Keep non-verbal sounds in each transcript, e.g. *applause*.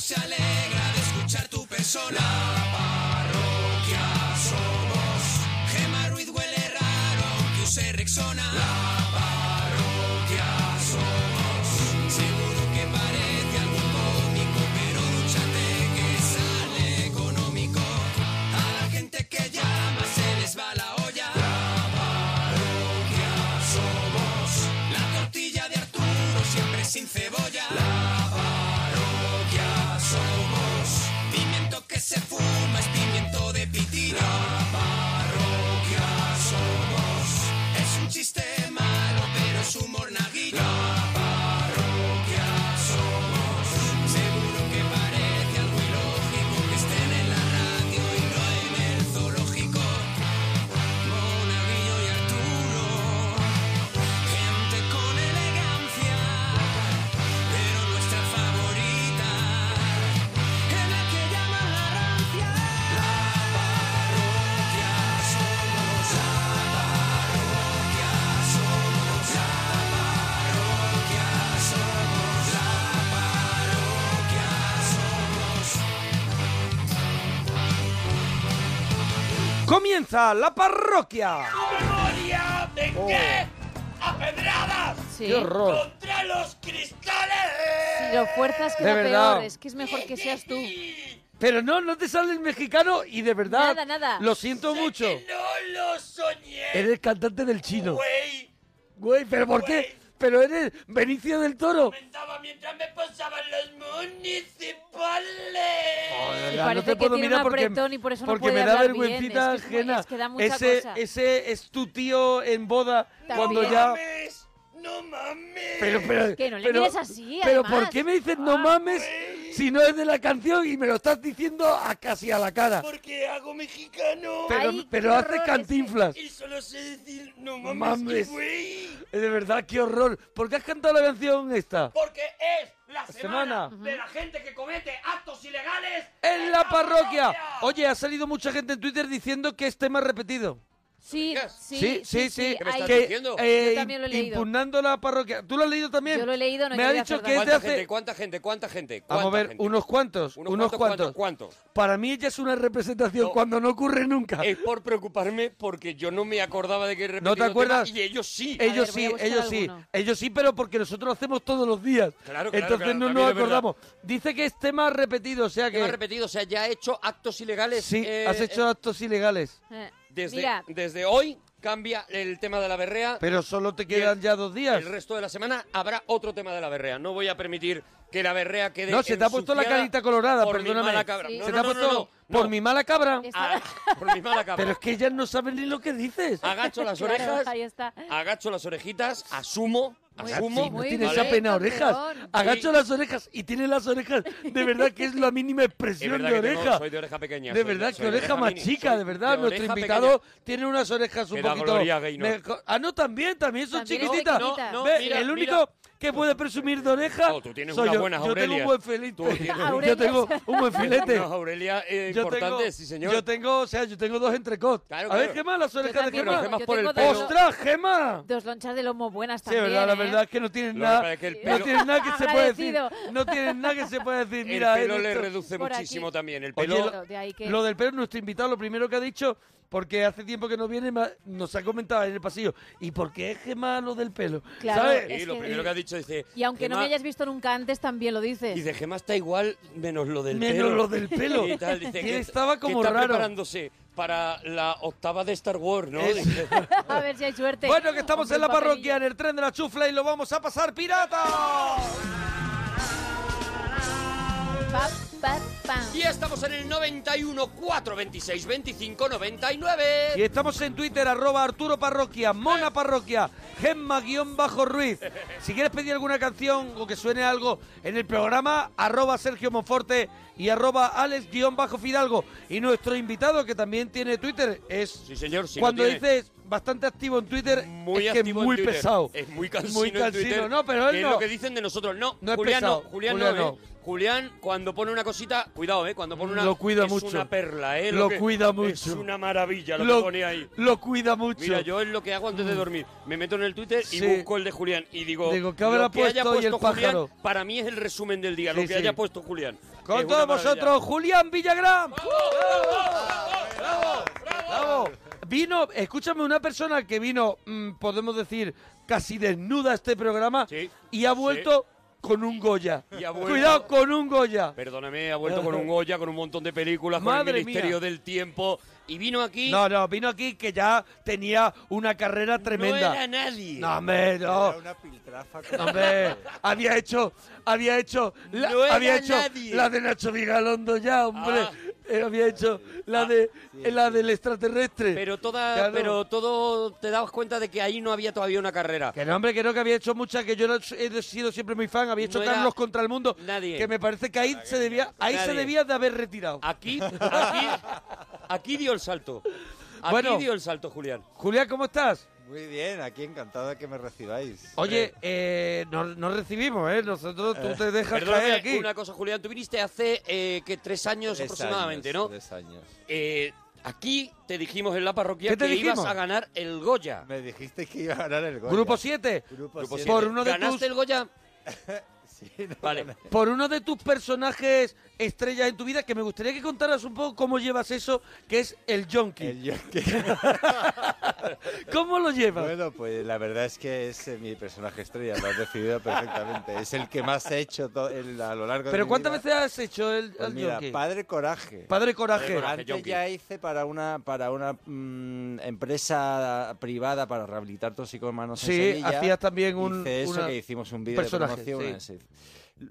se alegra de escuchar tu persona. La parroquia somos. Gema Ruiz huele raro, que use Rexona. La parroquia somos. Seguro que parece algo cómico, pero dúchate que sale económico. A la gente que llama se les va la olla. La parroquia somos. La tortilla de Arturo siempre sin cebolla. La parroquia somos. Pimiento que se fuma es pimiento de pitina. La parroquia somos. Es un chiste malo, pero es humor naguillo. La parroquia somos. Seguro que parece algo ilógico que estén en la radio y no en el zoológico. Monaguillo y Arturo, gente con elegancia, pero nuestra favorita es la que llaman la rancia. La parroquia somos, la parroquia somos, la parroquia somos, la parroquia somos. Comienza la parroquia. ¡Memoria de qué! ¡A pedradas! Sí. Oh. Qué horror. ¡Contra los cristales! Si lo fuerzas queda De verdad. peor, es que es mejor que seas *laughs* tú. Pero no, no te sale el mexicano y de verdad. Nada, nada. Lo siento mucho. ¡No lo soñé! Eres el cantante del chino. Güey. Güey, ¿pero por qué? Pero eres Benicio del Toro. Estaba mientras me pasaban los municipales. Ya, no te puedo mirar porque, porque me da vergüencita ajena. ese, ese es tu tío en boda cuando ya. No mames. Pero, pero, Que no le pero- mires así, Pero además. ¿por qué me dices Ah, no mames si no es de la canción y me lo estás diciendo a- casi a la cara? Porque hago mexicano. Pero, pero haces cantinflas. Y solo sé decir, no No mames, mames. que güey. De verdad, qué horror. ¿Por qué has cantado la canción esta? Porque es la semana. semana, de la gente que comete actos ilegales. En la parroquia. Oye, ha salido mucha gente en Twitter diciendo que es tema repetido. Sí, sí, Sí, sí, sí. hay- Que, eh, Yo también lo he leído. Impugnando la parroquia. ¿Tú lo has leído también? Yo lo he leído, no Me yo ha voy a dicho hacer que es de ¿Cuánta hace... gente? ¿Cuánta gente? ¿Cuánta gente? Vamos a ¿Cuánta ver, gente? unos cuantos. Unos, cuantos. ¿Cuántos? Para mí ella es una representación cuando no ocurre nunca. Es por preocuparme porque yo no me acordaba de que he repetido ¿No te tema acuerdas? y ellos sí. Ellos sí, ellos sí. Ellos sí, pero porque nosotros lo hacemos todos los días. Claro, claro, Entonces claro, no también nos es verdad. acordamos. Dice que es tema repetido, o sea que... Tema repetido, o sea, ya he hecho actos ilegales. Sí, eh, has hecho actos ilegales. Eh, Desde, Mira, desde hoy cambia el tema de la berrea. Pero solo te quedan ya dos días. El resto de la semana habrá otro tema de la berrea. No voy a permitir que la berrea quede. No, se te ha puesto la ensuciada carita colorada, por mi perdóname. mala cabra. No, se no, te ha no, no, puesto no. por mi mala cabra. Ah, por *laughs* mi mala cabra. Pero es que ellas no saben ni lo que dices. Agacho las claro, orejas. ahí está. Agacho las orejitas, asumo, Muy asumo. bien, muy No tienes ¿vale? apenas orejas. campeón. Agacho Sí. las orejas y tiene las orejas. De verdad que es la mínima Es expresión verdad de que tengo- oreja. soy de oreja pequeña. De soy verdad, soy que oreja más mini, chica, soy de verdad. de Nuestro oreja invitado pequeña. tiene unas orejas un Que da poquito. Gloria Gaynor. mejor- Ah, no, también, también son También es chiquititas. chiquitita. No, no, Ve, mira, el único mira. que puede presumir de oreja. No, tú tienes soy unas yo. buenas, Yo tengo un Aurelia. buen filete. *laughs* Tú tienes- Yo Aurelia. tengo un buen filete. No, Aurelia, eh, Yo importante, tengo- sí, señor. Yo tengo, o sea, yo tengo dos entrecot. Claro, A ver, claro. Gemma, las orejas de también Gemma. tengo- yo tengo dos- ¡Ostras, Gemma! dos lonchas de lomo buenas Sí, es también. verdad, la ¿eh? verdad es que no tienen Lo que pasa nada. es que el No pelo- tienen nada que se puede decir. Agradecido. No *laughs* tienen nada que se puede decir. El Mira, pelo él le esto- reduce por aquí. muchísimo también. El Oye, pelo. lo- De ahí que- Lo del pelo, nuestro invitado, lo primero que ha dicho, porque hace tiempo que no viene, me ha- nos ha comentado en el pasillo, ¿y por qué es Gemma lo del pelo? Claro, ¿Sabes? es Sí, lo que- primero que ha dicho dice. Y aunque no Gemma- me hayas visto nunca antes, también lo dices. Dice, Gemma está igual menos lo del Menos pelo. lo del pelo. *laughs* Y tal, dice, Y él que- estaba que como está raro. preparándose para la octava de Star Wars, ¿no? Es- Dice, *laughs* A ver si hay suerte. Bueno, que estamos Este Hombre, en la un papelillo. parroquia, en el tren de la chufla, y lo vamos a pasar pirata. Pa, pa, pam. Y estamos en el 91 426 25 99. Y estamos en Twitter, arroba Arturo Parroquia, Mona Parroquia, Gemma guión bajo Ruiz. Si quieres pedir alguna canción o que suene algo en el programa, arroba Sergio Monforte y arroba Alex guión bajo Fidalgo. Y nuestro invitado, que también tiene Twitter, es... Sí, señor, sí lo cuando tiene. dices bastante activo en Twitter, muy es que activo en muy Twitter. pesado. Es muy cansino, Muy en Twitter, No, pero que él es no. lo que dicen de nosotros. No, No es Julián, no, pesado, Julián, Julián no, ¿eh? no. Mm, Julián, cuando pone una cosita, cuidado, ¿eh? Cuando pone una. Lo cuida es mucho. una perla, ¿eh? Lo que- cuida Es mucho. una maravilla lo, Lo- que pone ahí. lo cuida mucho. Mm. Mira, yo es lo que hago antes de dormir. Me meto en el Twitter y Sí. busco el de Julián. Y digo, Digo, ¿qué lo habrá que haya puesto hoy el puesto Julián, pájaro? para mí es el resumen del día, Sí, lo que sí. haya puesto Julián. Con Es una todos maravilla. vosotros, Julián Villagrán. Bravo. Vino, escúchame, una persona que vino, mm, podemos decir, casi desnuda a este programa y ha vuelto con un Goya. Y ha vuelto- Cuidado, con un Goya. Perdóname, ha vuelto con un Goya, con un montón de películas, con el Madre Ministerio mía. del Tiempo. Y vino aquí. No, no, vino aquí que ya tenía una carrera tremenda. era nadie. No, hombre, no. Era una piltrafa. con- Hombre, había hecho, había hecho, la, No era había hecho nadie. la de Nacho Vigalondo ya, hombre. Ah. Eh, había hecho la de eh, la del extraterrestre. Pero toda, Claro. pero todo te dabas cuenta de que ahí no había todavía una carrera. Que no, hombre, que no, que había hecho muchas, que yo no he sido siempre muy fan, había hecho No era Carlos contra el mundo, nadie. que me parece que ahí se debía, ahí se Nadie. debía de haber retirado. *laughs* Aquí, aquí, aquí dio el salto. Aquí Bueno. dio el salto, Julián. Julián, ¿cómo estás? Muy bien, aquí encantado de que me recibáis. Oye, eh, no, no recibimos, ¿eh? Nosotros tú te dejas Perdóname caer aquí. una cosa, Julián. Tú viniste hace eh, que tres años Tres aproximadamente, años, ¿no? Tres años. Eh, aquí te dijimos en la parroquia ¿Qué te que ibas dijimos? a ganar el Goya. Me dijiste que iba a ganar el *laughs* Goya. Grupo 7, Grupo Grupo siete. siete. Por uno de ¿Ganaste tus- el Goya? Sí, no, Vale. por uno de tus personajes estrellas en tu vida, que me gustaría que contaras un poco cómo llevas eso, que es el Yonki. *laughs* el Yonki. ¿Cómo lo llevas? Eh, Bueno, pues la verdad es que es eh, mi personaje estrella, lo has decidido perfectamente. Es el que más he hecho to- el- a lo largo de ¿Pero mi cuántas vida. veces has hecho el, Pues el mira, Yonki? Padre Coraje. Padre Coraje. Coraje. Antes Yonki. ya hice para una para una mm, empresa privada para rehabilitar toxicómanos en Sí, Sevilla. hacías también un- Hice eso una- que hicimos un vídeo de personaje, promoción. sí.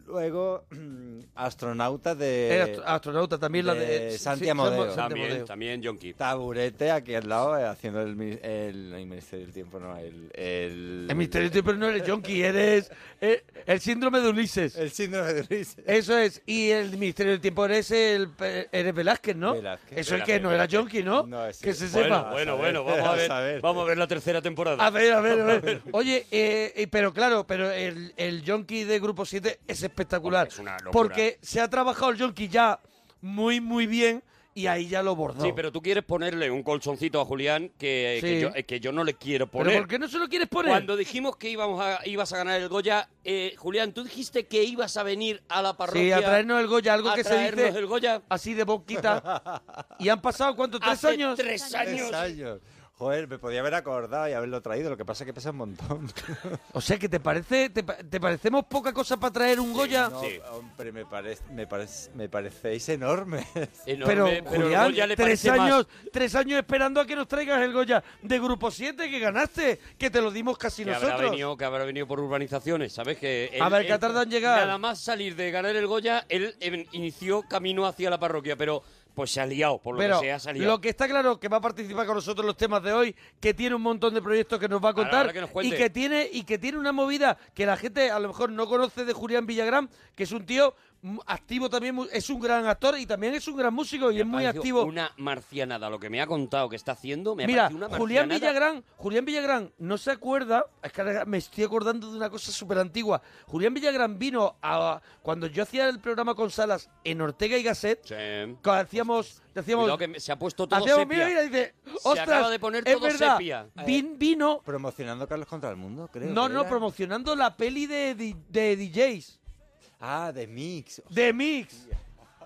Luego mm, astronauta Era de astro- astronauta también, la de... de sí, Santi sí, Amodeo. Santi También, Amodeo. también, Yonki. taburete aquí al lado eh, haciendo el, mi- el, el ministerio del tiempo no el el, El misterio del tiempo no eres Yonki, eres eh, el síndrome de Ulises. el síndrome de Ulises. Eso es. Y el misterio del tiempo eres el pe- eres Velázquez, ¿no? Velázquez. Eso es que no era Yonki, ¿no? No, ese- que se Bueno, sepa. bueno, A ver, bueno, vamos a ver, a ver. vamos a ver la tercera temporada. A ver, a ver, a ver. *laughs* Oye, eh, eh, pero claro, pero el, el Yonki de Grupo 7 es espectacular. Hombre, es una locura. porque se ha trabajado el Yonki ya muy, muy bien y ahí ya lo bordó. Sí, pero tú quieres ponerle un colchoncito a Julián que, que Sí. yo, eh, que yo no le quiero ¿Pero poner. por qué no se lo quieres poner? Cuando dijimos que íbamos a- ibas a ganar el Goya, eh, Julián, tú dijiste que ibas a venir a la parroquia. Sí, a traernos el Goya, algo a que se traernos dice el Goya. así de boquita. *laughs* ¿Y han pasado cuántos? ¿Tres Hace años? Tres años. Tres años. Joder, me podía haber acordado y haberlo traído, lo que pasa es que pesa un montón. *laughs* O sea, que te parece te, pa- te parecemos poca cosa para traer un Goya. No, Sí. hombre, me, parece me, parece me parecéis enormes. Pero, Enorme, pero el Julián, Goya le tres parece más. años, tres años esperando a que nos traigas el Goya de Grupo 7 que ganaste, que te lo dimos casi Que habrá, nosotros. venido, que habrá venido por urbanizaciones, ¿sabes? Que A él- ver, ¿qué él- tarda en llegar? Nada más salir de ganar el Goya, él em, inició camino hacia la parroquia, pero pues se ha liado, por lo Pero que se ha salido. lo que está claro que va a participar con nosotros en los temas de hoy, que tiene un montón de proyectos que nos va a Ahora, contar ahora que nos cuente. y que tiene y que tiene una movida que la gente a lo mejor no conoce de Julián Villagrán, que es un tío mm, activo también, mu- es un gran actor y también es un gran músico y es muy activo. Una marcianada, lo que me ha contado que está haciendo, me ha Mira, parecido una Julián marcianada. Villagrán, Julián Villagrán no se acuerda, es que ahora me estoy acordando de una cosa súper antigua. Julián Villagrán vino a cuando yo hacía el programa con Salas en Ortega y Gasset, Sí. que hacíamos, decíamos, Cuidado que me- se ha puesto todo hacíamos- sepia. mira, mira, dice, Se ostras, acaba de poner es todo verdad, sepia". vin- vino, Promocionando Carlos contra el mundo, creo. no, que no, era. promocionando la peli de, di- de DJs, Ah, de Mix. de Mix,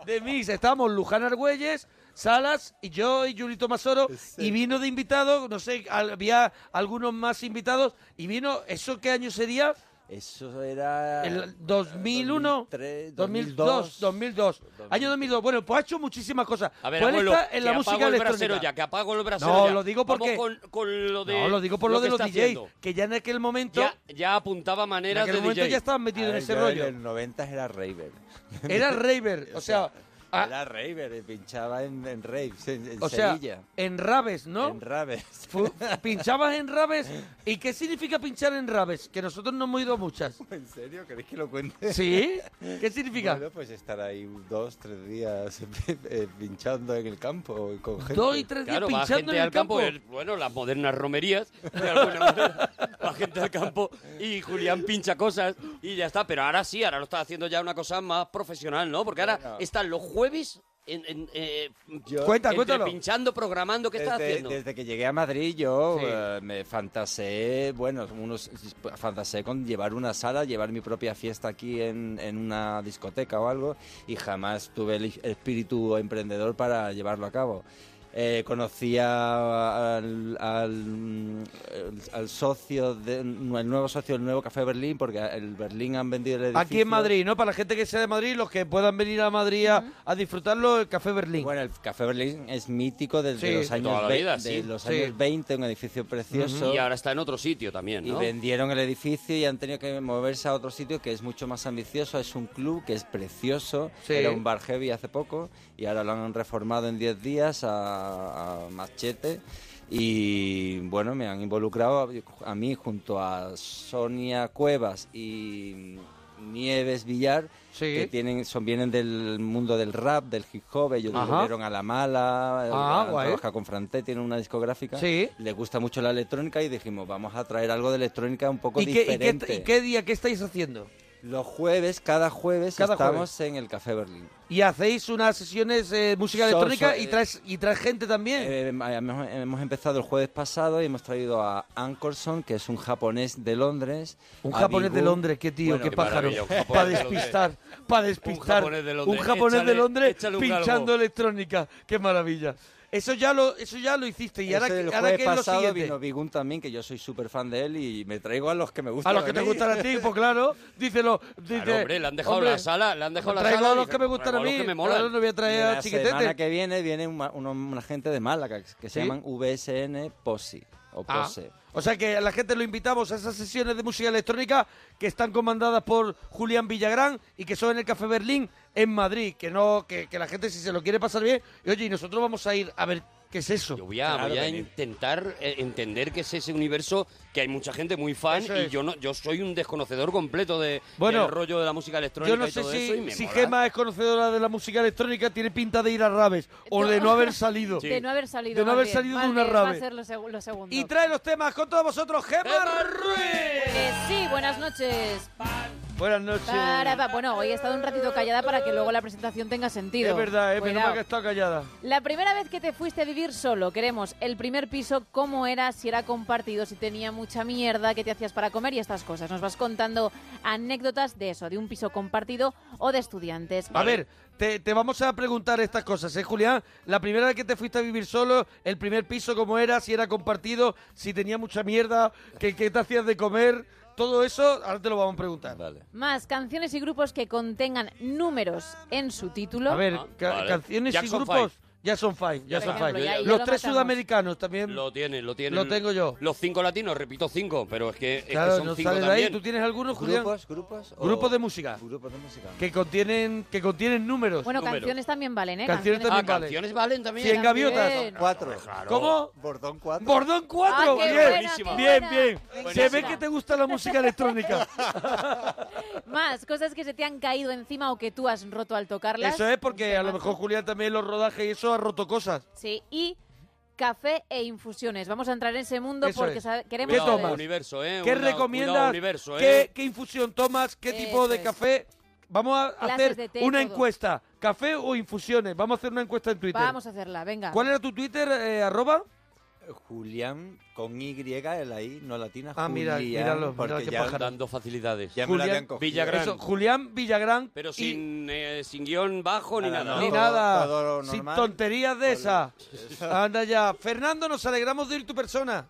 de Mix, estábamos Luján Argüelles, Salas y yo y Julito Masoro Sí. y vino de invitado, no sé, al- había algunos más invitados y vino, ¿eso qué año sería? Eso era. El 2001, 2003, 2002, 2002, 2002. año 2002. Bueno, pues ha hecho muchísimas cosas. A ver, Pues él abuelo, está en la que música apago el electrónica. brasero ya, que apago el brasero No, ya. lo digo Vamos porque- con, con lo de no, lo digo por lo que de los está DJs, haciendo. que ya en aquel momento, Ya, ya apuntaba en maneras aquel de momento DJ. ya estaban metidos A en ver, ese Ah, yo rollo. En los 90 era Raver. *laughs* Era raver, o sea, a- Era Raver, eh, pinchaba en, en raves, en, en o sea, Sevilla. en raves, ¿no? En raves. Fu- Pinchabas en raves. ¿Y qué significa pinchar en raves? Que nosotros no hemos ido a muchas. *laughs* ¿En serio? ¿Queréis que lo *laughs* cuente? ¿Sí? ¿Qué significa? Bueno, pues estar ahí dos, tres días *laughs* eh, pinchando en el campo con gente. Dos y tres Claro, días va pinchando gente en el al campo, el- bueno, las modernas *laughs* romerías, de alguna manera, va gente al campo y Julián pincha cosas y ya está. Pero ahora sí, ahora lo está haciendo ya una cosa más profesional, ¿no? Porque ahora Bueno. están los jueves en- en, eh, Cuenta, entre cuéntalo. pinchando, programando, ¿qué estás desde, haciendo? desde que llegué a Madrid yo Sí. eh, me fantaseé, bueno, unos fantaseé con llevar una sala, llevar mi propia fiesta aquí en, en una discoteca o algo y jamás tuve el espíritu emprendedor para llevarlo a cabo. Eh, conocí a- al, al, mm, el- al socio, de, el nuevo socio del nuevo Café Berlín, porque el Berlín han vendido el edificio. Aquí en Madrid, ¿no? Para la gente que sea de Madrid, los que puedan venir a Madrid a, a disfrutarlo, el Café Berlín. Bueno, el Café Berlín es mítico desde Sí. los De años, toda la ve- vida, de sí. los Sí. años 20, un edificio precioso. Y ahora está en otro sitio también, Y ¿no? vendieron el edificio y han tenido que moverse a otro sitio que es mucho más ambicioso. Es un club que es precioso. Sí. Era un bar heavy hace poco y ahora lo han reformado en 10 días a, a machete. Y bueno, me han involucrado a, a mí junto a Sonia Cuevas y Nieves Villar. Sí. que tienen son vienen del mundo del rap del hip hop ellos Ajá. volvieron a la mala Ah, han guay. trabajado con Franté tienen una discográfica Sí. le gusta mucho la electrónica y dijimos, vamos a traer algo de electrónica un poco ¿Y qué, y qué- diferente. y qué día, qué estáis haciendo? Los jueves, cada jueves, Cada estamos en el Café Berlín. ¿Y hacéis unas sesiones de música So- electrónica so- y, traes, y traes gente también? Eh, hemos, hemos empezado el jueves pasado y hemos traído a Ankerson, que es un japonés de Londres. Un a japonés de Bigu. Londres, qué tío, Bueno, qué qué pájaro. maravilla, un japonés Para de Londres. despistar, para despistar. japonés de Londres, Un japonés de échale- Londres échale un pinchando galgo. electrónica, qué maravilla. Eso ya lo, eso ya lo hiciste y Ese ahora, el que- ahora jueves qué es lo pasado siguiente. vino Bigun también, que yo soy súper fan de él y me traigo a los que me gustan. A los que te mí. gustan a ti, pues claro, díselo. Claro, dice, hombre, le han dejado hombre, la sala, le han dejado la traigo sala. a y los dice, que me gustan a traigo mí, los que me claro, molan. no voy a Y traer a la semana chiquetete. que viene viene una, una- una gente de Málaga que, que se ¿Sí? llaman VSN Posi o Ah, Pose. O sea que a la gente lo invitamos a esas sesiones de música electrónica que están comandadas por Julián Villagrán y que son en el Café Berlín en Madrid. Que no, que, que la gente si se lo quiere pasar bien, y oye, y nosotros vamos a ir a ver qué es eso. Yo voy a, Claro, Ah, voy a venir. intentar eh, entender qué es ese universo que hay mucha gente muy fan Eso y es. yo no yo soy un desconocedor completo de, Bueno, del rollo de la música electrónica Yo no y sé todo eso y si, me si mola. Gema es conocedora de la música electrónica, tiene pinta de ir a Raves o de no *laughs* haber salido. Sí. De no haber salido. De no más haber bien. salido de Más una bien, Va rave. a ser lo, seg- lo segundo. Y trae los temas con todos vosotros, Gema, Ruiz. Eh, sí, buenas noches. Buenas noches. Para, pa- Bueno, hoy he estado un ratito callada para que luego la presentación tenga sentido. Es verdad, eh, menos Cuidado. mal que está callada. La primera vez que te fuiste a vivir solo, queremos el primer piso, cómo era, si era compartido, si tenía mucha mierda, qué te hacías para comer y estas cosas. Nos vas contando anécdotas de eso, de un piso compartido o de estudiantes. Eh, A ver, te, te vamos a preguntar estas cosas, ¿eh, Julián? La primera vez que te fuiste a vivir solo, el primer piso, cómo era, si era compartido, si tenía mucha mierda, qué, qué te hacías de comer, todo eso, ahora te lo vamos a preguntar. Vale. Más canciones y grupos que contengan números en su título. A ver, Ah, ca- vale. canciones y Jackson grupos. Ya son five, ya Por son ejemplo, five. ya- ya Los lo tres matamos. sudamericanos también. Lo tienen, lo tienen. Lo tengo yo. Los cinco latinos, repito cinco, pero es que, es que claro, Este son no cinco sale de también. ahí. ¿Tú tienes algunos, Julián? ¿Grupos? ¿Grupos? o- Grupos de música. Grupos de música. Que contienen, que contienen números. Bueno, números. canciones también valen, ¿eh? Canciones Ah, Vale. canciones valen también. Cien gaviotas. También. Cuatro. Claro. ¿Cómo? Bordón cuatro. Bordón 4, Ah, qué bien, buena, qué bien, buena. bien. Se ve Buenísima. que te gusta la música electrónica. *laughs* Más cosas que se te han caído encima o que tú has roto al tocarlas. Eso es porque a lo Temazo. mejor Julián también en los rodajes y eso ha roto cosas. Sí, y café e infusiones. Vamos a entrar en ese mundo Eso porque es. sa- queremos ¿Qué Cuidado, saber- tomas? Universo, ¿eh? ¿Qué Cuidado, cuidado, recomiendas? universo, ¿Qué, ¿eh? qué infusión tomas? ¿Qué Eso tipo de es. café? Vamos a Clases hacer de té, una todo. encuesta. ¿Café o infusiones? Vamos a hacer una encuesta en Twitter. Vamos a hacerla, venga. ¿Cuál era tu Twitter, eh, arroba? Julián con Y, el ahí, no latina. Ah, mira, Julián, míralo, porque mira qué ya, pájaro. Dando facilidades. ya me lo Julián habían cogido. Villagrán. Eso, Julián Villagrán. Pero y- sin, eh, sin guión bajo ni Nada, nada. no. Ni ¿no? Todo- nada, todo sin normal. tonterías de esas. Anda ya. Fernando, nos alegramos de ir tu persona.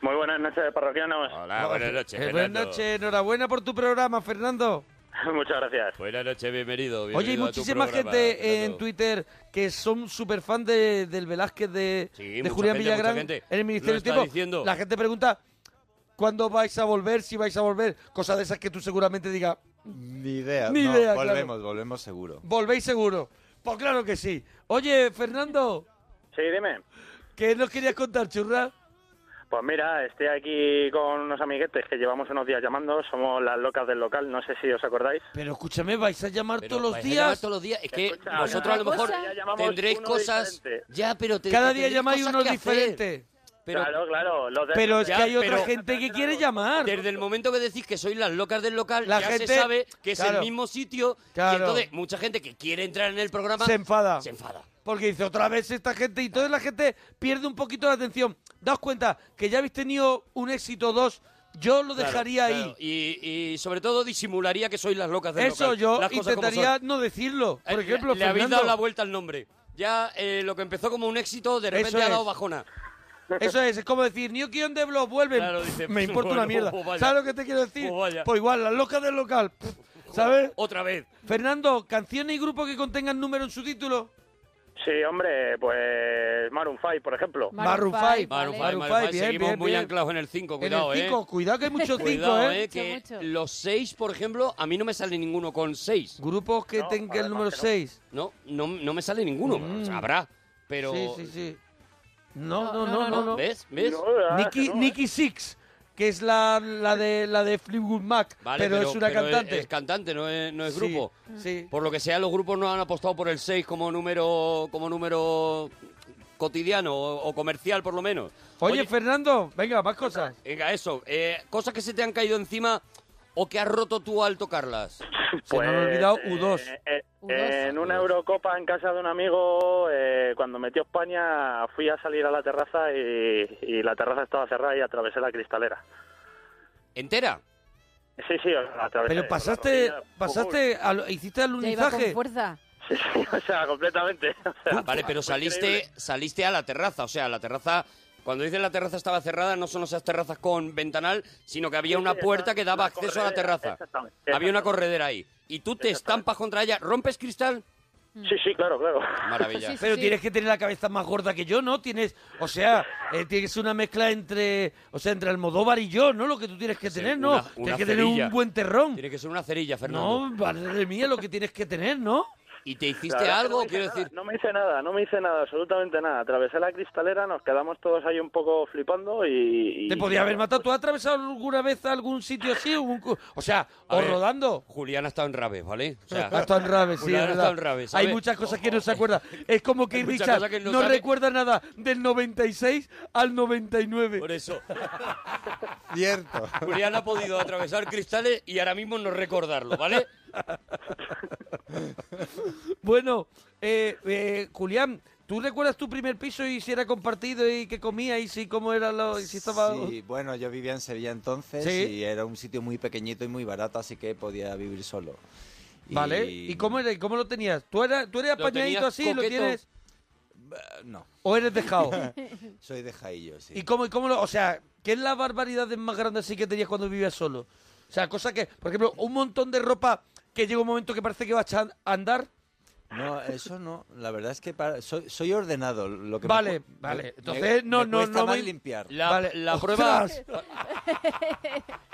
Muy buenas noches, parroquianos. Hola, Ah, buenas noches. Eh, buenas Fernando. noches, enhorabuena por tu programa, Fernando. *laughs* Muchas gracias. Buenas noches, bienvenido. Oye, hay bienvenido a tu muchísima programa, gente Fernando. en Twitter que son súper fan de, del Velázquez de, Sí, de mucha Julián gente, Villagrán mucha gente. en el Ministerio Lo del está Tiempo. diciendo. La gente pregunta cuándo vais a volver, si vais a volver, cosas de esas que tú seguramente digas, Ni idea. Ni no, idea, Volvemos, claro. volvemos seguro. volvéis seguro. Pues claro que sí. Oye, Fernando, Sí, dime. ¿qué nos querías contar, churra? Pues mira, estoy aquí con unos amiguetes que llevamos unos días llamando. Somos las locas del local, no sé si os acordáis. Pero escúchame, vais a llamar Pero todos los vais a llamar días. Pues todos los días. Es que Escucha, vosotros a lo cada mejor cosa- Ya llamamos tendréis uno cosas. diferente. Ya, pero te- Cada tendréis día llamáis cosas uno que hacer. diferente. Pero- claro, claro. Los de- Pero es que hay otra pero- gente que quiere llamar. Desde el momento que decís que sois las locas del local, La ya gente- se sabe que es claro. el mismo sitio. Claro. Y entonces, mucha gente que quiere entrar en el programa Se enfada. Se enfada. Porque dice otra vez esta gente y entonces la gente pierde un poquito la atención. Daos cuenta que ya habéis tenido un éxito o dos. Yo lo Claro, dejaría claro. ahí. Y, y sobre todo disimularía que sois las locas del Eso local. yo Las cosas como intentaría son. no decirlo. Por Eh, ejemplo, le, le habéis Fernando, dado la vuelta al nombre. Ya eh, lo que empezó como un éxito, de repente Eso ha dado es. bajona. Eso es, es como decir, New Kion de Block *laughs* vuelven. Claro, dice, me importa una bueno, *laughs* mierda. pues vaya. ¿Sabes lo que te quiero decir? Pues vaya. Pues igual, las locas del local. pff, ¿Sabes? Otra vez. Fernando, canciones y grupos que contengan número en su título. Sí, hombre, pues Maroon 5, por ejemplo. Maroon five. vale. Maroon Maroon five, five, Maroon five. bien, Seguimos bien, muy bien. anclados en el 5, cuidado, en el 5, eh. cuidado que hay muchos 5, Cuidado, ¿eh? eh, que Mucho, mucho. los 6, por ejemplo, a mí no me sale ninguno con 6. Grupos que No, tengan el además número que no. 6. No, no, no me sale ninguno. O sea, habrá, pero... Sí, sí, sí. No, no, No, no, no, no. no. ¿Ves? ¿Ves? No, la verdad es que Nicky, no, ¿eh? Nicky Six, que es la, la de la de Fleetwood Mac, Vale, pero, es una pero cantante. Es, cantante, no es, no es Sí, grupo. Sí. Por lo que sea, los grupos no han apostado por el 6 como número como número cotidiano o, o comercial, por lo menos. Oye, Fernando, venga, más cosas. venga, eso. eh, cosas que se te han caído encima o que has roto tú al tocarlas. *laughs* Se me ha olvidado eh, U2. eh, U2. en una Eurocopa en casa de un amigo, eh, cuando metió España, fui a salir a la terraza y, y la terraza estaba cerrada y atravesé la cristalera. ¿Entera? Sí, sí, o sea, atravesé. Pero la pasaste, rodilla, pasaste, al- hiciste Ya iba con alunizaje. fuerza. *laughs* Sí, sí, *laughs* o sea, completamente. O sea, Ah, Vale, pero fue saliste, increíble. saliste a la terraza. O sea, la terraza... Cuando dicen la terraza estaba cerrada, no son esas terrazas con ventanal, sino que había Sí, una sí, puerta esa- que daba una acceso a la corredera, terraza. exactamente, Había una exactamente. corredera ahí. Y tú Exactamente. te Mm. estampas contra ella. ¿Rompes cristal? Sí, sí, claro, claro. Maravilla. Sí, sí. Pero tienes que tener la cabeza más gorda que yo, ¿no? Tienes, o sea, eh, tiene que ser una mezcla entre, o sea, entre Almodóvar y yo, ¿no? Lo que tú tienes que Sí, tener, ¿no? una- tienes una que tener un cerilla. buen terrón. Tiene que ser una cerilla, Fernando. No, madre mía, lo que tienes que tener, ¿no? ¿Y te La hiciste verdad es que no algo? me hice Quiero nada, decir, No me hice nada, no me hice nada, absolutamente nada. Atravesé la cristalera, nos quedamos todos ahí un poco flipando y... y- Te podía haber matado. ¿Tú has atravesado alguna vez algún sitio así? Un cu- O sea, A o ver. rodando. Julián ha estado en Rabe, ¿vale? O sea, Ha estado en Rabe, sí, es Julián ha verdad. estado en Rabe, ¿sabes? Hay muchas cosas que no se acuerda. Es como que Hay muchas Richard cosas que no, no sabe. recuerda nada del 96 al 99. Por eso, Cierto. Julián ha podido atravesar cristales y ahora mismo no recordarlo, ¿vale? *laughs* Bueno, eh, eh, Julián, ¿tú recuerdas tu primer piso y si era compartido y qué comía y si cómo era lo y si estaba Sí, bueno, yo vivía en Sevilla entonces Sí. y era un sitio muy pequeñito y muy barato, así que podía vivir solo. vale? ¿Y cómo era y cómo lo tenías? ¿Tú eras tú eres Lo tenías apañadito así, lo coqueto. tienes Eh, No, o eres *laughs* dejado? *laughs* soy de Jaillo, sí. ¿Y cómo y cómo lo, o sea, qué es la barbaridad más grande así que tenías cuando vivías solo? O sea, cosas que, por ejemplo, un montón de ropa que llega un momento que parece que vas a andar. No, eso no. La verdad es que para- soy, soy ordenado. Lo que me Vale, cu- vale. me- Entonces, me- no, me no, cuesta no más me- limpiar. La, Vale. la prueba ¡Ostras!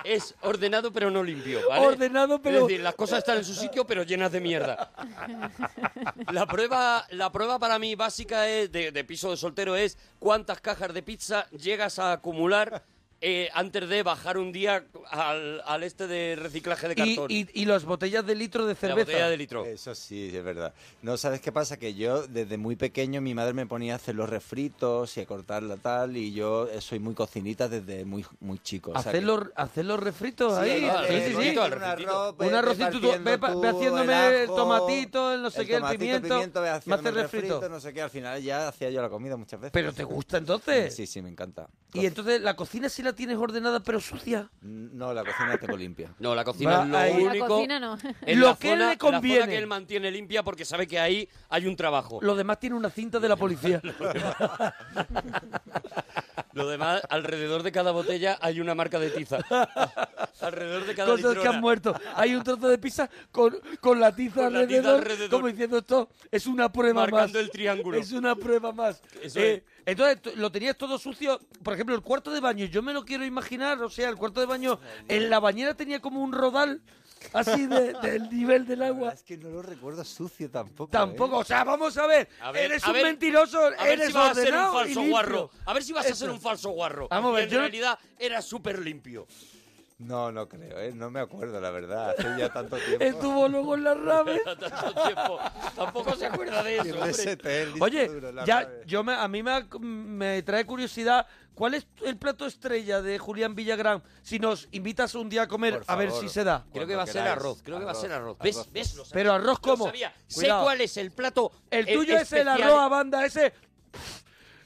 es ordenado pero no limpio, ¿vale? Ordenado, pero- Es decir, las cosas están en su sitio pero llenas de mierda. La prueba, la prueba para mí básica es de, de piso de soltero es cuántas cajas de pizza llegas a acumular eh, antes de bajar un día al, al este de reciclaje de Y, cartón. y- y las botellas de litro de la cerveza. botella de litro. Eso sí, es verdad. No, ¿sabes qué pasa? Que yo desde muy pequeño mi madre me ponía a hacer los refritos y a cortarla tal y yo eh, soy muy cocinita desde muy, muy chico. o sea que- Hacer los, hacer los refritos ahí. claro, Sí, el sí, sí. refrito, el Un refrito. arroz, eh, ve- Un ve arrocito, tú- partiendo ve, pa- ve tú haciéndome el ajo, tomatito, el no sé qué, el tomatito, pimiento, ve me haciéndome hace el refrito. refrito, no sé qué. Al final ya hacía yo la comida muchas veces. Pero te gusta entonces. Sí, sí, me encanta. Y entonces la cocina sí la tienes ordenada pero sucia. Mm, No, la cocina la tengo limpia. No, la cocina Va es lo ahí. La único. cocina no. es Lo la que él zona- le conviene. La zona que él mantiene limpia porque sabe que ahí hay un trabajo. Lo demás tiene una cinta de la *laughs* policía. Lo demás, alrededor de cada botella hay una marca de tiza. alrededor de cada Cosas que litrona. han muerto. Hay un trozo de pizza con, con la tiza Con la tiza alrededor, alrededor. Como diciendo esto, es una prueba más. Marcando el triángulo. Es una prueba más. Eh, Eso es. Entonces, tú- lo tenías todo sucio. Por ejemplo, el cuarto de baño. Yo me lo quiero imaginar. O sea, el cuarto de baño en la bañera tenía como un rodal así de- *laughs* del nivel del La verdad agua. Es que no lo recuerdo sucio tampoco. ¿eh? Tampoco, o sea, vamos a ver. A ver, eres a un ver, mentiroso, A ver eres si vas a ser un ordenado y falso limpio. guarro. A ver si vas a Eso. ser un falso guarro. Vamos a Y ver, en yo no- *laughs* realidad era súper limpio. No, no creo, ¿eh? No me acuerdo, la verdad. Hace ya tanto tiempo. Estuvo luego en la rave. Tampoco se acuerda de Y eso. hombre. RST, el disco Oye, duro, la ya, rave. yo me, a mí me, ha- me trae curiosidad. ¿Cuál es el plato estrella de Julián Villagrán? Si nos invitas un día a comer, Por a ver favor, si se da. Creo Cuando que va a ser queráis. arroz, creo que va a ser arroz. Arroz, ¿Ves? arroz. ¿Ves? Lo sabía. Pero arroz Lo como. sabía. Sé Cuidado. cuál es el plato. El eh, tuyo es el especial. arroz a banda ese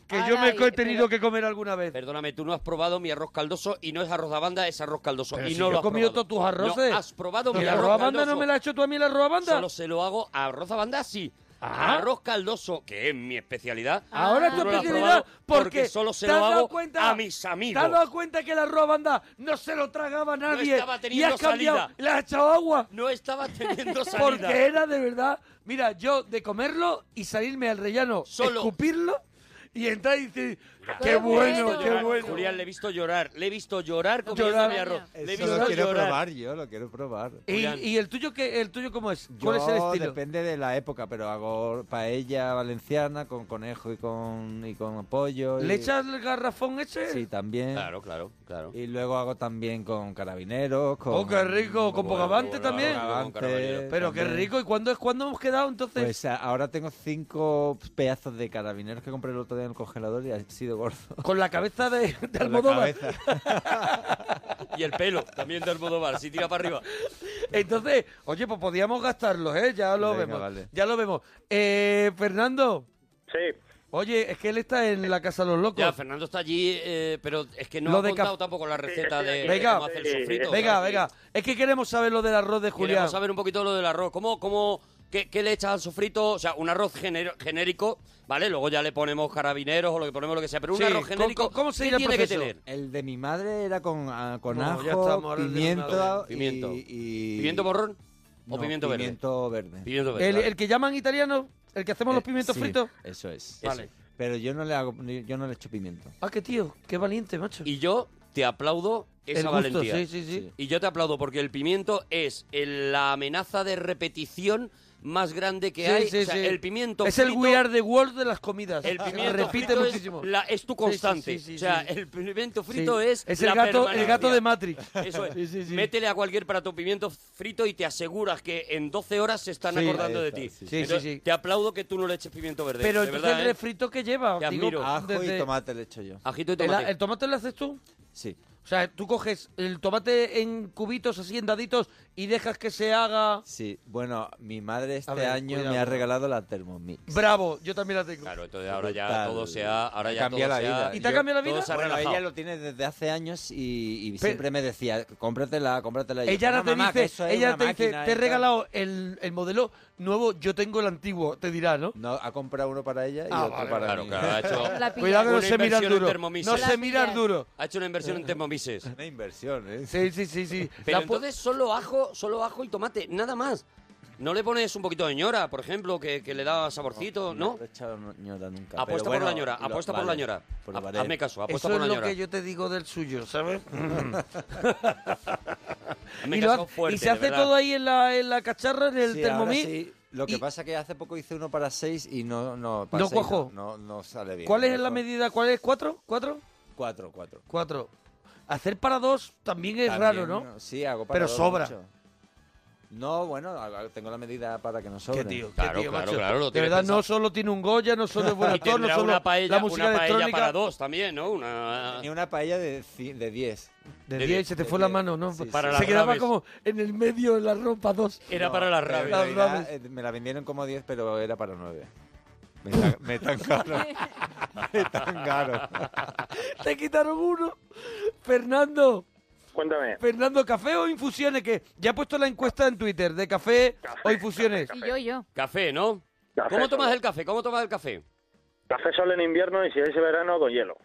que yo me Ay, he tenido pero- que comer alguna vez. Perdóname, tú no has probado mi arroz caldoso y no es arroz de banda, es arroz caldoso. Pero y si no yo lo he has comido probado. todos tus arroces. No, has probado mi ¿El arroz arroz a banda no caldoso. me la has hecho tú a mí el arroz a banda? Solo se lo hago a arroz a banda, sí. Ah. Arroz caldoso, que es mi especialidad. Ahora tú tu Ah. no lo has especialidad probado porque, porque solo se ¿te has lo dado hago cuenta? a mis amigos. ¿Te has dado cuenta que el arroz a banda no se lo tragaba nadie? estaba y teniendo has cambiado, salida. le has echado agua. No *laughs* estaba teniendo salida. Porque era de verdad. Mira, yo de comerlo y salirme al rellano, Solo. escupirlo y entrar y decir, qué Qué bueno, bueno. qué Llorar, bueno. Julián, le he visto llorar. Le he visto llorar comiendo Llorar. mi arroz. Le he Eso visto Eso lo quiero llorar. probar yo, lo quiero probar. ¿Y, Julián. y el tuyo qué, el tuyo cómo es? Yo ¿Cuál es el estilo? depende de la época, pero hago paella valenciana con conejo y con, y con pollo. y- ¿Le echas el garrafón ese? Sí, también. Claro, claro, claro. Y luego hago también con carabineros, con... Oh, qué rico, con Bueno, Bogavante también. Bogavante, Con carabineros. Pero qué también. rico, ¿y cuándo es cuándo hemos quedado entonces? Pues a- ahora tengo cinco pedazos de carabineros que compré el otro día en el congelador y han sido gordos. Con la cabeza *laughs* de, de Por la Almodóvar. cabeza. Pues, Y el pelo también de Almodóvar, si *laughs* tira para arriba. Entonces, oye, pues podíamos gastarlos, ¿eh? Ya lo Venga, vemos. vale. Ya lo vemos. Eh, Fernando, Sí, oye, es que él está en la casa de los locos. Ya, Fernando está allí, eh, pero es que no Lo ha de contado caf- Eh, tampoco la receta Sí, sí, de sí. Venga, cómo hacer el sofrito. venga, claro. venga. Es que queremos saber lo del arroz de Julián. Queremos saber un poquito lo del arroz. ¿Cómo, cómo, qué, qué le echas al sofrito? O sea, un arroz gener- genérico, ¿vale? Luego ya le ponemos carabineros o lo que ponemos lo que sea, pero un Sí, arroz ¿cómo- genérico, cómo se ¿qué dirá el tiene que proceso? tener? El de mi madre era con, ah, con No, ya estamos ajo, ahora de pimiento, una- y, Pimiento. y- ¿Pimiento borrón o no, pimiento verde? Pimiento verde. Pimiento verde. El, vale. el que llaman italiano, el que hacemos los Eh, pimientos sí, fritos. Eso es. Vale. Eso. Pero yo no le hago, yo no le echo pimiento. Ah, qué tío, qué valiente, macho. Y yo te aplaudo esa el gusto, valentía. sí, sí, sí, Sí. Y yo te aplaudo porque el pimiento es el- la amenaza de repetición más grande que Sí, hay. sí, O sea, sí. el pimiento Es el frito- We Are the World de las comidas. El pimiento Repite frito muchísimo. Es, la- es tu sí, constante. sí, sí, o sea, sí. el pimiento frito Sí. es. el la gato, el gato de permanencia. Matrix. Eso es. Sí, sí, sí. Métele a cualquier plato pimiento frito y te aseguras que en 12 horas se están Sí. acordando Ahí de está, ti. sí, sí. Entonces, Sí, sí, sí. Te aplaudo que tú no le eches pimiento verde. Pero de entonces verdad, el ¿eh? refrito que lleva, Te digo, admiro. Ajo desde- y tomate le echo yo. Ajito y ¿El, tomate. el tomate lo haces tú? Sí. O sea, tú coges el tomate en cubitos, así en daditos, y dejas que se haga. Sí, bueno, mi madre este ver, año cuidado. me ha regalado la Thermomix. Bravo, yo también la tengo. Claro, entonces ahora ya Brutal. todo se ha. Ahora Me ya todo cambia la se ha- vida. ¿Y te ha Yo- cambiado la vida? todo se ha Bueno, relajado. ella lo tiene desde hace años y, y Pero- siempre me decía, cómpratela, cómpratela. Y yo, Ella ahora "No, te mamá, que dice, eso es ella una te dice, máquina te he y tal". regalado el, el modelo nuevo, yo tengo el antiguo, te dirá, ¿no? No, ha comprado uno para ella y Ah, otro vale, para Claro, mí. claro. Ha *laughs* *laughs* hecho, La pilla. Cuidado que no Una se mira inversión en duro. Thermomix. No La se mira pillas. duro. Eh, ha hecho una inversión en Thermomixes. Una inversión, ¿eh? Sí, sí, sí, *laughs* sí. Pero La pu- entonces solo ajo, solo ajo y tomate, nada más. No le pones un poquito de ñora, por ejemplo, que, que le da saborcito, ¿no? No le he echado no- ñora nunca. Apuesta pero por la bueno, ñora, lo- apuesta por la vale, ñora. probaré. Ha- Hazme caso, apuesta Eso por es la lo ñora. que yo te digo del suyo, *laughs* ¿sabes? Hazme y, lo caso hace- fuerte, y se de hace verdad. todo ahí en la, en la cacharra, en el Sí, ahora Thermomix. sí. Lo que Y- pasa que hace poco hice uno para seis y no... No, para No seis cuajó. No, no sale bien. ¿Cuál es la Mejor medida? ¿Cuál es? ¿Cuatro? ¿Cuatro? Cuatro, cuatro. Cuatro. Hacer para dos también es raro, También, ¿no? Sí, hago para Pero dos sobra. mucho. No, bueno, a- a- tengo la medida para que no sobre. Qué tío, qué Claro, tío, claro, macho. claro, lo De tienes verdad, no pensado. solo tiene un Goya, no *laughs* solo es buen Y actor, no tendrá solo una paella, la música una paella electrónica. para dos también, ¿no? Una... Tenía una paella de, ci- de 10. De De 10 se te de fue la diez. mano, ¿no? Sí, Para sí. las se quedaba raves. como en el medio de la ropa *laughs* dos. Era para la Pero eh, en rabia. Las realidad, raves. eh, me la vendieron como 10, pero era para 9. Me, tan- *laughs* me tancaron. me tancaron. Te quitaron uno. Fernando, cuéntame. Fernando, ¿café o infusiones? Que ya he puesto la encuesta en Twitter de café, o infusiones. Y yo, y yo. Café, ¿no? Café ¿Cómo tomas solo. el café? ¿Cómo tomas el café? Café solo en invierno y si es verano con hielo.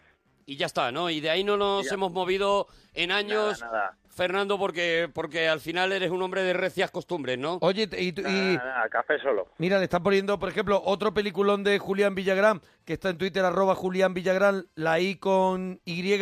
Y ya está, ¿no? Y de ahí no nos Ya. hemos movido en años, Nada, nada. Fernando, porque, porque al final eres un hombre de recias costumbres, ¿no? Oye, te- y, tú- y- Nada, nada, café solo. mira, le están poniendo, por ejemplo, otro peliculón de Julián Villagrán, que está en Twitter, arroba Julián Villagrán, la I con Y,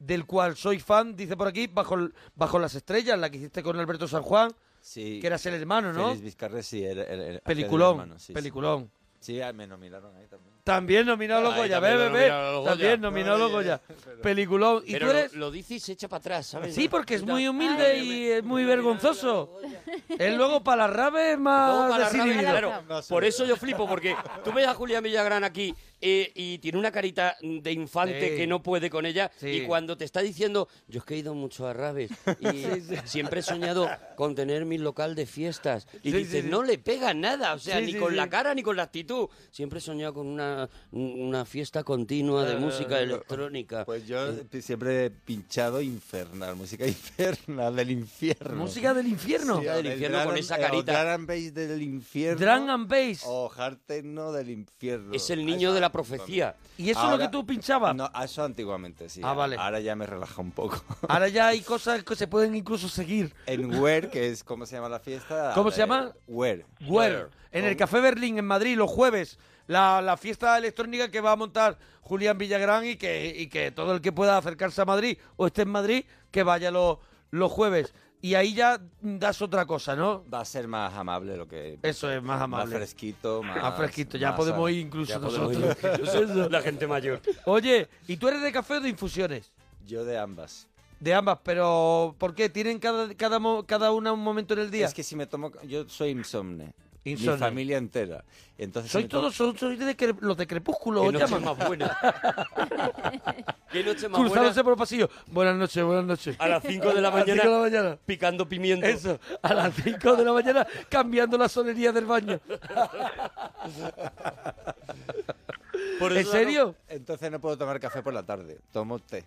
del cual soy fan, dice por aquí, bajo, el- bajo las estrellas, la que hiciste con Alberto San Juan, Sí. que eras el hermano, ¿no? Félix Vizcarra, sí. el- el- el- hace del Peliculón, hermano, sí, sí. peliculón. Sí, ah, me nominaron ahí también. También nominado los Ay, Goya, ve, ve, también lo ve. nominaron los También Goya. nominado los Goya. Peliculón. ¿Y Pero tú eres? lo, lo dice y se echa para atrás, ¿sabes? Sí, porque es muy humilde y es muy vergonzoso. *laughs* Él *laughs* luego para la rave es Luego más para la radio, desinhibido. claro. Por eso yo flipo, *laughs* porque tú ves a Julián Villagrán aquí eh, y tiene una carita de infante Sí. que no puede con ella. Sí. Y cuando te está diciendo, yo es que he ido mucho a *laughs* Rabes y siempre he soñado con tener mi local de fiestas. Y Sí, dices, sí, sí. no le pega nada, o sea, Sí, ni sí, con sí. la cara ni con la actitud. Siempre he soñado con una, una fiesta continua Eh, de música electrónica. Pues yo siempre he pinchado infernal, música *laughs* infernal, del infierno. Música del infierno. Sí, del o del infierno drum con and- esa o carita. Drum and bass del infierno. Drum and bass. O hard techno del infierno. Es el niño de la profecía. ¿Y eso es Ahora- lo que tú pinchabas? No, eso antiguamente, sí. Ah, vale. Ahora ya me relaja un poco. Ahora ya hay cosas que se pueden incluso seguir. En Where, que es como se llama la fiesta. ¿Cómo se eh, llama? Where. Güell, en el Café Berlín, en Madrid, los jueves, la, la fiesta electrónica que va a montar Julián Villagrán y que, y que todo el que pueda acercarse a Madrid o esté en Madrid, que vaya los, los jueves. Y ahí ya das otra cosa, ¿no? Va a ser más amable lo que. Eso es más amable. Más fresquito, más. Más fresquito, ya más- podemos ir incluso Ya podemos ir nosotros. *laughs* incluso la gente mayor. Oye, ¿y tú eres de café o de infusiones? Yo de ambas. De ambas, pero ¿por qué? ¿Tienen cada, cada, mo- cada una un momento en el día? Es que si me tomo. Yo soy insomne. Insomne. Mi familia entera. Entonces, si soy me tomo- todos, son- soy de cre- los de crepúsculo, Qué os noche llaman. *laughs* más buena. Qué noche más Cruzándose buena. por el pasillo. Buenas noches, buenas noches. A las 5 de la A las cinco mañana, de la mañana. picando pimiento. Eso, a las 5 de la mañana cambiando la sonería del baño. *laughs* Por ¿En eso la no- serio? Entonces no puedo tomar café por la tarde. Tomo té.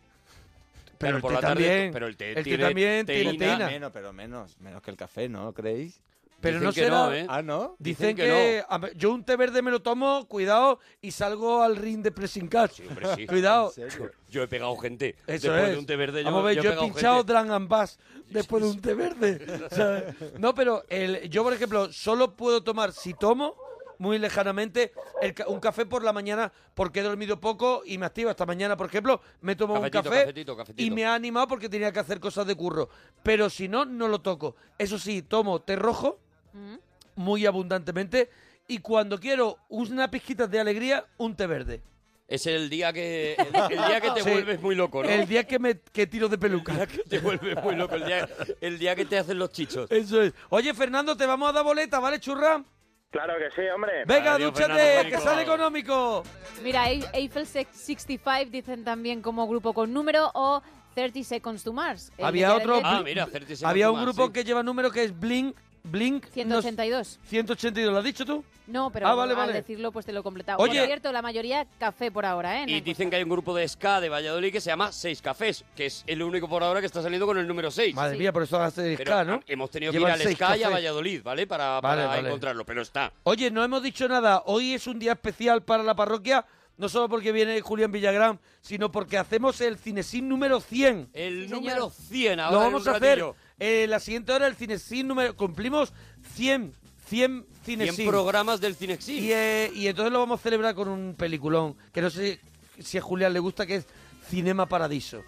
Pero el por té la tarde, también. pero el té El té tiene también tiene teína. teína. Menos, pero menos. Menos que el café, ¿no? ¿Creéis? Pero Dicen no que será... no, ¿eh? Ah, ¿no? Dicen, Dicen que, que a ver, yo un té verde me lo tomo, cuidado, y salgo al ring de pressing catch. hombre, sí. *laughs* Cuidado. ¿En serio? Yo he pegado gente. Eso Después es. de un té verde, yo, Vamos a ver, yo yo, he he pegado pinchado gente. Dran and Bass después de un té *laughs* verde. ¿sabes? No, pero el, yo, por ejemplo, solo puedo tomar, si tomo, muy lejanamente, el ca- un café por la mañana porque he dormido poco y me activa. Esta mañana, por ejemplo, me tomo un Cafetito, café cafetito, cafetito. y me ha animado porque tenía que hacer cosas de curro. Pero si no, no lo toco. Eso sí, tomo té rojo ¿Mm? muy abundantemente y cuando quiero una pizquita de alegría, un té verde. Es el día que, el, el día que te *laughs* Sí. vuelves muy loco, ¿no? El día que me que tiro de peluca. Te vuelves muy loco. El día, el día que te hacen los chichos. Eso es. Oye, Fernando, te vamos a dar boleta, ¿vale, churra? Claro que sí, hombre. Venga, Adiós, dúchate, Fernando, que amigo. sale económico. Mira, Ei- Eiffel 65 dicen también como grupo con número o 30 Seconds to Mars. el Había de Jared otro- Leto, Ah, mira, hacerte ese Había un más, grupo sí. que lleva número que es Blink, Blink... no- 182. 182, ¿lo has dicho tú? No, pero Ah, vale, al vale. decirlo pues te lo he completado. Oye. Por cierto, la mayoría café por ahora, ¿eh? en la Y encuesta. dicen que hay un grupo de ska de Valladolid que se llama Seis Cafés, que es el único por ahora que está saliendo con el número 6. Madre Sí. mía, por eso hace Pero ska, ¿no? ah, hemos tenido Llevan que ir al seis ska y a cafés. Valladolid, ¿vale? Para, Vale, para vale. encontrarlo, pero está. Oye, no hemos dicho nada. Hoy es un día especial para la parroquia, no solo porque viene Julián Villagrán, sino porque hacemos el cinesín número 100. El Sí, señor. número 100 ahora Lo en vamos un a hacer ratillo. eh, la siguiente hora, el cinesín número... Cumplimos 100, 100 cinesín. 100 programas del Cinexin. Y, eh, y entonces lo vamos a celebrar con un peliculón que no sé si a Julián le gusta, que es Cinema Paradiso.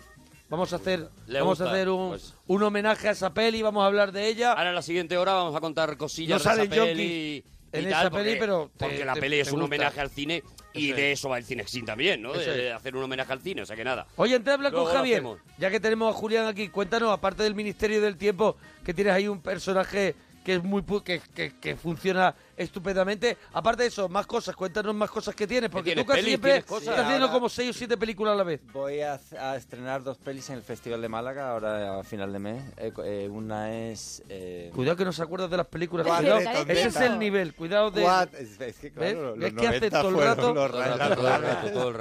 Vamos a hacer, Le vamos a gusta, hacer un, pues. un homenaje a esa peli, vamos a hablar de ella. Ahora en la siguiente hora vamos a contar No cosillas sale de esa Yonki peli y en tal, esa peli, porque- pero te- porque la te- peli te es un gusta. homenaje al cine y Eso de eso va el Cinexin también, ¿no? De, Eso es. de hacer un homenaje al cine, o sea que nada. Oye, antes de hablar Luego con lo Javier, hacemos. ya que tenemos a Julián aquí, cuéntanos, aparte del Ministerio del Tiempo, que tienes ahí un personaje que es muy pu- que, que- que funciona estupendamente. Aparte de eso, más cosas, cuéntanos más cosas que tienes, porque tienes tú casi pelis, siempre tienes cosas. estás haciendo Ahora- como seis o siete películas a la vez. Voy a, a estrenar dos pelis en el Festival de Málaga ahora a final de mes. Eh, co- eh, una es. eh, Cuidado que no se acuerdas de las películas. Cuatro, cuidado. Cuatro, Ese es cuatro. el nivel, cuidado de... What? Es, es que ¿Ves? claro, ¿Ves los que hace 90 todo el fueron rato? los Todo el ra- rato, todo el las- rato, todo el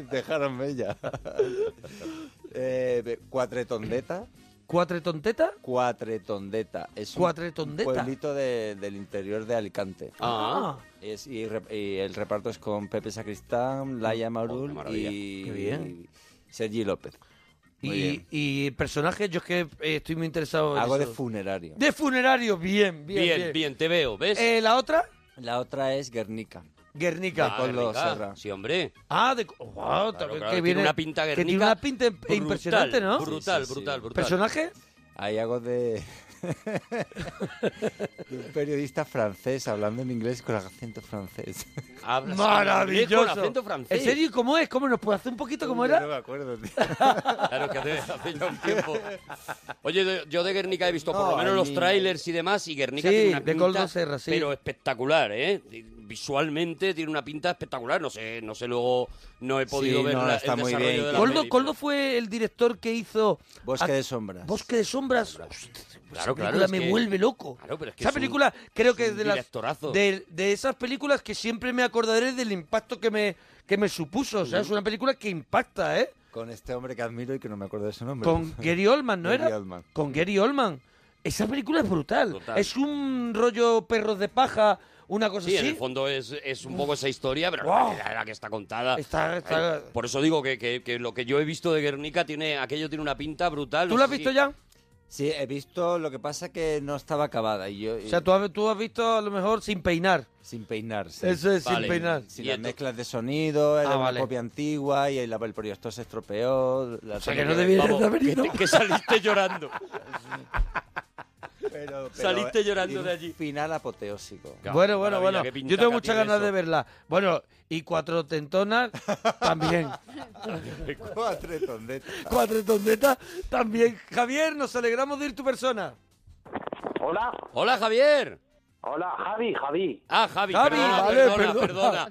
rato. *laughs* Dejaron bella. eh, cuatretondeta. ¿Cuatretondeta? Cuatretondeta. Es un Cuatretondeta. pueblito de- del interior de Alicante. Ah, Es- y, rep- y el reparto es con Pepe Sacristán, Laia Marul Oh, maravilla. y, Qué bien. y Sergi López. Muy Y, bien. y personajes, yo es que eh, estoy muy interesado en Hago de eso. funerario. De funerario, bien, bien, bien, bien. bien, te veo, ¿ves? Eh, ¿La otra? La otra es Guernica. Guernica. Ah, con los Guernica. Serra. Sí, hombre. Ah, de... wow, Claro, que claro, tiene viene- una pinta que Guernica tiene una pinta imp- brutal, impresionante, ¿no? Brutal, Sí, sí, sí. brutal, brutal. ¿Personaje? Ahí hago de, *laughs* de un periodista francés hablando en inglés con acento francés. Hablas en Maravilloso. inglés Con ¿eh? acento francés. ¿En serio? ¿Cómo es? ¿Cómo nos puede hacer un poquito como No me era? acuerdo, *laughs* tío. Claro que hace, hace ya un tiempo. Oye, de- yo de Guernica he visto por No, lo menos ahí- los trailers y demás, y Guernica Sí, tiene una de pinta, Coldo Serra, sí. pero espectacular, ¿eh? Visualmente tiene una pinta espectacular. No sé, no sé luego, no he podido Sí, ver no, la- está el muy desarrollo bien. de la Coldo, película. Coldo fue el director que hizo... Bosque a- de sombras. Bosque de sombras. Hostia, pues Claro, esa claro, película es me que- vuelve loco. Claro, pero es que Esa es un- película creo que es es un de las directorazo. de, de esas películas que siempre me acordaré del impacto que me que me supuso. O sea, es una película que impacta, ¿eh? Con este hombre que admiro y que no me acuerdo de su nombre. *laughs* Con Gary Oldman, ¿no Gary era? Oldman. Con Gary Oldman. Esa película es brutal. Total. Es un rollo perros de paja, una cosa Sí, en así. el fondo es, es un poco esa historia, pero Guau. la, la que está contada. Está- está- Eh, por eso digo que, que- que lo que yo he visto de Guernica tiene aquello tiene una pinta brutal. ¿Tú no la has sé si- visto ya? Sí, he visto, lo que pasa que no estaba acabada y yo O sea, tú has, tú has visto a lo mejor sin peinar. sin peinarse. Eso es Vale. sin peinar. Si Y las ento- mezclas de sonido, era Ah, una vale. copia antigua y la- el proyecto se estropeó. La sea, tengo que no ver. debía- Vamos, Mierda, que, venido. te- que *laughs* saliste llorando. Pero- pero- Saliste llorando y un de allí. Final apoteósico. Bueno, bueno, Maravilla, bueno. qué pintaca Yo tengo muchas tiene ganas eso. de verla. Bueno, y cuatro tentonas también. *laughs* Cuatro tondetas. cuatro tentonetas también. Javier, nos alegramos de ir tu persona. Hola, Hola, Javier. hola, Javi, Javi. Ah, Javi, Javi, perdona, vale, perdona, perdona. perdona.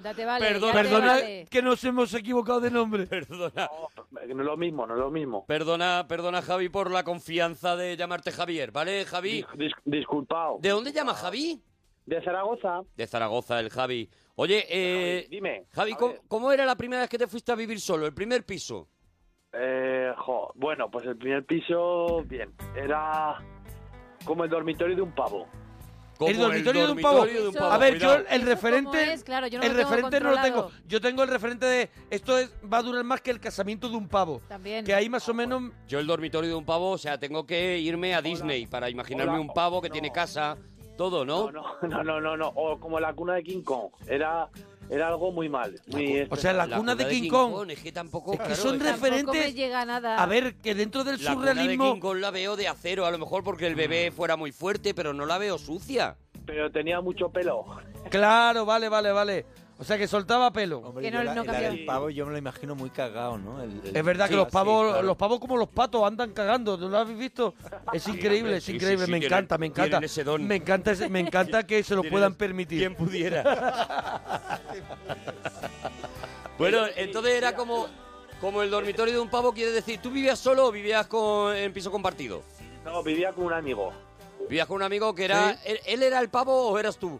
*laughs* Date vale, ya te perdona, perdona, Perdona vale. que nos hemos equivocado de nombre. perdona, No es lo mismo, no es lo mismo. perdona, perdona, Javi, por la confianza de llamarte Javier, ¿vale, Javi? Dis- disculpao. ¿De dónde llama Javi? ¿De Zaragoza? De Zaragoza, el Javi. Oye, eh, Dime. Javi, a ¿cómo, ver. cómo era la primera vez que te fuiste a vivir solo? ¿El primer piso? Eh, jo, bueno, pues el primer piso, bien. Era como el dormitorio de un pavo. Como el dormitorio, de un pavo. dormitorio de un Eso- pavo, A ver, cuidado. yo el ¿Eso cómo referente. es? Claro, yo no el lo tengo referente no lo tengo. controlado. Yo tengo el referente de. Esto es, va a durar más que el casamiento de un pavo. También. Ah, Que ahí más o menos. Yo el dormitorio de un pavo, o sea, tengo que irme a Disney para imaginarme Hola. un pavo que No. tiene casa, todo, ¿no? No, no, no, no, no, no. O como la cuna de King Kong. Era, era algo muy mal. Muy O sea, la, cuna de King, Kong. Es que tampoco, Es que claro, son es- Tampoco me referentes- llega nada. A ver, que dentro del La cuna de surrealismo. King Kong la veo de acero, a lo mejor porque el bebé fuera muy fuerte, pero no la veo sucia. pero tenía mucho pelo. Claro, vale, vale, vale. O sea, que soltaba pelo. Hombre, Que yo no- la, no la cambió. del pavo yo me lo imagino muy cagado, ¿no? El- el- Es verdad Sí, que los así, pavos, claro. los pavos como los patos andan cagando, ¿no lo habéis visto? Es increíble, es sí, increíble, sí, me tienen- encanta, me tienen encanta. ese don. Me encanta, ese- me encanta que se lo puedan permitir. Quien pudiera. bueno, eh, entonces era como, como el dormitorio de un pavo, quiere decir, ¿tú vivías solo o vivías con, en piso compartido? No, vivía con un amigo. Vivías con un amigo que era... Él, él era el pavo o eras tú?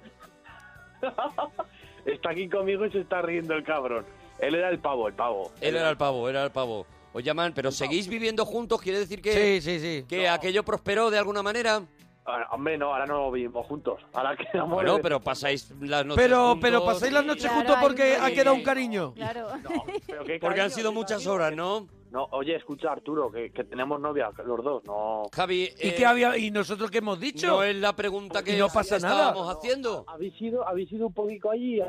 Está aquí conmigo y se está riendo el cabrón. Él era el pavo, el pavo. Él era el pavo, era el pavo. Os llaman, pero seguís viviendo juntos, quiere decir que, Sí, sí, sí. que aquello prosperó de alguna manera. Ah, Hombre, no, ahora no vivimos juntos. Ahora quedamos... Bueno, pero pasáis las noches Pero, juntos. pero pasáis las noches Claro, juntos hay un porque ha cariño. quedado un cariño. Claro. No, pero qué Porque han cariño, sido qué muchas cariño. horas, ¿no? No, oye, escucha, Arturo, que, que tenemos novia los dos, no... Javi, *laughs* ¿Y eh, qué había? ¿Y nosotros qué hemos dicho? no es la pregunta que Y no pasa estábamos nada. haciendo. Habéis ido, habéis ido un poquito allí,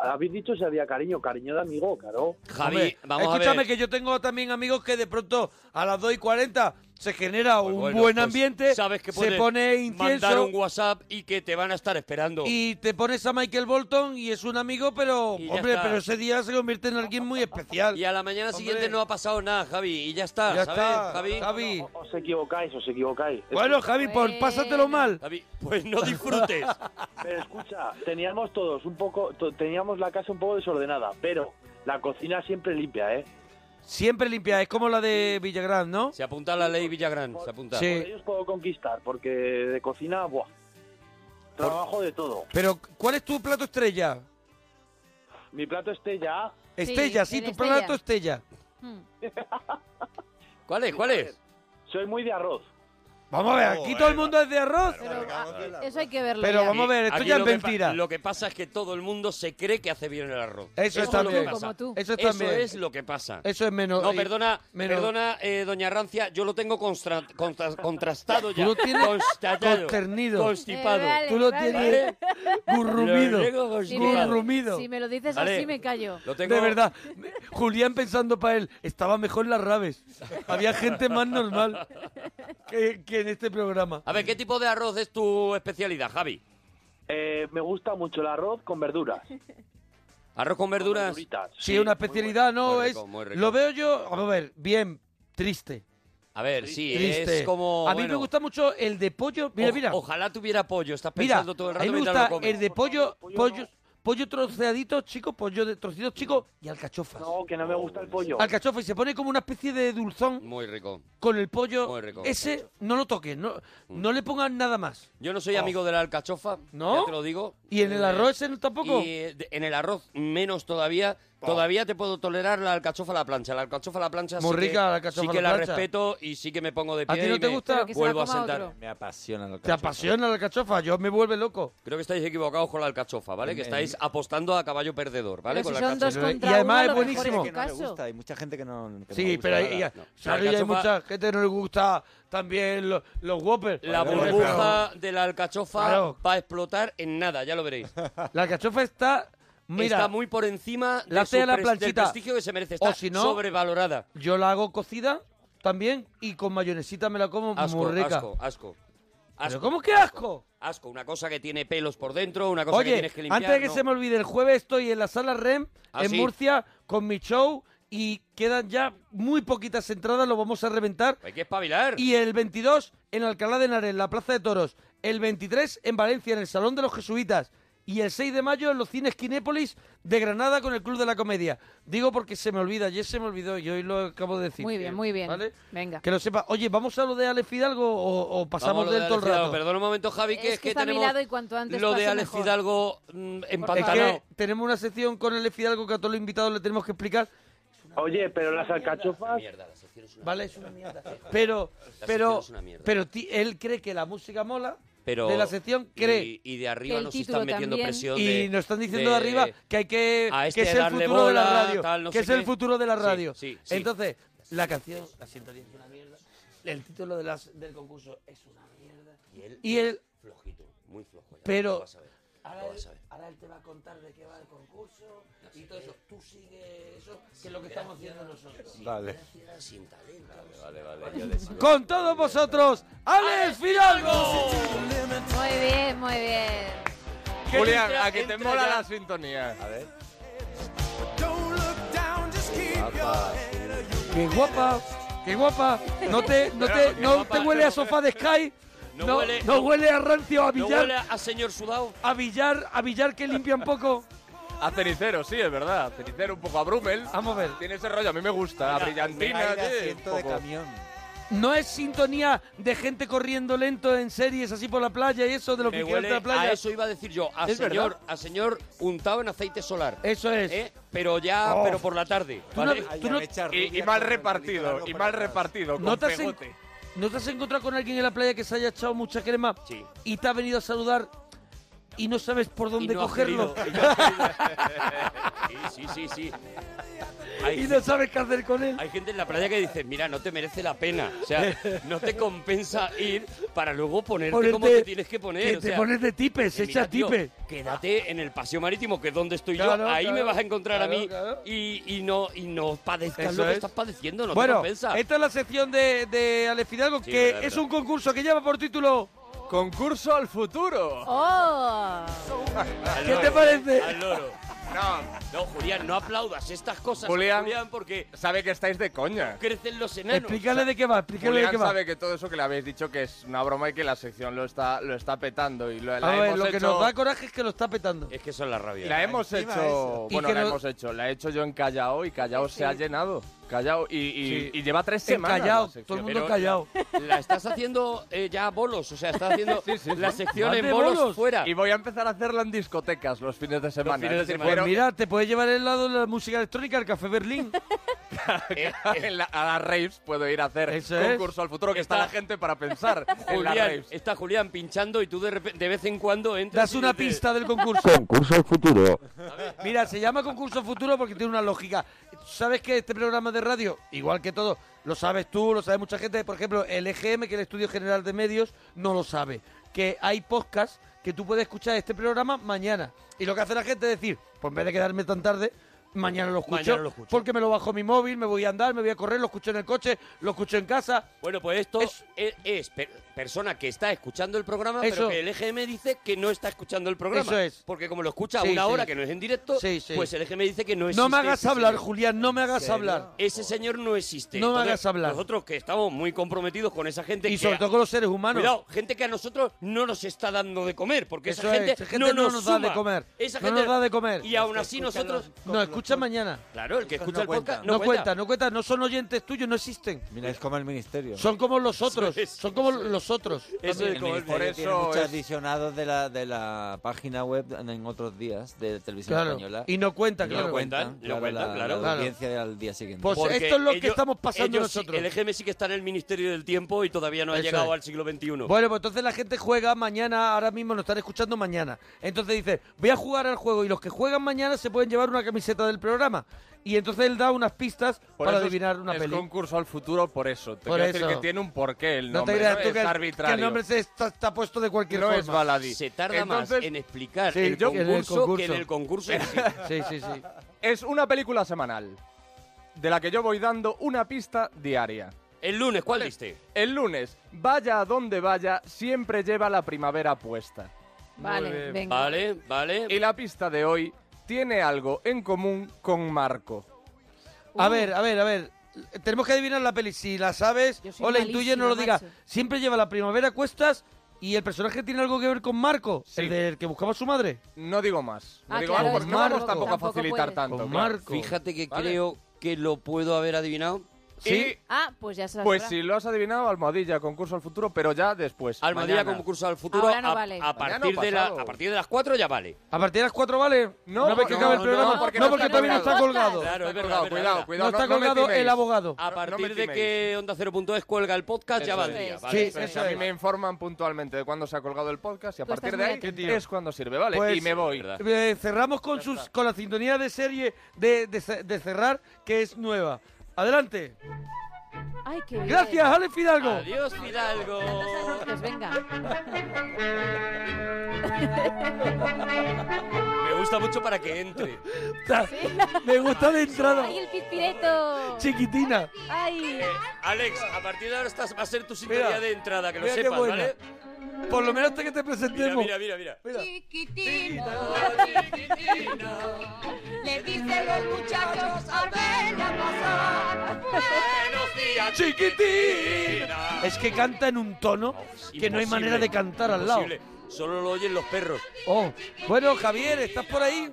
habéis dicho si había cariño, cariño de amigo, claro. Javi, Hombre, vamos escúchame a ver. que yo tengo también amigos que de pronto a las 2 y 40 se genera Pues un bueno, buen pues ambiente, sabes que se puedes pone Mandar incienso un WhatsApp y que te van a estar esperando. y te pones a Michael Bolton y es un amigo, pero Y ya hombre, está. pero ese día se convierte en alguien muy especial. Y a la mañana Hombre. siguiente no ha pasado nada, Javi. Y ya está, Ya ¿sabes, está, Javi? Javi. O- Os equivocáis, os equivocáis. Bueno, Javi, pues Bueno. pásatelo mal. Javi, pues no disfrutes. Pero escucha, teníamos todos un poco, to- teníamos la casa un poco desordenada, pero la cocina siempre limpia, ¿eh? *laughs* Siempre limpia, es como la de Villagrán, ¿no? se apunta la ley Villagrán, se apunta. Sí. Por ellos puedo conquistar, porque de cocina, buah. Trabajo de todo. Pero, ¿cuál es tu plato estrella? Mi plato esté ya. Estella, sí, el tu Estella. plato estrella. Hmm. ¿Cuál es? ¿Cuál es? Soy muy de arroz. Vamos a ver, aquí todo el mundo es de arroz. Pero, ah, eso hay que verlo. Pero ya. vamos a ver, esto ya es lo que pa- mentira. lo que pasa es que todo el mundo se cree que hace bien el arroz. Eso es está lo que bien. pasa. Como tú. Eso Eso está bien. es lo que pasa. Eso es menos. No, y- perdona, menos- perdona, eh, doña Rancia, yo lo tengo constra- contra- contrastado ya. Tú lo tienes constatado, consternido. Constipado. Eh, vale. Tú lo Vale. tienes Lo gurrumido. tengo Si me lo- constipado. Gurrumido. Si me lo dices Vale. así, me callo. Lo tengo- De verdad. Julián pensando para él, estaba mejor las rabes. Había gente más normal. Que, que que en este programa. A ver, ¿qué tipo de arroz es tu especialidad, Javi? Eh, me gusta mucho el arroz con verduras. ¿Arroz con verduras? verduritas. Sí, una muy especialidad, bueno. ¿no? Muy rico, es, muy rico. Lo veo yo, a ver, bien, triste. A ver, sí, triste. es como... a mí me bueno, gusta mucho el de pollo. Mira, o- mira. Ojalá tuviera pollo, estás mira, pensando todo el a mí rato me mientras gusta lo comes. el de pollo, Pollo pollo, no. pollo troceadito, chico, pollo de trocitos, chico, *laughs* y alcachofas. bueno. No, que no me gusta el pollo. Alcachofa y se pone como una especie de dulzón Muy rico. con el pollo. Muy rico. Mm. Ese no lo toques, no, no le pongan nada más. Oh. Yo no soy amigo de la alcachofa, ¿No? ya te lo digo. ¿Y en el Eh, arroz ese no tampoco? Y eh, de- en el arroz menos todavía. Todavía te puedo tolerar la alcachofa a la plancha. La alcachofa a la plancha Muy sí rica que, la alcachofa sí a que la la plancha. respeto y sí que me pongo de ¿A pie ti no y te me gusta? Pero que se la vuelvo a coma sentar. otro. Me apasiona la ¿Te alcachofa. apasiona la alcachofa? Yo me vuelve loco. Creo que estáis equivocados con la alcachofa, ¿vale? Que estáis apostando a caballo perdedor, ¿vale? Pero con si la son dos alcachofa. contra Y además uno, es lo mejor buenísimo. Que tu no le caso. gusta, hay mucha gente que no. que no le Sí, gusta pero nada. hay, ya- No. claro, La y hay alcachofa- mucha gente que no le gusta también lo- los Whoppers. La Pero- burbuja de la alcachofa Claro. va a explotar en nada, ya lo veréis. pero *laughs* La alcachofa está. Mira, Está muy por encima de la su hace a la pres- del planchita. prestigio que se merece. Está O si no- sobrevalorada. yo la hago cocida también y con mayonesita me la como Asco, muy rica. asco, asco. ¿Pero cómo que asco? Asco, una cosa que tiene pelos por dentro, una cosa que Oye, tienes que limpiar. antes de que no. se me olvide, el jueves estoy en la sala REM Ah, en sí. Murcia con mi show y quedan ya muy poquitas entradas, lo vamos a reventar. Hay que espabilar. Y el 22 en Alcalá de Henares, en la Plaza de Toros. El 23 en Valencia, en el Salón de los Jesuitas. Y el 6 de mayo en los cines Kinépolis de Granada con el Club de la Comedia. Digo porque se me olvida, ayer se me olvidó y hoy lo acabo de decir. Eh, Muy bien, muy bien. ¿Vale? Venga. Que lo sepa. Oye, ¿vamos a lo de Ale Fidalgo o, o pasamos Vamos a lo del todo el Alex Fidalgo. rato? Perdona un momento, Javi, que Es es, que está a mi tenemos lado y cuanto antes lo de pase Alex mejor. Algo mm, Es empantanado. que tenemos una sección con Ale Fidalgo que a todos los invitados le tenemos que explicar. Oye, pero las alcachofas. Mierda, la sección es una- Vale, es una mierda. Pero, La sección pero, es una mierda. pero ti- él cree que la música mola Pero- de la sección, y- cree. Y, de arriba El nos título están metiendo también. presión. Y de- nos están diciendo de- de arriba que hay que. a este que es el darle futuro de la bola, radio. tal, no que sé es el qué. futuro de la Sí, radio. sí, sí. Entonces, la canción, la sintonía es una mierda. El título de las- del concurso es una mierda. Y él, Y él. flojito, muy flojo. ya, Pero- lo vas a ver, Ahora lo él, vas a ver. eh. ahora él te va a contar de qué va el concurso y todo eso. Tú sigue eso, que es lo que estamos haciendo nosotros. Vale. *laughs* Con todos vosotros, Alex Fidalgo. Muy bien, muy bien. Julián, entra- a que te entra mola ya. la sintonía. A ver. Qué guapa, qué guapa. No te, no te, qué no guapa, te huele a sofá de Sky. No No, huele- no no- huele a rancio, a ¿No billar, huele a señor sudado? a billar, a billar que limpia un poco. A cenicero, sí, es verdad. A cenicero, un poco a Brummel. Vamos a ver. Tiene ese rollo, a mí me gusta. La brillantina, Aire, sí, asiento de un poco. camión. No es sintonía de gente corriendo lento en series así por la playa y eso de los Me piqueros de huele la playa. a eso iba a decir yo, a Es señor, verdad. a señor untado en aceite solar. Eso es. ¿eh? Pero ya, Oh. pero por la tarde. Tú ¿vale? no- Ay, tú ya no- me echa Y, y rubia mal con el pelito repartido, largo y para mal atrás. repartido, con ¿No te, has en- pegote. no te has encontrado con alguien en la playa que se haya echado mucha crema Sí. y te ha venido a saludar y no sabes por Y dónde no has cogerlo? querido, y no *laughs* has querido. *laughs* sí, sí, sí, sí. Hay, Y no sabes qué hacer con él. hay gente en la playa que dice, mira, no te merece la pena. *laughs* O sea, no te compensa ir para luego ponerte, como Ponerte- te tienes que poner. que o te sea, pones de tipe, se Eh, mira, echa tío, tipe. Quédate en el paseo marítimo, que es donde estoy Claro, yo. Ahí me claro, vas a encontrar a claro, mí. claro. Y, y no, y no padezcas Eso lo que es. estás padeciendo, no te bueno, compensa. esta es la sección de, Eh, de Alex Fidalgo, Sí, que es verdad, verdad. un concurso que lleva por título... Concurso al futuro. ¡Oh! *laughs* Al ¿Qué loro, te parece? Al loro. No, No, Julián, no aplaudas estas cosas, Julián, Julián. porque sabe que estáis de coña. crecen los enanos. Explícale de qué va, explícale de Julián qué va. sabe que todo eso que le habéis dicho que es una broma y que la sección lo está, lo está petando. Y lo, la A ver, hemos lo que hecho- nos da coraje es que lo está petando. Es que son la rabia. La hemos Encima hecho. eso. Y Bueno, que la no- hemos hecho. La he hecho yo en Callao y Callao se ha llenado. Callao y, y- Sí. y lleva tres En semanas. la callao, sección. todo el Pero- mundo callado. La estás haciendo eh, ya a bolos, o sea, *laughs* *laughs* estás haciendo la sección Más en de bolos, bolos. fuera. Y voy a empezar a hacerla en discotecas los fines de semana. fines de Es decir, semana. Pues pero- mira, te puedes llevar el lado de la música electrónica al Café Berlín. *laughs* en la- a las raves puedo ir a hacer Eso es. concurso al futuro que está, Está- la gente para *laughs* pensar en las Julián, raves. está Julián pinchando y tú de, repe- de vez en cuando entras. Das y una dices, pista del concurso. Concurso al futuro. Mira, se llama concurso futuro porque tiene una lógica. ¿Sabes que este programa de radio, igual que todo, lo sabes tú, lo sabe mucha gente? Por ejemplo, el EGM, que es el Estudio General de Medios, no lo sabe. Que hay podcasts que tú puedes escuchar este programa mañana. Y lo que hace la gente es decir, pues en vez de quedarme tan tarde, Mañana lo escucho. Mañana lo escucho. Porque me lo bajo mi móvil, me voy a andar, me voy a correr, lo escucho en el coche, lo escucho en casa. Bueno, pues esto Es- es, es per- persona que está escuchando el programa, Eso. pero que el EGM dice que no está escuchando el programa. Eso es. Porque como lo escucha a Sí, una sí. hora que no es en directo, Sí, sí. pues el EGM dice que no existe. No me hagas ese hablar, señor. Julián, no me hagas hablar. Ese señor no existe. No me hagas hablar. Nosotros que estamos muy comprometidos con esa gente. Y que sobre a- todo con los seres humanos. Cuidado, gente que a nosotros no nos está dando de comer, porque Eso esa gente, es, esa gente no, no nos nos da suma. de comer. Esa No gente nos da de comer. Y aún así nosotros... No, escucha mañana. Claro, el que escucha no el podcast cuentan. no, cuenta. no cuenta, no son oyentes tuyos, no existen. Mira, es como el ministerio. Son como los otros, Eso es, son como los otros. Eso es como el- Por tiene eso muchos es- adicionados de la, de la página web en en otros días de televisión Claro. española. Y no cuenta, No claro. lo cuentan, lo cuentan, la, claro. la Claro. audiencia al día siguiente. Pues Porque esto es lo que ellos- estamos pasando ellos sí- nosotros. el EGM sí que está en el Ministerio del Tiempo y todavía no ha Eso llegado es. al siglo XXI. Bueno, pues entonces la gente juega mañana, ahora mismo nos están escuchando mañana. Entonces dice, voy a jugar al juego y los que juegan mañana se pueden llevar una camiseta del programa. Y entonces él da unas pistas Por para eso es- adivinar una es peli. concurso al futuro por eso. Te Por quiero eso. decir que tiene un porqué el No te nombre. creas no tú es que, el- que arbitrario. el nombre se está, está puesto de cualquier no forma. es baladí. se tarda más Entonces, en explicar Sí, el, yo- que en concurso el que en el concurso. en sí. *laughs* Sí, sí, sí. Es una película semanal de la que yo voy dando una pista diaria. El lunes, ¿cuál diste? El lunes, vaya a donde vaya, siempre lleva la primavera puesta. Vale, venga. Vale, vale. Y la pista de hoy tiene algo en común con Marco. A ver, a ver, a ver. Tenemos que adivinar la peli. Si la sabes Yo soy o la intuyes, no lo malísima, digas. macho. Siempre lleva la primavera a cuestas y el personaje tiene algo que ver con Marco, Sí. el del que buscaba a su madre. No digo más. No Ah, digo claro, más es porque no vamos Marco. tampoco a Tampoco facilitar puedes. tanto. Con claro. Marco. Fíjate que Vale. creo que lo puedo haber adivinado. Sí. Y, Ah, pues ya se pues si lo has adivinado, Almohadilla, concurso al futuro, pero ya después. Almadía mañana. concurso al futuro. Ahora no a, vale. a Mañana partir o de la, pasado. a partir de las 4 ya vale. A partir de las 4, ¿vale? No, una vez que no, acabe el no, programa. no, porque porque no, no porque está todavía no está colgado. colgado. Claro, Está es verdad, colgado, es verdad, cuidado, es verdad. No cuidado. está me colgado timéis. el abogado. A no partir me de que Onda 0.es cuelga el podcast ya Eso es. Sí, valdría. Vale, sí, Pero vale, si eso a mí es. me informan puntualmente de cuándo se ha colgado el podcast y a Tú estás partir de muy ahí atento. es cuando sirve, ¿vale? Pues- y me voy. verdad. Eh, cerramos con, sus, con la sintonía de serie de, de ce- de cerrar, que es nueva. Adelante. Ay, qué bien. Gracias, Alex Fidalgo. Adiós, Tantos Fidalgo. anuncios, venga. *laughs* Me gusta mucho para que entre. Me gusta de entrada. ¡Ay, el pispireto! Chiquitina. ¡Ay! Alex, a partir de ahora estás, va a ser tu sintonía Mira, de entrada, que lo mira qué sepas, buena. ¿vale? Por lo menos hasta que te Mira, presentemos. mira, mira, mira. Mira. Le dicen los muchachos al verla pasar. Buenos días, Chiquitina. Es que canta en un tono que no hay Oh, Imposible, manera de cantar al lado. imposible. Solo lo oyen los perros. Oh, bueno, Javier, ¿estás por ahí?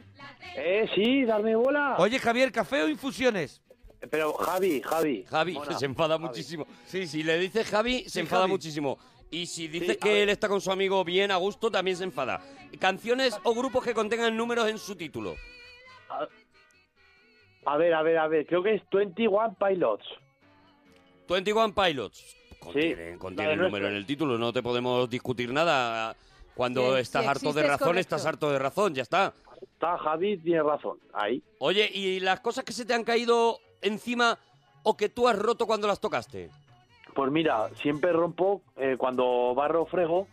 Eh, sí, darme bola. Oye, Javier, ¿café o infusiones? Pero Javi, Javi. Javi, Mona, *laughs* que se enfada Javi. muchísimo. Si le dices Javi, se Sí, enfada Javi. muchísimo. Y si dices a que ver. él está con su amigo bien a gusto, también se enfada. Canciones o grupos que contengan números en su título. A ver, a ver, a ver. Creo que es 21 Pilots. 21 Pilots. Contiene, Sí, contiene la el de número nuestro. en el título, no te podemos discutir nada. Cuando Sí, estás si harto existe de es razón, correcto. estás harto de razón, ya está. Está Javi, tiene razón. Ahí. Oye, ¿y las cosas que se te han caído encima o que tú has roto cuando las tocaste? Pues mira, siempre rompo eh, cuando barro frego.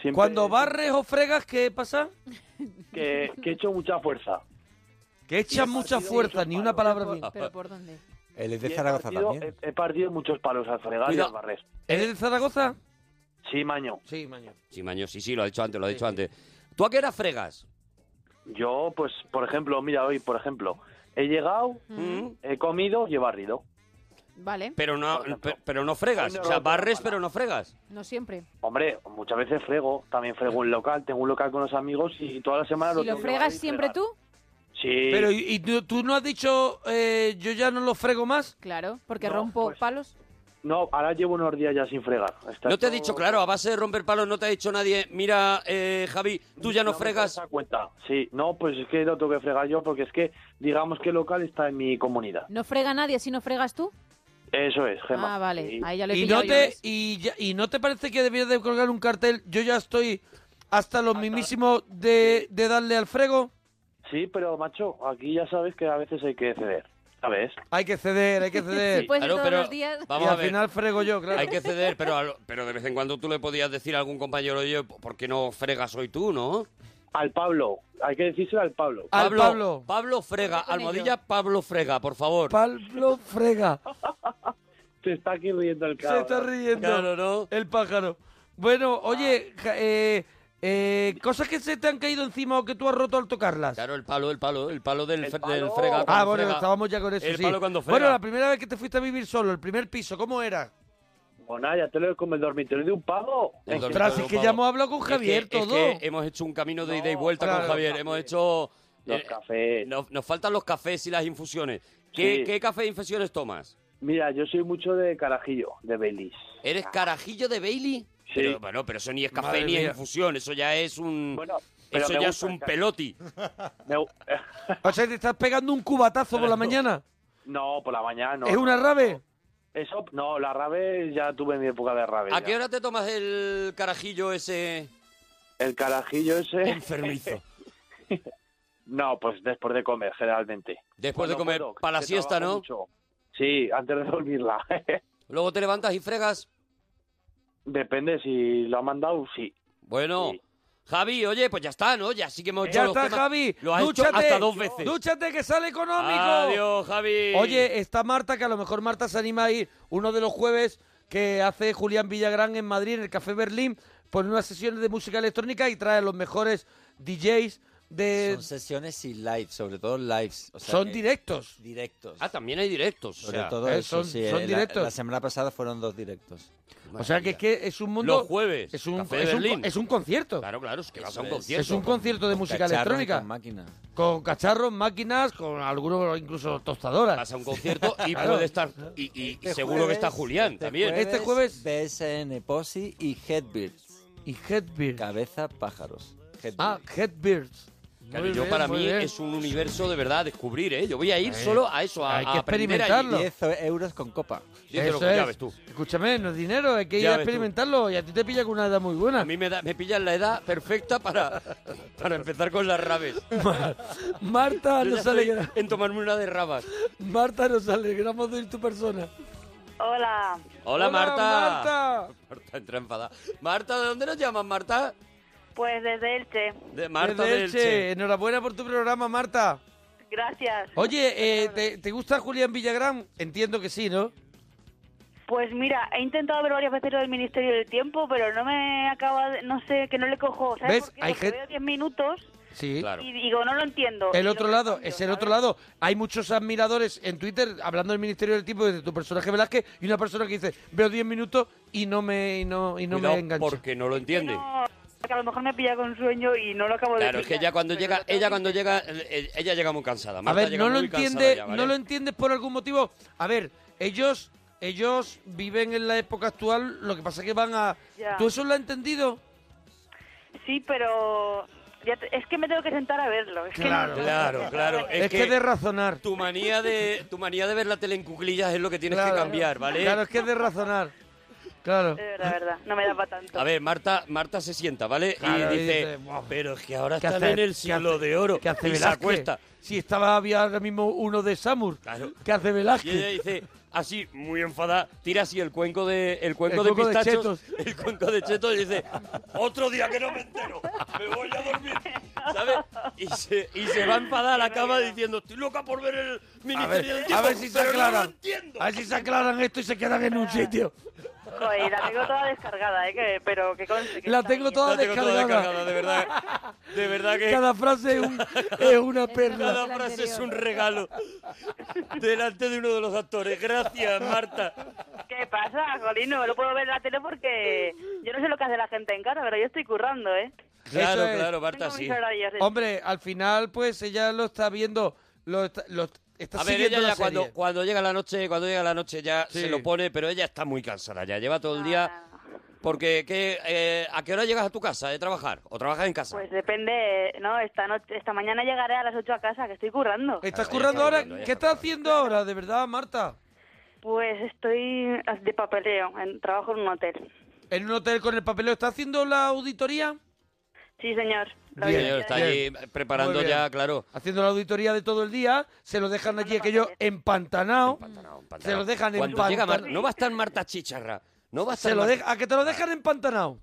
Siempre, Cuando barres o fregas, ¿qué pasa? Que, que he hecho mucha fuerza. Que echas mucha fuerza, ni una palabra bien. ¿Pero por dónde? El Y de he Zaragoza partido- también. He, he partido muchos palos al fregar y Cuidado. al barrer. ¿Eres de Zaragoza? Sí, maño. Sí, mañana. Sí, Maño, sí, sí, lo ha dicho antes, lo ha dicho antes. ¿Tú a qué era fregas? Yo, pues, por ejemplo, mira, hoy, por ejemplo, he llegado, Mm. he comido y he barrido. Vale, Pero no, Por ejemplo. pe- pero no fregas. Hoy no O sea, roto barres, nada. pero no fregas. no siempre. Hombre, muchas veces frego, también frego un local, tengo un local con los amigos y toda la semana ¿Y lo tengo que fregas barrer y siempre fregar. tú? Sí, Pero, ¿y, y tú, tú no has dicho, eh, yo ya no lo frego más? Claro, porque No, rompo pues- palos. no, ahora llevo unos días ya sin fregar. Está No te ha todo- dicho, claro, a base de romper palos no te ha dicho nadie, mira, eh, Javi, tú ya no, me fregas. das cuenta. Sí, no, pues es que lo tengo que fregar yo porque es que, digamos que el local está en mi comunidad. ¿No frega nadie si no fregas tú? Eso es, Gemma. Ah, vale, Sí. ahí ya lo he Y pillado no, yo, te, ¿ves? y, ya- y no te parece que debías de colgar un cartel, yo ya estoy hasta los mismísimos de, de darle al frego? Sí, pero macho, aquí ya sabes que a veces hay que ceder. ¿Sabes? Hay que ceder, hay que ceder. Si fuese Claro, Pues todos pero los días... y vamos a al ver. final frego yo, claro. Hay que ceder, pero, a lo- pero de vez en cuando tú le podías decir a algún compañero, oye, ¿por qué no fregas hoy tú, no? Al Pablo, hay que decírselo al Pablo. Al Pablo, Pablo. Pablo Frega, Ponelo. almohadilla Pablo Frega, por favor. Pablo Frega. Se está aquí riendo el Se cabrón. está riendo. Claro, ¿no? Ah. El pájaro. Bueno, oye, ja- eh, eh, cosas que se te han caído encima o que tú has roto al tocarlas. Claro, el palo, el palo, el palo del, El fre- palo. del Frega. Ah, cuando bueno, frega. estábamos ya con eso. El sí. palo cuando frega. Bueno, la primera vez que te fuiste a vivir solo, el primer piso, ¿cómo era? Bueno, Pues nada, ya te lo digo, como el dormitorio de un pavo. El dormitorio Ostras, es de un que pavo. ya hemos hablado con Es que- Javier es que eh, todo. hemos hecho un camino de No, ida y vuelta claro. con Javier. Los Hemos cafés. hecho. Los eh, cafés. Nos, nos faltan los cafés y las infusiones. ¿Qué, Sí. qué café e infusiones tomas? Mira, yo soy mucho de carajillo, de Baileys. ¿Eres carajillo de Bailey? Ah. Sí. Pero, bueno, pero eso ni es café Madre ni es mía. infusión, eso ya es un. Bueno, pero eso me ya es gusta un el ca- peloti. *laughs* Me- O sea, te estás pegando un cubatazo por la mañana. No, por la mañana no. ¿Es una rave? Eso, no, la rave ya tuve mi época de rave. ¿A ya. qué hora te tomas el carajillo ese El carajillo ese, enfermizo? no, pues después de comer, generalmente. Después de Cuando comer, puedo, para la que siesta, trabajo ¿no? mucho. Sí, antes de dormirla. *laughs* Luego te levantas y fregas. Depende, si lo ha mandado, sí. Bueno, Sí. Javi, oye, pues ya está, ¿no? Ya sí que hemos hecho Ya los está, temas. Javi. Lo has Dúchate. hecho hasta dos veces. Dúchate, que sale económico. Adiós, Javi. Oye, está Marta, que a lo mejor Marta se anima a ir uno de los jueves que hace Julián Villagrán en Madrid, en el Café Berlín, por unas sesiones de música electrónica y trae a los mejores DJs de... Son sesiones y lives, sobre todo lives. o sea, Son eh, directos. directos. Ah, también hay directos. O sobre sea, todo eh, eso, son- sí, eh, son la- directos. La, semana pasada fueron dos directos. O sea que es que es un mundo... los jueves. Es un, Café de es un- Berlín. es un concierto. Claro, claro, es que vas a un Eso es. concierto. Es un concierto de Con música cacharros y electrónica. Con máquina. Con cacharros, máquinas, con algunos incluso tostadoras. Vas a un concierto y *laughs* Claro. puede estar. Y, y- y Este seguro que está jueves- Julián este también. Este jueves- BSN Posse y Headbirds. Y Headbeard. Cabeza pájaros. Headbirds. Ah, Headbeards. Claro, Muy yo bien, para muy mí bien. es un universo de verdad a descubrir, ¿eh? Yo voy a ir solo a eso, a, hay que a aprender experimentarlo. allí. 10 euros con copa. Sí, pero Eso ya es. ves tú. Escúchame, no es dinero, hay que ir Ya a ves tú. experimentarlo y a ti te pilla con una edad muy buena. A mí me, da, me pillan la edad perfecta *laughs* para, para empezar con las rabes. Marta, Yo ya nos, estoy alegra- en tomarme una de rabas. Marta, nos alegramos de ir tu persona. Hola, Hola, Marta. Marta. Marta entra enfadada. Marta, ¿de dónde nos llamas, Marta? pues desde Elche. De Marta Desde del Elche, Che. Enhorabuena por tu programa, Marta. Gracias. Oye, eh, ¿te, te gusta Julián Villagrán? Entiendo que sí, ¿no? Pues mira, he intentado ver varias veces lo del Ministerio del Tiempo, pero no me acaba de, no sé, que no le cojo. ¿Sabes ¿Ves? por qué? Hay Porque gente- veo 10 minutos Sí. Claro. y digo, no lo entiendo. Y El lo otro lado, cambio, es el ¿sabes? otro lado. Hay muchos admiradores en Twitter hablando del Ministerio del Tiempo de tu personaje Velázquez y una persona que dice, veo 10 minutos y no me, y no, y no me Cuidado, engancho. porque no lo entiende. No, que a lo mejor me pilla con sueño y no lo acabo de Claro, es que pillar, ya cuando pero llega, lo tengo ella que cuando intentar. llega, eh, ella llega muy cansada. A Marta ver, llega no lo muy cansada entiende, ya, ¿vale? no lo entiendes por algún motivo. A ver, ellos, ellos viven en la época actual, lo que pasa es que van a. Ya. ¿Tú eso lo has entendido? Sí, pero ya te- es que me tengo que sentar a verlo. Es que no- Claro. Claro, claro. Es, Es, que, de razonar. tu manía de tu manía de ver la tele en cuclillas es lo que tienes que cambiar, ¿vale? Claro, es que es de razonar. Claro. de verdad, de verdad, no me da para tanto. A ver, Marta, Marta se sienta, ¿vale? Claro, y y dice, dice, "Buah, pero es que ahora ¿Qué están hace- en el qué siglo hace- de oro. ¿Qué hace y se Velázquez? acuesta. Si estaba, había ahora mismo uno de Samur. Claro. ¿Qué hace Y Velázquez? ella dice, así, muy enfadada, tira así el cuenco de, el cuenco El de cuenco de pistachos, *laughs* el cuenco de chetos y dice, otro día que no me entero, me voy a dormir, ¿sabes? Y se, y se va enfadada a la cama diciendo, estoy loca por ver el a Ministerio del ver, Tiempo, a ver si se pero no lo aclaran. entiendo. A ver si se aclaran esto y se quedan en un sitio. Joder, la tengo toda descargada, ¿eh? que- pero que conste que La está tengo bien. toda La tengo toda descargada. descargada, de verdad, de verdad que... Cada frase es, un- es una perla. Cada Del frase es un anterior. regalo. Delante de uno de los actores. Gracias, Marta. ¿Qué pasa, Jolín? No lo puedo ver en la tele porque yo no sé lo que hace la gente en casa, pero yo estoy currando, ¿eh? Claro, es. claro, Marta, Tengo sí. mis horarios. Hombre, al final, pues ella lo está viendo. Lo está, lo está A ver, siguiendo la ella ya serie. cuando, cuando llega la noche, cuando llega la noche ya Sí. se lo pone, pero ella está muy cansada ya, lleva todo el día. Ah, Porque, ¿qué, eh, ¿a qué hora llegas a tu casa de trabajar? ¿O trabajas en casa? Pues depende, ¿no? Esta noche, esta mañana llegaré a las 8 a casa, que estoy currando. ¿Estás currando Claro, ella está ahora? currando, ella ¿Qué está estás haciendo ahora, de verdad, Marta? Pues estoy de papeleo, en, trabajo en un hotel. ¿En un hotel con el papeleo? ¿Estás haciendo la auditoría? Sí, señor. La Sí, Bien, señor, audiencia está de- allí preparando Muy bien. ya, claro. Haciendo la auditoría de todo el día. Se lo dejan allí aquello empantanado. Empantanado, empantanado. Se lo dejan Cuando llega Mar- empantanado. No va a estar Ah. Marta Chicharra. No va a estar Se lo Marta- deja- ¿A qué te lo dejan empantanado?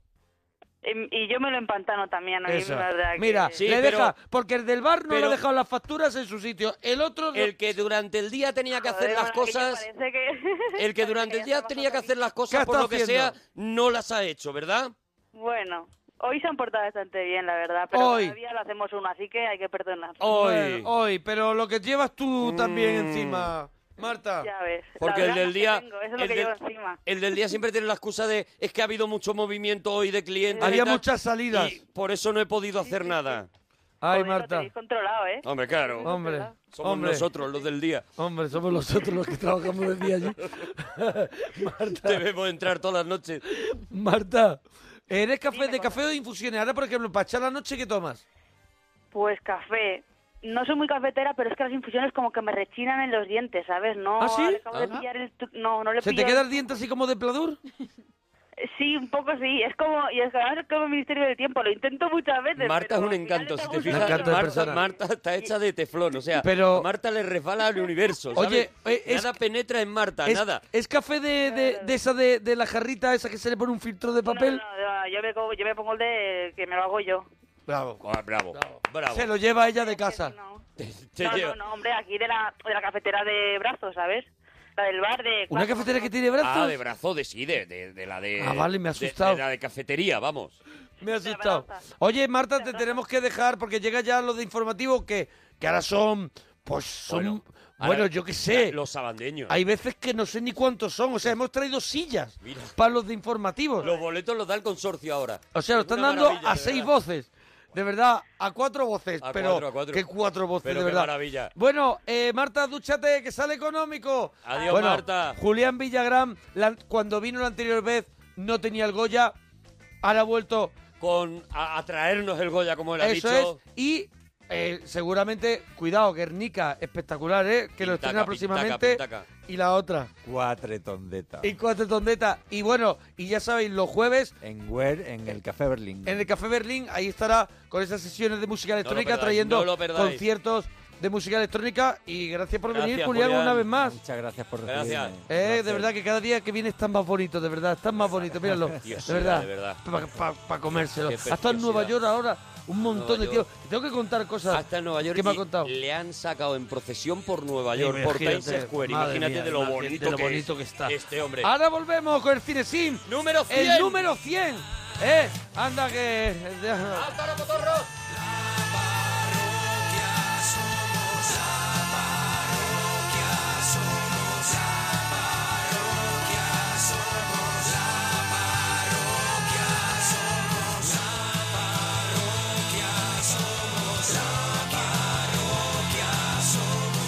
Y, y yo me lo empantano también. a mí, Eso. la verdad que- Mira, Sí, le pero- deja, porque el del bar no le pero- ha dejado las facturas en su sitio. El otro no- El que durante el día tenía que hacer Joder, las bueno, aquello cosas, parece que- *laughs* el que durante el día Parece tenía que ya hacer las ¿Qué cosas ha por estado lo que sea, haciendo? no las ha hecho, ¿verdad? Bueno, hoy se han portado bastante bien, la verdad, pero Hoy. todavía lo hacemos uno, así que hay que perdonar. Hoy. Mm. Bueno, hoy, pero lo que llevas tú también encima, Marta. Ya ves. la Porque el verdad del que día, tengo, eso es lo el, que del- llevo encima. el del día siempre tiene la excusa de es que ha habido mucho movimiento hoy de clientes. Había y tal, muchas salidas. y por eso no he podido hacer nada. Ay, Joder, lo Marta. tenéis controlado, ¿eh? Hombre, claro. Hombre, Somos hombre, nosotros los del día. hombre, somos nosotros los que trabajamos de día allí. *laughs* Debemos entrar todas las noches. Marta, ¿eres café de café o de infusiones? Ahora, por ejemplo, para echar la noche, ¿qué tomas? Pues café. No soy muy cafetera, pero es que las infusiones como que me rechinan en los dientes, ¿sabes? No, ¿Ah, sí? le acabo de Ajá. pillar el tru- No, no le ¿Se te pillo- queda el diente así como de pladur? Sí, un poco sí. Es como, y es que además es como el Ministerio del Tiempo. Lo intento muchas veces. Marta es pero un al final encanto, si está te Un fijas. encanto funcionando. de Marta, persona. Marta está hecha de teflón, o sea, Pero- a Marta le resbala el universo. ¿sabes? Oye, eh, es- nada penetra en Marta, ¿Es, nada. ¿Es café de, de, de esa de, de la jarrita esa que se le pone un filtro de No, papel? No, no, yo, me, co- yo me pongo el de que me lo hago yo. Bravo. Ah, bravo, bravo. Se lo lleva ella de casa. No. Te- te No, lleva. no, no, hombre, aquí de la, de la cafetera de brazos, ¿sabes? La del bar de... ¿Una cuatro. cafetera que tiene brazos? Ah, de brazo, de sí, de, de- de la de. Ah, vale, me ha de- de asustado. la de cafetería, vamos. Me ha asustado. abraza. Oye, Marta, te tenemos que dejar porque llega ya lo de informativo que, que ahora son. Pues son. Bueno, ahora- yo qué sé. Los sabandeños. Hay veces que no sé ni cuántos son. O sea, hemos traído sillas Mira. para los de informativos. Los boletos los da el consorcio ahora. O sea, lo Es están una dando maravilla, a de seis verdad. voces. De verdad, a cuatro voces. A pero cuatro, a cuatro. qué cuatro voces, de Pero qué verdad. maravilla. Bueno, eh, Marta, dúchate, que sale económico. Adiós, Bueno, Marta. Julián Villagrán, la- cuando vino la anterior vez, no tenía el Goya. Ahora ha vuelto Con a, a traernos el Goya, como él ha Eso dicho. es. Y eh, seguramente, cuidado, Guernica, espectacular, ¿eh? Que lo Pintaca, estrena próximamente. pintaca, Y la otra. Cuatro tondetas. Y cuatro tondetas. Y bueno, y ya sabéis, los jueves En Where, en el Café Berlín. en el Café Berlín, ahí estará con esas sesiones de música electrónica perdáis, trayendo no lo perdáis. conciertos de música electrónica. Y gracias por venir, Gracias, Julián, Julián. una vez más. Muchas gracias por Gracias. recibirme. Eh, Gracias. de verdad que cada día que viene están más bonitos, de verdad, están más bonitos, míralo. Dios, de verdad, de verdad. Para comérselo. Qué Hasta en Nueva preciosidad. York ahora, un montón de tíos. York. Tengo que contar cosas Hasta Nueva York. que me ha y contado. Le han sacado en procesión por Nueva Sí, York, por Times imagínate, Square. madre Imagínate mía, de lo imagínate bonito, de lo que, bonito es que está. Este hombre. Ahora volvemos con el Cinesim. Número 100. El número 100. Eh, anda que... ¡Hasta ahora, cotorros! parroquia somos, la parroquia somos, la parroquia somos, la parroquia somos, la parroquia somos, la parroquia somos,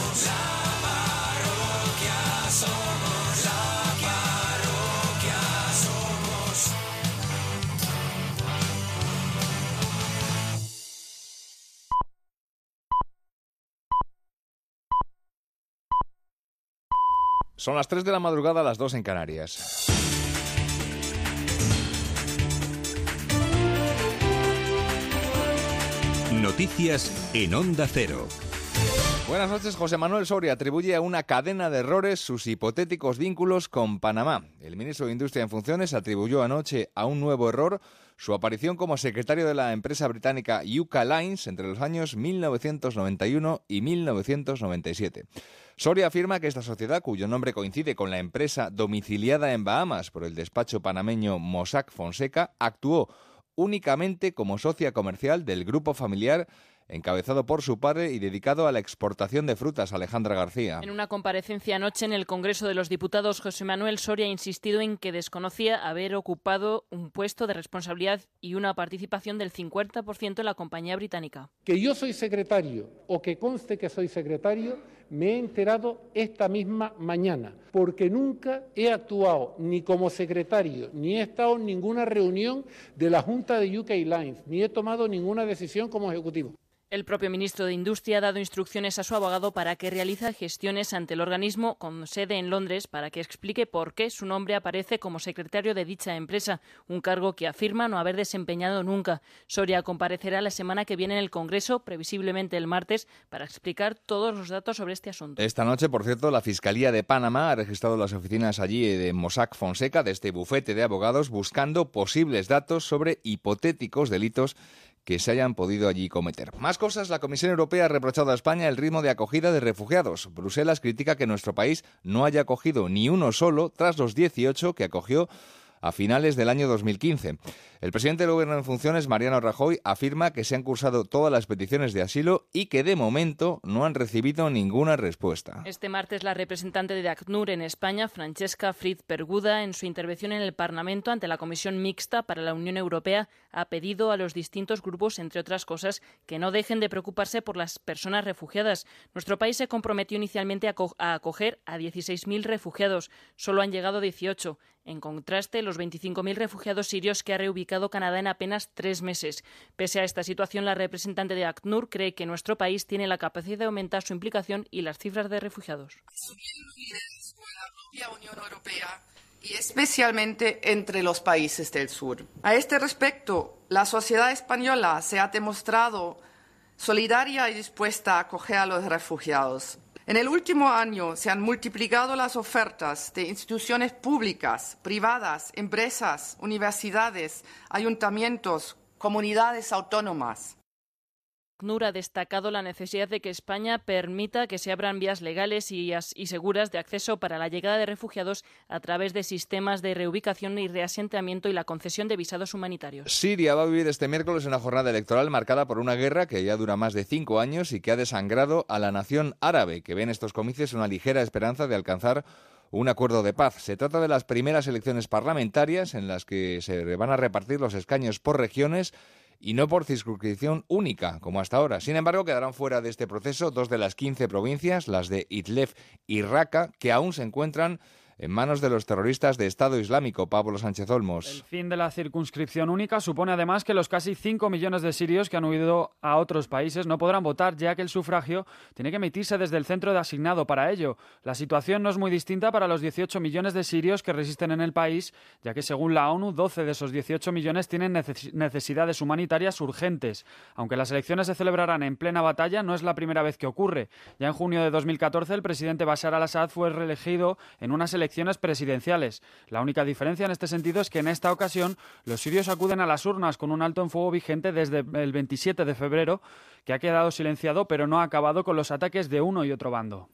la parroquia somos, la parroquia somos. Son las 3 de la madrugada, las 2 en Canarias. Noticias en Onda Cero. Buenas noches, José Manuel Soria atribuye a una cadena de errores sus hipotéticos vínculos con Panamá. El ministro de Industria en funciones atribuyó anoche a un nuevo error su aparición como secretario de la empresa británica Yuka Lines entre los años 1991 y 1997. Soria afirma que esta sociedad, cuyo nombre coincide con la empresa domiciliada en Bahamas por el despacho panameño Mossack Fonseca, actuó únicamente como socia comercial del grupo familiar encabezado por su padre y dedicado a la exportación de frutas, Alejandra García. *laughs* En una comparecencia anoche en el Congreso de los Diputados, José Manuel Soria ha insistido en que desconocía haber ocupado un puesto de responsabilidad y una participación del 50% en la compañía británica. que yo soy secretario o que conste que soy secretario, me he enterado esta misma mañana, porque nunca he actuado ni como secretario, ni he estado en ninguna reunión de la Junta de UK Lines, ni he tomado ninguna decisión como ejecutivo. El propio ministro de Industria ha dado instrucciones a su abogado para que realice gestiones ante el organismo con sede en Londres para que explique por qué su nombre aparece como secretario de dicha empresa, un cargo que afirma no haber desempeñado nunca. Soria comparecerá la semana que viene en el Congreso, previsiblemente el martes, para explicar todos los datos sobre este asunto. Esta noche, por cierto, la Fiscalía de Panamá ha registrado las oficinas allí eh, de Mossack Fonseca, de este bufete de abogados, buscando posibles datos sobre hipotéticos delitos que se hayan podido allí cometer. Más cosas, la Comisión Europea ha reprochado a España el ritmo de acogida de refugiados. Bruselas critica que nuestro país no haya acogido ni uno solo tras los 18 que acogió a finales del año 2015. El presidente del Gobierno en funciones, Mariano Rajoy, afirma que se han cursado todas las peticiones de asilo y que de momento no han recibido ninguna respuesta. Este martes, la representante de ACNUR en España, Francesca Fritz Perguda, en su intervención en el Parlamento ante la Comisión Mixta para la Unión Europea, ha pedido a los distintos grupos, entre otras cosas, que no dejen de preocuparse por las personas refugiadas. Nuestro país se comprometió inicialmente a, a acoger a 16.000 refugiados. Solo han llegado 18. En contraste, los 25.000 refugiados sirios que ha reubicado Canadá en apenas tres meses. Pese a esta situación, la representante de ACNUR cree que nuestro país tiene la capacidad de aumentar su implicación y las cifras de refugiados. la Unión Europea y especialmente entre los países del sur. A este respecto, la sociedad española se ha demostrado solidaria y dispuesta a acoger a los refugiados. En el último año se han multiplicado las ofertas de instituciones públicas, privadas, empresas, universidades, ayuntamientos, comunidades autónomas. ACNUR ha destacado la necesidad de que España permita que se abran vías legales y, y, seguras de acceso para la llegada de refugiados a través de sistemas de reubicación y reasentamiento y la concesión de visados humanitarios. Siria va a vivir este miércoles una jornada electoral marcada por una guerra que ya dura más de cinco años y que ha desangrado a la nación árabe, que ve en estos comicios una ligera esperanza de alcanzar un acuerdo de paz. Se trata de las primeras elecciones parlamentarias en las que se van a repartir los escaños por regiones y no por circunscripción única, como hasta ahora. Sin embargo, quedarán fuera de este proceso dos de las 15 provincias, las de Idlib y Raqqa, que aún se encuentran en manos de los terroristas de Estado Islámico, Pablo Sánchez Olmos. El fin de la circunscripción única supone además que los casi 5 millones de sirios que han huido a otros países no podrán votar, ya que el sufragio tiene que emitirse desde el centro de asignado para ello. La situación no es muy distinta para los 18 millones de sirios que resisten en el país, ya que según la ONU, 12 de esos 18 millones tienen necesidades humanitarias urgentes. Aunque las elecciones se celebrarán en plena batalla, no es la primera vez que ocurre. Ya en junio de 2014, el presidente Bashar al-Assad fue reelegido en unas elecciones presidenciales. La única diferencia en este sentido es que en esta ocasión los sirios acuden a las urnas con un alto en fuego vigente desde el 27 de febrero, que ha quedado silenciado pero no ha acabado con los ataques de uno y otro bando.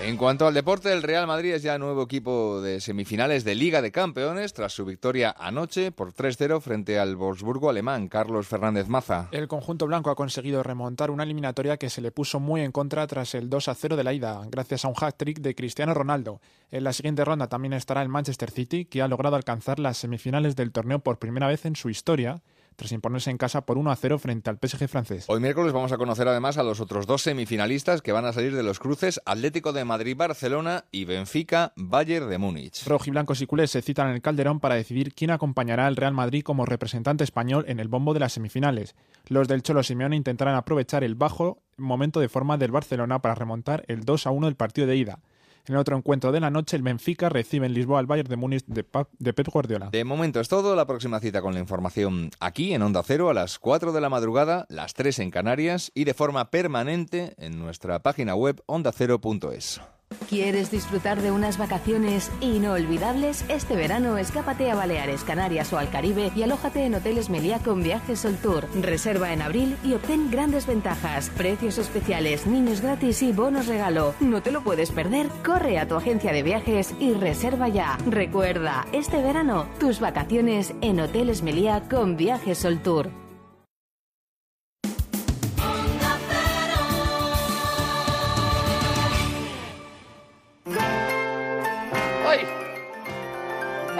En cuanto al deporte, el Real Madrid es ya nuevo equipo de semifinales de Liga de Campeones tras su victoria anoche por 3-0 frente al Wolfsburgo alemán Carlos Fernández Maza. El conjunto blanco ha conseguido remontar una eliminatoria que se le puso muy en contra tras el 2-0 de la ida, gracias a un hat-trick de Cristiano Ronaldo. En la siguiente ronda también estará el Manchester City, que ha logrado alcanzar las semifinales del torneo por primera vez en su historia tras imponerse en casa por 1 a 0 frente al PSG francés. Hoy miércoles vamos a conocer además a los otros dos semifinalistas que van a salir de los cruces Atlético de Madrid, Barcelona y Benfica, Bayern de Múnich. Rojiblancos y culés se citan en el Calderón para decidir quién acompañará al Real Madrid como representante español en el bombo de las semifinales. Los del Cholo Simeone intentarán aprovechar el bajo momento de forma del Barcelona para remontar el 2 a 1 del partido de ida. En el otro encuentro de la noche, el Benfica recibe en Lisboa al Bayern de Múnich de, de, Pep Guardiola. De momento es todo. La próxima cita con la información aquí en Onda Cero a las 4 de la madrugada, las 3 en Canarias y de forma permanente en nuestra página web ondacero.es. ¿Quieres disfrutar de unas vacaciones inolvidables? Este verano escápate a Baleares, Canarias o al Caribe y alójate en Hoteles Meliá con Viajes Sol Tour. Reserva en abril y obtén grandes ventajas, precios especiales, niños gratis y bonos regalo. No te lo puedes perder, corre a tu agencia de viajes y reserva ya. Recuerda, este verano tus vacaciones en Hoteles Meliá con Viajes Sol Tour.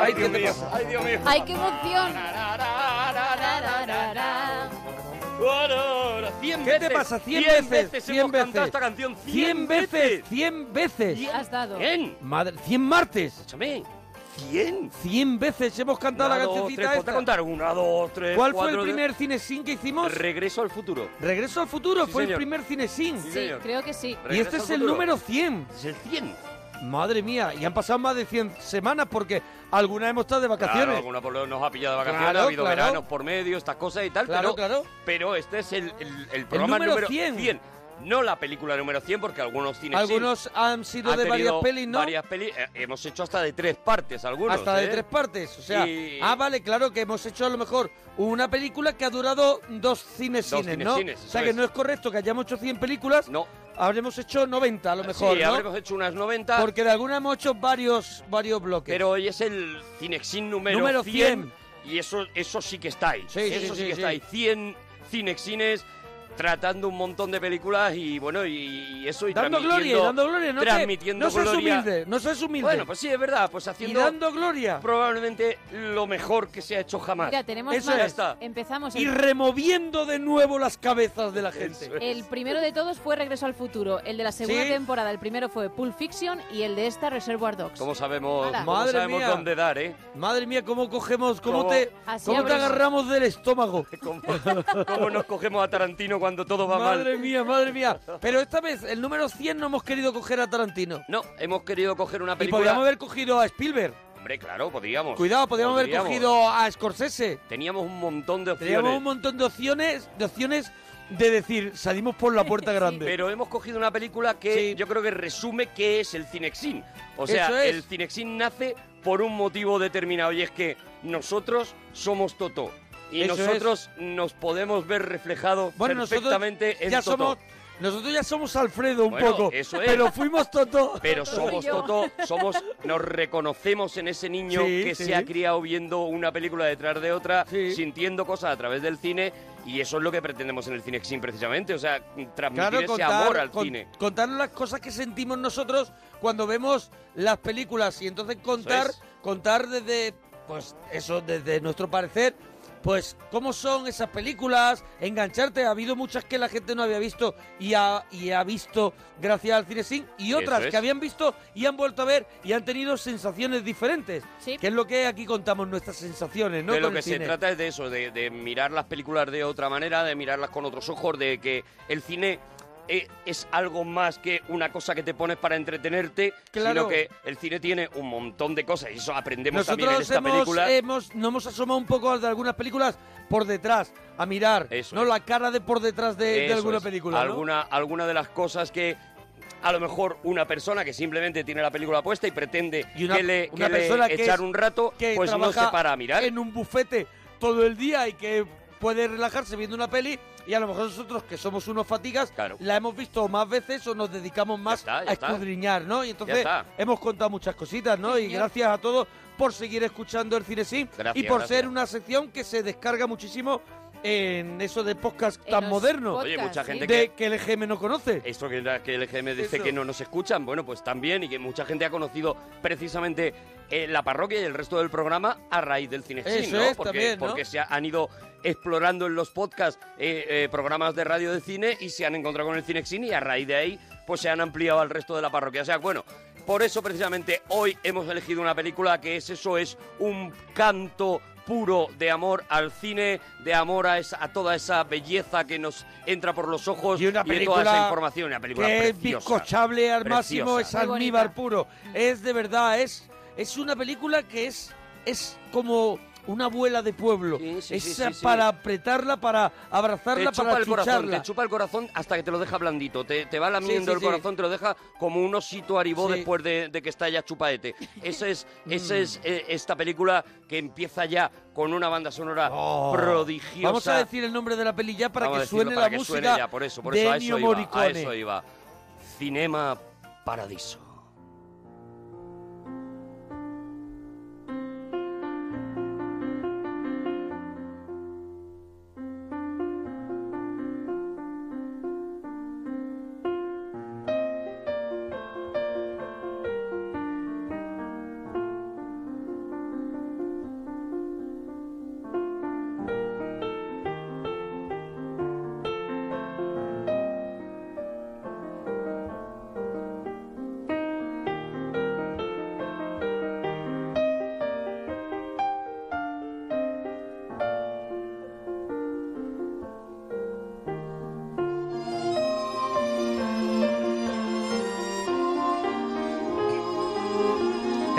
¡Ay, Dios mío! ¡Ay, Dios mío! ¡Ay, qué emoción! ¿Qué veces, te pasa? ¿Cien, cien veces? veces cien veces. cantado esta canción. ¡Cien, veces! ¡Cien veces! Has dado. ¿Cien? Madre, ¡Cien martes! Escúchame. ¿Cien? Cien veces hemos cantado Una, la dos, cancioncita tres. Ponte esta. a contar. Una, dos, tres, ¿Cuál fue cuatro, el tres. primer cine sin que hicimos? Regreso al futuro. Regreso al futuro Sí, fue el señor. primer cine sin. Sí, Sí, creo que sí. Y este es el número 100. Es el 100. Madre mía, y han pasado más de 100 semanas porque algunas hemos estado de Claro, vacaciones. alguna por lo- nos ha pillado de vacaciones, Claro, ha habido claro. veranos por medio, estas cosas y tal. Claro, pero, claro. Pero este es el, el, el programa número número, 100. 100. No la película número 100, porque algunos cines. Algunos han sido de varias pelis, ¿no? Varias pelis. eh, hemos hecho hasta de tres partes algunos. Hasta ¿eh? de tres partes. O sea, Y- ah, vale, claro que hemos hecho a lo mejor una película que ha durado dos cines Dos ¿no? cinescines, o sea, eso que es. no es correcto que hayamos hecho 100 películas. No. Habremos hecho 90 a lo mejor, sí, ¿no? habremos hecho unas 90. Porque de alguna hemos hecho varios, varios bloques. Pero hoy es el Cinexin número, Número 100. Y eso, eso sí que está ahí. Sí, sí, eso sí, sí, que sí. está ahí. 100 Cinexines tratando un montón de películas y bueno, y, y eso. Y Dando gloria, transmitiendo- y dando gloria, no, transmitiendo se, no seas gloria. humilde, no seas humilde. Bueno, pues sí, es verdad, pues haciendo... Y dando gloria. Probablemente lo mejor que se ha hecho jamás. Mira, tenemos Eso más. es. Ya está. Empezamos. Y el- removiendo de nuevo las cabezas de la gente. El primero de todos fue Regreso al Futuro. El de la segunda Pues. Sí. temporada, el primero fue Pulp Fiction y el de esta Reservoir Dogs. ¿Cómo sabemos, Hala. cómo Madre sabemos mía. dónde dar, eh? Madre mía, cómo cogemos, cómo, Cómo- te, Así cómo te abres. agarramos del estómago. *laughs* Pues ¿Cómo nos cogemos a Tarantino cuando todo va mal? Madre mía, madre mía. Pero esta vez, el número 100 no hemos querido coger a Tarantino. No, hemos querido coger una Y película... podríamos haber cogido a Spielberg. Hombre, claro, podíamos. Cuidado, podríamos haber cogido a Scorsese. Teníamos un montón de opciones. Teníamos un montón de opciones, de opciones de decir, salimos por la puerta grande. Pero hemos cogido una película que yo creo que resume qué es el Cinexin. O Eso sea, es. el Cinexin nace por un motivo determinado y es que nosotros somos Totó. Y Eso es. nosotros nos podemos ver reflejado Bueno, nosotros perfectamente en ya Totó. somos- nosotros ya somos Alfredo un Bueno, poco. eso es. Pero fuimos Totó. Pero somos Totó, somos, nos reconocemos en ese niño Sí, que sí. se ha criado viendo una película detrás de otra, sintiendo cosas a través del cine, y eso es lo que pretendemos en el Cinexin precisamente, o sea, transmitir ese amor al con- cine. contar las cosas que sentimos nosotros cuando vemos las películas y entonces contar, es. contar desde, pues eso, desde nuestro parecer, pues cómo son esas películas, engancharte. Ha habido muchas que la gente no había visto y ha, y ha visto gracias al cine sin y Eso otras es. que habían visto y han vuelto a ver y han tenido sensaciones diferentes. Que es lo que aquí contamos nuestras sensaciones, ¿no? de lo Con que el se cine. trata es de eso, de, de mirar las películas de otra manera, de mirarlas con otros ojos, de que el cine eh, es algo más que una cosa que te pones para entretenerte, Claro. sino que el cine tiene un montón de cosas, y eso aprendemos también en Nosotros esta hemos, eh, película. hemos- nos hemos asomado un poco de algunas películas por detrás, a mirar, ¿no? La cara de por detrás de, de Eso alguna es. película, ¿no? Alguna, alguna de las cosas que a lo mejor una persona que simplemente tiene la película puesta y pretende una- que le, una que le persona que echar es- un rato, que pues no se trabaja para a mirar. en un bufete todo el día y que puede relajarse viendo una peli y a lo mejor nosotros que somos unos fatigas la hemos visto más veces o nos dedicamos más ya a está. escudriñar, ¿no? Y entonces está. hemos contado muchas cositas, ¿no? y señor. gracias a todos por seguir escuchando el cine sí y Gracias, por gracias. ser una sección que se descarga muchísimo en eso de podcast tan los moderno. Oye, mucha podcasts, gente sí. de que- que el GM no conoce. Esto que, la- que el GM dice Eso. que no nos escuchan, bueno, pues también, y que mucha gente ha conocido precisamente eh, la parroquia y el resto del programa a raíz del cine Eso ¿no? es, porque, también, ¿no? porque se ha- han ido explorando en los podcasts eh, eh, programas de radio de cine y se han encontrado con el Cinexin y a raíz de ahí pues se han ampliado al resto de la parroquia. O sea, bueno, por eso precisamente hoy hemos elegido una película que es eso, es un canto puro de amor al cine, de amor a, esa- a toda esa belleza que nos entra por los ojos y, de toda esa información, una película que preciosa. es bizcochable al máximo, es preciosa. almíbar puro. Es de verdad, es, es una película que es, es como una abuela de pueblo. es sí, sí, sí. para apretarla, para Te abrazarla, chupa para el corazón, chucharla. te chupa el corazón hasta que te lo deja blandito, te, te va Sí, lamiendo sí, el sí. corazón, te lo deja como un osito aribó Sí. Mm. después de, de que está ya chupaete. Esa *laughs* es, esa es eh, esta película que empieza ya con una banda sonora Oh. prodigiosa. Oh. Vamos a decir el nombre de la peli ya para Vamos a que decirlo suene para la que música suene ya, por eso, por de eso, a Ennio eso iba, a Morricone. eso iba. Cinema Paradiso.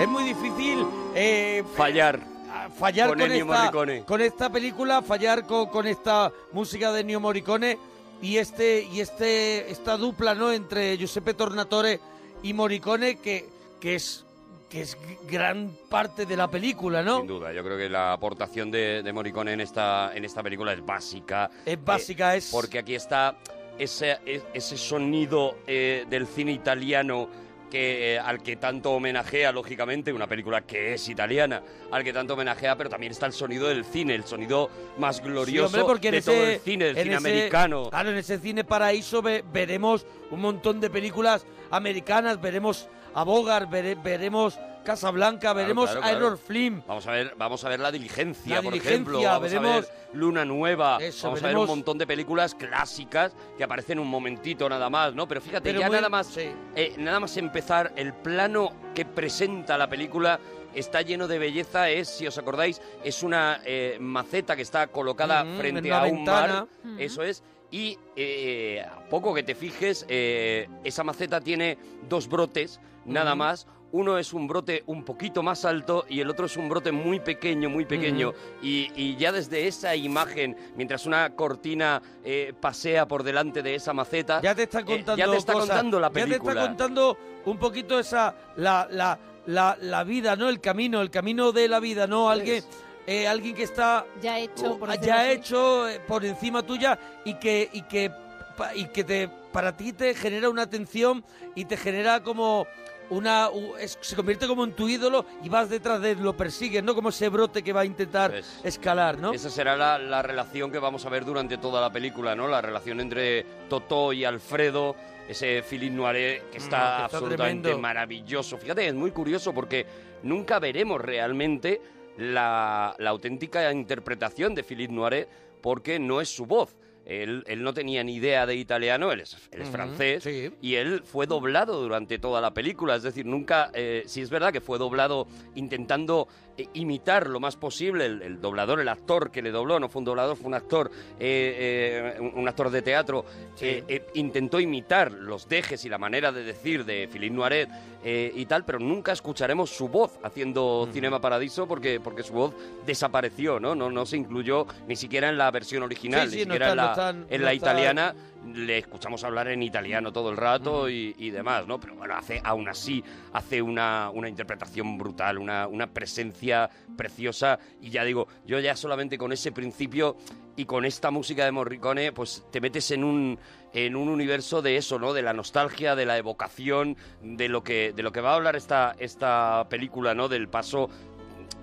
Es muy difícil eh, Fallar. a fallar Con con, Ennio esta, Morricone. con esta película, fallar con, con esta música de Ennio Morricone y este y este esta dupla no entre Giuseppe Tornatore y Morricone que que es que es gran parte de la película, ¿no? Sin duda, yo creo que la aportación de, de Morricone en esta, en esta película es básica. Eh, Es básica, es- Porque aquí está ese, e- ese sonido eh, del cine italiano que, eh, al que tanto homenajea, lógicamente, una película que es italiana, al que tanto homenajea, pero también está el sonido del cine, el sonido más glorioso Sí, hombre, porque en de ese, todo el cine, del en cine ese- americano. Claro, en ese cine paraíso ve- veremos un montón de películas americanas, veremos a Bogart, vere- veremos Casablanca, Claro, veremos claro, a claro. Errol Flynn. Vamos a ver, vamos a ver la diligencia, La por Diligencia, ejemplo. Vamos a ver veremos- Luna Nueva. Eso, vamos a ver un veremos- montón de películas clásicas que aparecen un momentito nada más, ¿no? Pero fíjate, Pero ya muy- nada más, sí. eh, nada más empezar el plano que presenta la película. Está lleno de belleza, es, si os acordáis, es una eh, maceta que está colocada Ujú, frente en una a un mar, ventana. eso eso es. Y eh, a poco que te fijes, eh, esa maceta tiene dos brotes, nada Ujú. más. Uno es un brote un poquito más alto y el otro es un brote muy pequeño, muy pequeño. Ujú. y, y ya desde esa imagen, mientras una cortina eh, pasea por delante de esa maceta, Ya te está eh, contando ya te está cosas, contando la ya te película. está contando un poquito esa la, la, la, la vida, ¿no? El camino, el camino de la vida, ¿no? Alguien eh, alguien que está Pues ah, Ya hecho, por decirlo ya así. hecho eh, por encima tuya y que y que pa- y que te para ti te genera una atención y te genera como una u- es- se convierte como en tu ídolo y vas detrás de él, lo persigues, ¿no? Como ese brote que va a intentar escalar, ¿no? Esa será la, la relación que vamos a ver durante toda la película, ¿no? La relación entre Totó y Alfredo, ese Philippe Noiré Mm, que que está, está absolutamente tremendo. maravilloso. Fíjate, es muy curioso porque nunca veremos realmente la, la auténtica interpretación de Philippe Noiré porque no es su voz. Él, él no tenía ni idea de italiano, él es, él es Ujú, francés, y él fue doblado durante toda la película. Es decir, nunca, eh, sí es verdad que fue doblado intentando eh, imitar lo más posible el, el doblador, el actor que le dobló, no fue un doblador, fue un actor, eh, eh, un- un actor de teatro. eh, eh, intentó imitar los dejes y la manera de decir de Philippe Noiret eh, y tal, pero nunca escucharemos su voz haciendo Cinema Paradiso porque, porque su voz desapareció, ¿no? ¿no? No se incluyó ni siquiera en la versión original, Sí, ni sí, no siquiera está- en la, no está- en no la está- italiana le escuchamos hablar en italiano todo el rato y, y demás, ¿no? Pero bueno, hace, aún así hace una, una interpretación brutal, una, una presencia preciosa. Y ya digo, yo ya solamente con ese principio y con esta música de Morricone, pues te metes en un, en un universo de eso, ¿no? De la nostalgia, de la evocación, de lo que, de lo que va a hablar esta, esta película, ¿no? Del paso...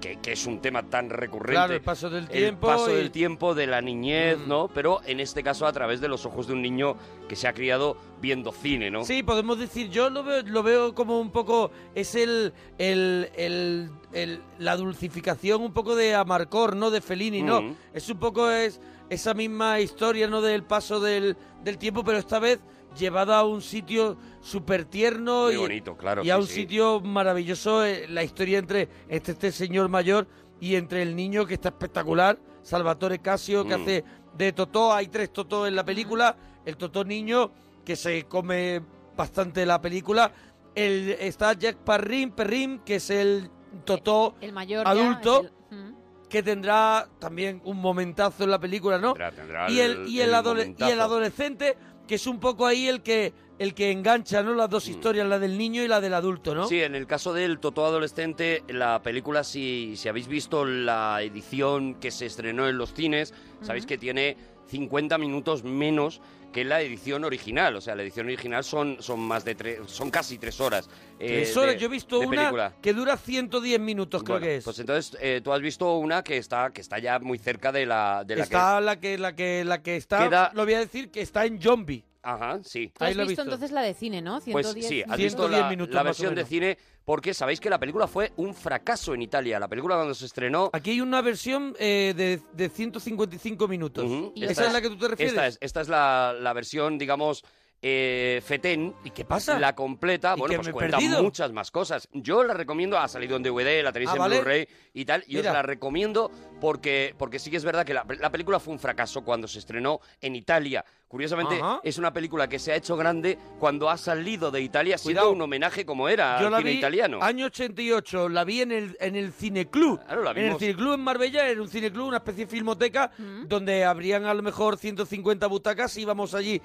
Que, que es un tema tan recurrente. Claro, el paso del tiempo El paso y- Mm. del tiempo, de la niñez, ¿no? Pero en este caso a través de los ojos de un niño que se ha criado viendo cine, ¿no? Sí, podemos decir, yo lo veo, lo veo como un poco, es el, el, el- el- la dulcificación un poco de Amarcor, ¿no? De Fellini, ¿no? Mm. Es un poco es, esa misma historia, ¿no? Del paso del, del tiempo, pero esta vez llevada a un sitio súper tierno Muy y, bonito, claro, y a sí, un sí. sitio maravilloso, eh, la historia entre este, este señor mayor y entre el niño que está espectacular, Salvatore Casio, que Mm. hace de Totó, hay tres Totó en la película, el Totó niño, que se come bastante la película, el, está Jack Parrin, Perrin, que es el Totó El mayor ya, adulto, el- mm. que tendrá también un momentazo en la película, ¿no? tendrá y el, y el, adole- y el momentazo. adolescente, que es un poco ahí el que el que engancha, ¿no? Las Mm. dos historias, la del niño y la del adulto, ¿no? Sí, en el caso del Totó Adolescente, la película, si, si habéis visto la edición que se estrenó en los cines, sabéis Ujú. que tiene 50 minutos menos que la edición original. O sea, la edición original son, son más de tres, son casi tres horas. eh, Tres horas, de- yo he visto de una película. que dura 110 minutos, creo Bueno, que es. Pues entonces eh, tú has visto una que está, que está ya muy cerca de la, de la que está la que la que la que está, Queda- lo voy a decir que está en zombie. Ajá, sí. Tú has visto, entonces la de cine, ¿no? Pues 110 sí, has minutos. visto la, 110 minutos la más o versión de menos. cine porque sabéis que la película fue un fracaso en Italia. La película cuando se estrenó... Aquí hay una versión eh, de, de 155 minutos. Ujú, ¿Esa es la que tú te refieres? Esta es, esta es la, la versión, digamos, eh, Fetén. ¿Y qué pasa? La completa, ¿Y bueno, que pues me he cuenta perdido? muchas más cosas. Yo la recomiendo, ha salido en DVD, la tenéis Ah, en vale. Blu-ray y tal, y Mira. os la recomiendo porque, porque sí que es verdad que la, la película fue un fracaso cuando se estrenó en Italia. Curiosamente, Ajá. es una película que se ha hecho grande cuando ha salido de Italia, siendo Cuidado. un homenaje como era Yo al la cine vi italiano. año 88, la vi en el en el cineclub. la en el vimos. cineclub en Marbella, era un cineclub, una especie de filmoteca donde habrían a lo mejor 150 butacas, íbamos allí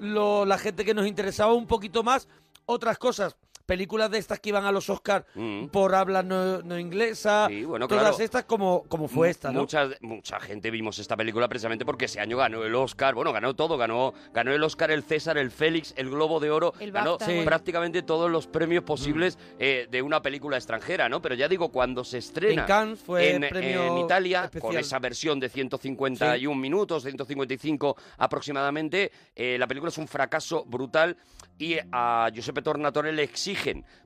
lo- la gente que nos interesaba un poquito más otras cosas. Películas de estas que iban a los Oscars por habla no, no inglesa, Mm. bueno, todas claro. estas como, como fue Mu- esta, ¿no? Mucha, mucha gente vimos esta película precisamente porque ese año ganó el Oscar. Bueno, ganó todo. Ganó, ganó el Oscar, el César, el Félix, el Globo de Oro. El ganó BAFTA, Sí. bueno. prácticamente todos los premios Mm. posibles eh, de una película extranjera, ¿no? Pero ya digo, cuando se estrena En Cannes fue en, premio en Italia, con especial. esa versión de 151 minutos, 155 aproximadamente, eh, la película es un fracaso brutal y a Giuseppe Tornatore le exigen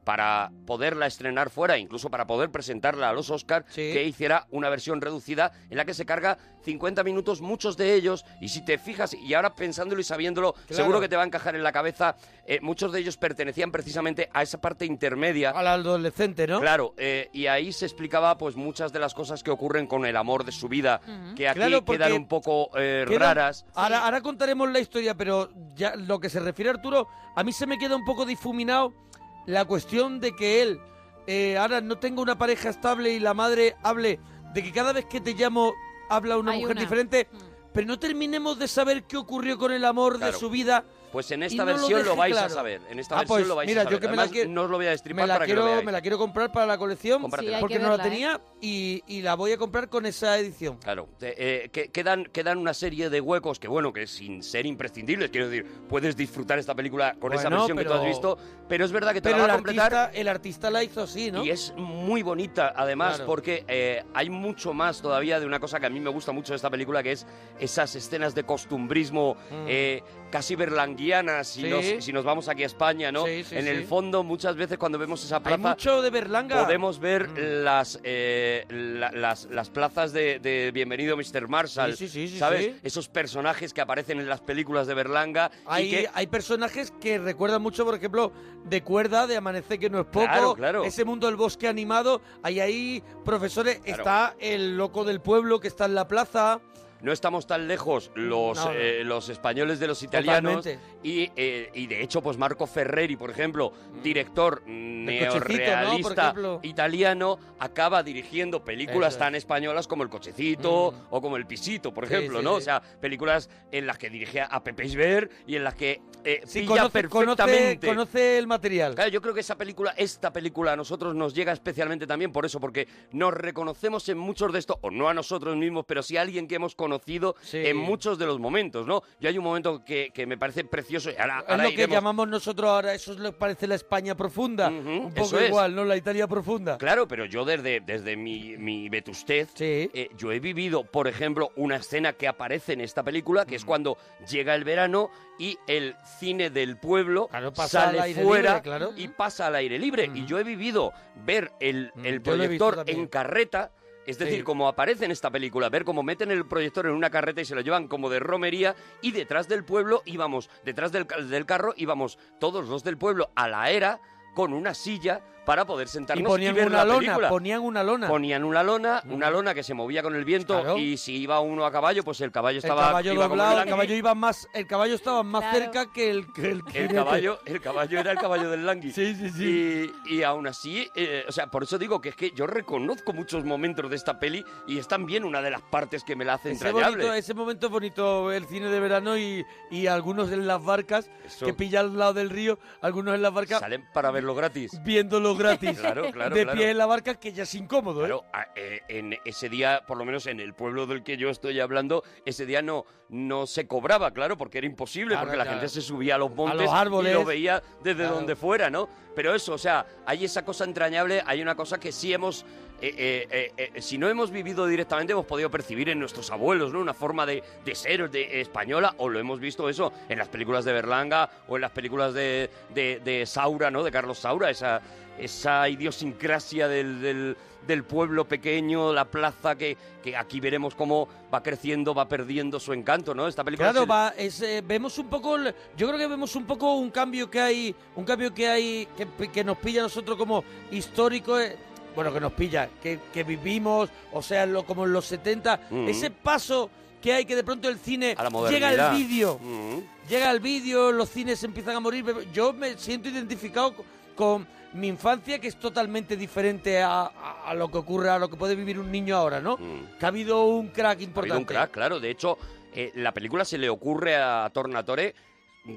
para poderla estrenar fuera, incluso para poder presentarla a los Oscars, que hiciera una versión reducida en la que se carga 50 minutos, muchos de ellos, y si te fijas, y ahora pensándolo y sabiéndolo, Claro. seguro que te va a encajar en la cabeza, eh, muchos de ellos pertenecían precisamente a esa parte intermedia. Al adolescente, ¿no? Claro, eh, y ahí se explicaba pues muchas de las cosas que ocurren con el amor de su vida, que aquí Claro, porque quedan un poco eh, Quedan- raras. Ahora, ahora contaremos la historia, pero ya lo que se refiere a Arturo, a mí se me queda un poco difuminado la cuestión de que él eh, ahora no tenga una pareja estable y la madre hable de que cada vez que te llamo habla una Hay mujer una. Mm. diferente, pero no terminemos de saber qué ocurrió con el amor Claro. de su vida. Pues en y esta no lo versión lo, deje vais a claro. saber. En esta Ah, versión pues, lo vais mira, a saber. yo que me la Además, quiero- no os lo voy a destripar Me la, para que lo quiero, veáis. me la quiero comprar para la colección Cómpratela. Sí, hay porque que no la verla, ¿eh? tenía y, y la voy a comprar con esa edición. Claro, te- eh, que- quedan, quedan una serie de huecos que, bueno, que sin ser imprescindibles, quiero decir, puedes disfrutar esta película con esa Bueno, versión que tú pero- has visto, pero es verdad que te Pero la el va a completar. artista, el artista la hizo así, ¿no? Y es muy bonita, además, Claro. porque eh, hay mucho más todavía de una cosa que a mí me gusta mucho de esta película, que es esas escenas de costumbrismo Mm. eh, casi berlanguianas, si, Sí. nos, si nos vamos aquí a España, ¿no? Sí, sí, en sí. el fondo, muchas veces cuando vemos esa Hay plaza... mucho de Berlanga. Mm. Podemos ver las, eh, la- las, las plazas de, de Bienvenido Mr. Marshall, Sí, sí, sí, sí, ¿sabes? sí. Esos personajes que aparecen en las películas de Berlanga Hay, y que hay personajes que recuerdan mucho, por ejemplo, de cuerda, de amanecer que no es poco, Claro, claro. ese mundo del bosque animado. Hay ahí, profesores, está el loco del pueblo que está en la plaza. no estamos tan lejos los, No, no. eh, los españoles de los italianos. Totalmente. Y, eh, y de hecho, pues Marco Ferreri, por ejemplo, director Mm. cochecito, ¿no? Por neorrealista ejemplo. italiano, acaba dirigiendo películas Eso es. Mm. tan españolas como El Cochecito o como El Pisito, por Sí, ejemplo, sí, ¿no? sí. O sea, películas en las que dirige a Pepe Isber y en las que eh, Sí, pilla conoce, conoce, perfectamente. conoce el material. Claro, yo creo que esa película, esta película a nosotros nos llega especialmente también por eso, porque nos reconocemos en muchos de estos, o no a nosotros mismos, pero sí a alguien que hemos conocido en muchos de los momentos, ¿no? Yo hay un momento que, que me parece precioso, y ahora, Es ahora lo que iremos- llamamos nosotros ahora, eso es lo que parece la España profunda. Un poco eso es. igual, ¿no? La Italia profunda. Claro, pero yo desde, desde mi, mi vetustez, eh, yo he vivido, por ejemplo, una escena que aparece en esta película, que es cuando llega el verano y el cine del pueblo pasa al sale aire fuera libre, claro. y pasa al aire libre. Y yo he vivido ver el, el Mm, yo lo he visto proyector también. en carreta. Es decir, Sí. como aparece en esta película, ver cómo meten el proyector en una carreta y se lo llevan como de romería y detrás del pueblo íbamos, detrás del, ca- del carro íbamos todos los del pueblo a la era con una silla para poder sentar Y sentarnos ponían ver una la lona, película. ponían una lona. Ponían una lona, una lona que se movía con el viento Claro. y si iba uno a caballo, pues el caballo El estaba caballo iba como doblado, el Langui. caballo iba más, el caballo estaba más Claro. cerca que el que el, El jinete. caballo, el caballo era el caballo del Langui. Sí, sí, sí. Y, y aún así, eh, o sea, por eso digo que es que yo reconozco muchos momentos de esta peli y es también una de las partes que me la hace Ese, entrañable. bonito- ese momento es bonito, el cine de verano y, y algunos en las barcas Eso. que pillan al lado del río, algunos en las barcas Salen para verlo gratis. *laughs* viéndolo gratis. Claro, claro, De claro. pie en la barca, que ya es incómodo. ¿eh? Claro, a- eh, en ese día, por lo menos en el pueblo del que yo estoy hablando, ese día no, no se cobraba, claro, porque era imposible, Claro, porque la claro. gente se subía a los montes los árboles. y lo veía desde Claro. donde fuera, ¿no? Pero eso, o sea, hay esa cosa entrañable, hay una cosa que sí hemos eh, eh, eh, eh, si no hemos vivido directamente, hemos podido percibir en nuestros abuelos, ¿no? Una forma de, de ser de española, o lo hemos visto eso en las películas de Berlanga o en las películas de, de- de Saura, ¿no? De Carlos Saura, esa, esa idiosincrasia del, del- del pueblo pequeño, la plaza, que, que aquí veremos cómo va creciendo, va perdiendo su encanto, ¿no? Esta película Claro, es el- va, es, eh, vemos un poco, el- yo creo que vemos un poco un cambio que hay, un cambio que hay, que, pi- que nos pilla a nosotros como histórico, eh, bueno, que nos pilla, que, que vivimos, o sea, lo, como en los 70, Mm. ese paso que hay que de pronto el cine a la llega modernidad. al vídeo, Mm. llega al vídeo, los cines empiezan a morir, pero yo me siento identificado co- con mi infancia que es totalmente diferente a, a- a lo que ocurre, a lo que puede vivir un niño ahora, Mm. ¿no? Que ha habido un crack Ha habido un importante. crack, claro. De hecho, eh, la película se le ocurre a Tornatore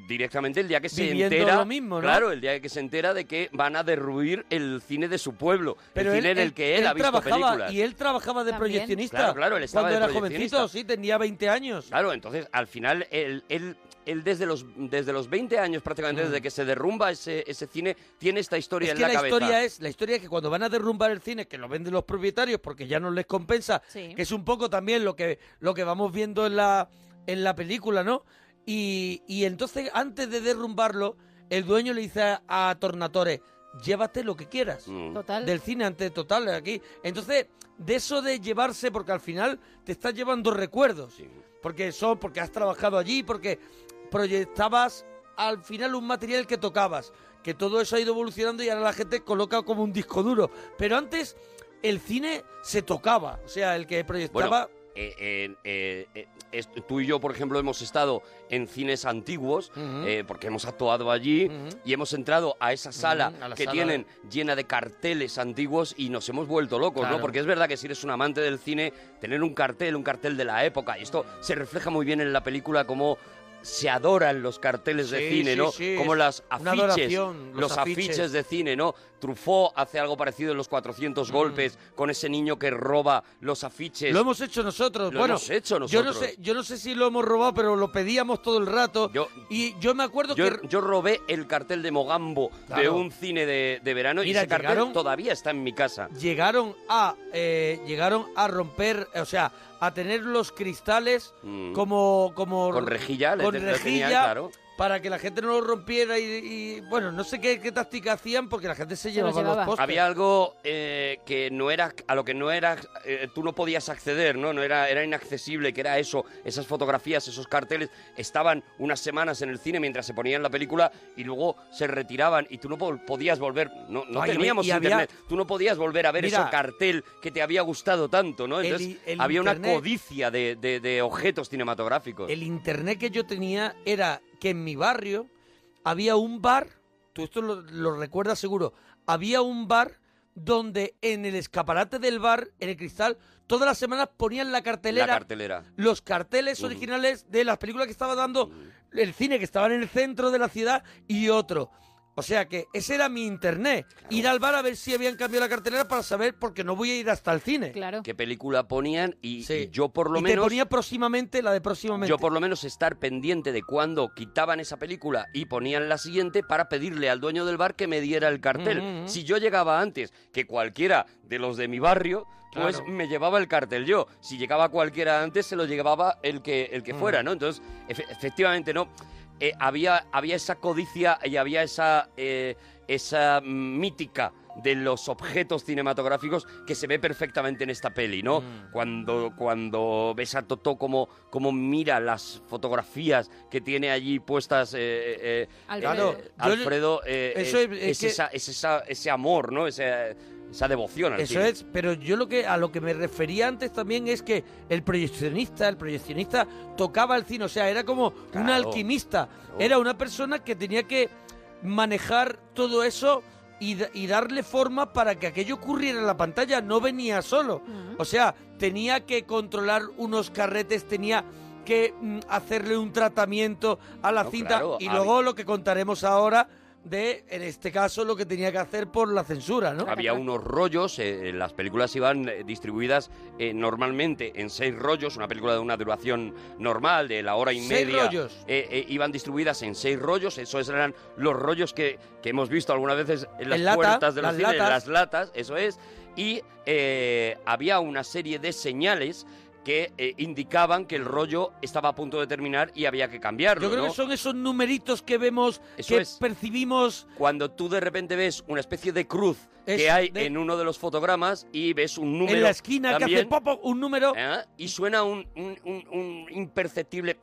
directamente el día que se Viviendo entera. lo mismo, ¿no? Claro, el día que se entera de que van a derruir el cine de su pueblo. el cine en el que él, ha visto trabajaba, películas. Y él trabajaba de También. proyeccionista. Claro, claro, él estaba Cuando de era proyeccionista. jovencito, sí, tenía 20 años. Claro, entonces al final él, él, él desde, los, desde los 20 años prácticamente, desde que se derrumba ese, ese cine, tiene esta Mm. historia Es en que la, la, cabeza. historia es la historia es que cuando van a derrumbar el cine, que lo venden los propietarios porque ya no les compensa, Sí. que es un poco también lo que, lo que vamos viendo en la, en la película, ¿no? Y, y entonces, antes de derrumbarlo, el dueño le dice a, a Tornatore, llévate lo que quieras. Mm. Total. Del cine antes, total, eh, aquí. Entonces, de eso de llevarse, porque al final te estás llevando recuerdos. Porque son, porque has trabajado allí, porque proyectabas al final un material que tocabas. Que todo eso ha ido evolucionando y ahora la gente coloca como un disco duro. Pero antes el cine se tocaba. O sea, el que proyectaba. Bueno, eh, eh, eh, eh, es- tú y yo, por ejemplo, hemos estado en cines antiguos Ujú. eh, porque hemos actuado allí y hemos entrado a esa sala Ujú, a la que sala. tienen llena de carteles antiguos y nos hemos vuelto locos, Claro. ¿no? Porque es verdad que si eres un amante del cine, tener un cartel, un cartel de la época, y esto se refleja muy bien en la película como se adoran los carteles de Sí, cine, sí, ¿no? sí, como es las una afiches, adoración, los los, afiches. afiches. de este cine, ¿no? Truffaut hace algo parecido en los 400 golpes con ese niño que roba los afiches. Mm. Lo hemos hecho nosotros. Lo bueno, hemos hecho Yo nosotros. no sé, yo no sé si lo hemos robado, pero lo pedíamos todo el rato. y yo me acuerdo Yo, que yo robé el cartel de Mogambo de Claro. un cine de, de verano Mira, y ese cartel llegaron- todavía está en mi casa. llegaron a eh, llegaron a romper, o sea, a tener los cristales Mm. como como Con rejilla, le- con le- le rejilla, tenían, claro. para que la gente no lo rompiera y, y, bueno, no sé qué, qué táctica hacían porque la gente se, llevaba, los postres. Había algo eh, que no era a lo que no era eh, tú no podías acceder, ¿no? No era era inaccesible, que era eso, esas fotografías, esos carteles estaban unas semanas en el cine mientras se ponían la película y luego se retiraban y tú no po- podías volver, no, no No, y- teníamos y había- internet, tú no podías volver a ver Mira. ese cartel que te había gustado tanto, ¿no? El Entonces i- el había internet- una codicia de, de- de objetos cinematográficos. El internet que yo tenía era que en mi barrio había un bar, tú esto lo, lo recuerdas seguro, había un bar donde en el escaparate del bar, en el cristal, todas las semanas ponían la cartelera, La cartelera. los carteles originales de las películas que estaba dando, el cine que estaba en el centro de la ciudad y otro. O sea que ese era mi internet. Ir al bar a ver si habían cambiado la cartelera para saber porque no voy a ir hasta el cine. Claro. qué película ponían y, y yo por lo y te menos ponía próximamente la de próximamente. yo por lo menos estar pendiente de cuando quitaban esa película y ponían la siguiente para pedirle al dueño del bar que me diera el cartel. Ujú. Si yo llegaba antes que cualquiera de los de mi barrio, pues Claro. me llevaba el cartel yo. Si llegaba cualquiera antes, se lo llevaba el que, el que Ujú. fuera, ¿no? Entonces, efe- efectivamente, ¿no? Eh, había, había esa codicia y había esa, eh, esa mítica de los objetos cinematográficos que se ve perfectamente en esta peli, ¿no? Mm. Cuando, cuando ves a Totó como, como mira las fotografías que tiene allí puestas eh, eh, eh, Alfredo. eh, Claro, yo- Alfredo, eh, eso eh, es- es, es que- esa- es esa- ese amor, ¿no? Esa, esa devoción al Eso cine. es, pero yo lo que a lo que me refería antes también es que el proyeccionista, el proyeccionista tocaba el cine, o sea, era como un Claro. alquimista, era una persona que tenía que manejar todo eso y, da- y darle forma para que aquello ocurriera en la pantalla, no venía solo. O sea, tenía que controlar unos carretes, tenía que mm, hacerle un tratamiento a la No, cinta claro, y hab- luego lo que contaremos ahora de, en este caso, lo que tenía que hacer por la censura, ¿no? Había unos rollos, eh, eh, las películas iban eh, distribuidas eh, normalmente en seis rollos, una película de una duración normal, de la hora y Seis media. rollos. eh, eh, iban distribuidas en seis rollos, esos eran los rollos que, que hemos visto algunas veces en las En lata, puertas de los las cines, en latas. las latas, eso es. y eh, había una serie de señales que eh, indicaban que el rollo estaba a punto de terminar y había que cambiarlo. Yo creo ¿no? que son esos numeritos que vemos, Eso que es. percibimos. Cuando tú de repente ves una especie de cruz que Es hay de- en uno de los fotogramas y ves un número. En la esquina que hace también, popo un número. ¿eh? Y suena un, un- un- un imperceptible.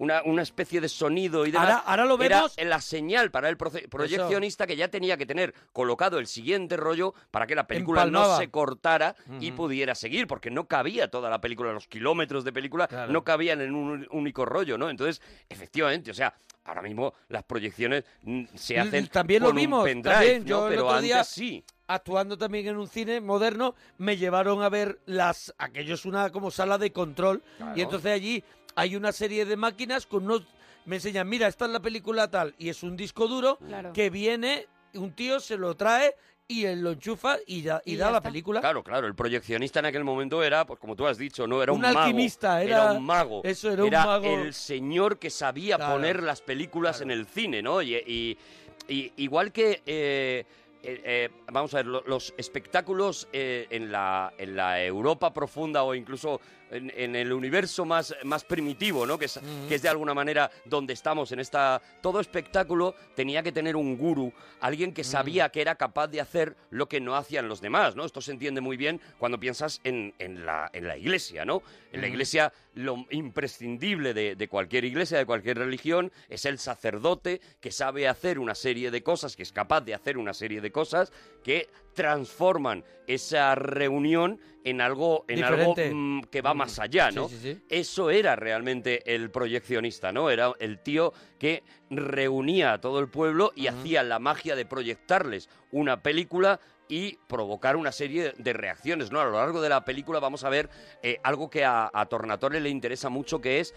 Una, una especie de sonido y demás. Ahora- ahora lo vemos. Era la señal para el proce- proyeccionista que ya tenía que tener colocado el siguiente rollo para que la película no Empalmaba. se cortara y Ujú. pudiera seguir, porque no cabía toda la película, los kilómetros de película no cabían en un único rollo, ¿no? Entonces, efectivamente, o sea, ahora mismo las proyecciones mm, se hacen también lo con un vimos pendrive, también. ¿no? Yo el Pero otro antes día, sí. actuando también en un cine moderno me llevaron a ver las aquello es una como sala de control Claro. y entonces allí hay una serie de máquinas con unos me enseñan mira esta es la película tal y es un disco duro Claro. que viene un tío se lo trae y él lo enchufa y da, y da la película Claro, claro, el proyeccionista en aquel momento era, pues como tú has dicho, no era un, Un mago, alquimista, era- un mago. eso, era un mago. el señor que sabía poner las películas en el cine, ¿no? Y, y- y- igual que eh, eh, eh, vamos a ver, lo- los espectáculos eh, en, la, en la Europa profunda o incluso en, en el universo más, más primitivo, ¿no? Que es, que es de alguna manera donde estamos en esta... Todo espectáculo tenía que tener un gurú, alguien que sabía que era capaz de hacer lo que no hacían los demás, ¿no? Esto se entiende muy bien cuando piensas en, en la, en la iglesia, ¿no? En la Ujú. iglesia iglesia, lo imprescindible de, de cualquier iglesia, de cualquier religión, es el sacerdote que sabe hacer una serie de cosas, que es capaz de hacer una serie de cosas que transforman esa reunión en algo, en algo Diferente. mm, que va más allá, Sí, ¿no? sí, sí. Eso era realmente el proyeccionista, ¿no? Era el tío que reunía a todo el pueblo y hacía la magia de proyectarles una película y provocar una serie de reacciones, ¿no? A lo largo de la película vamos a ver eh, algo que a, a Tornatore le interesa mucho, que es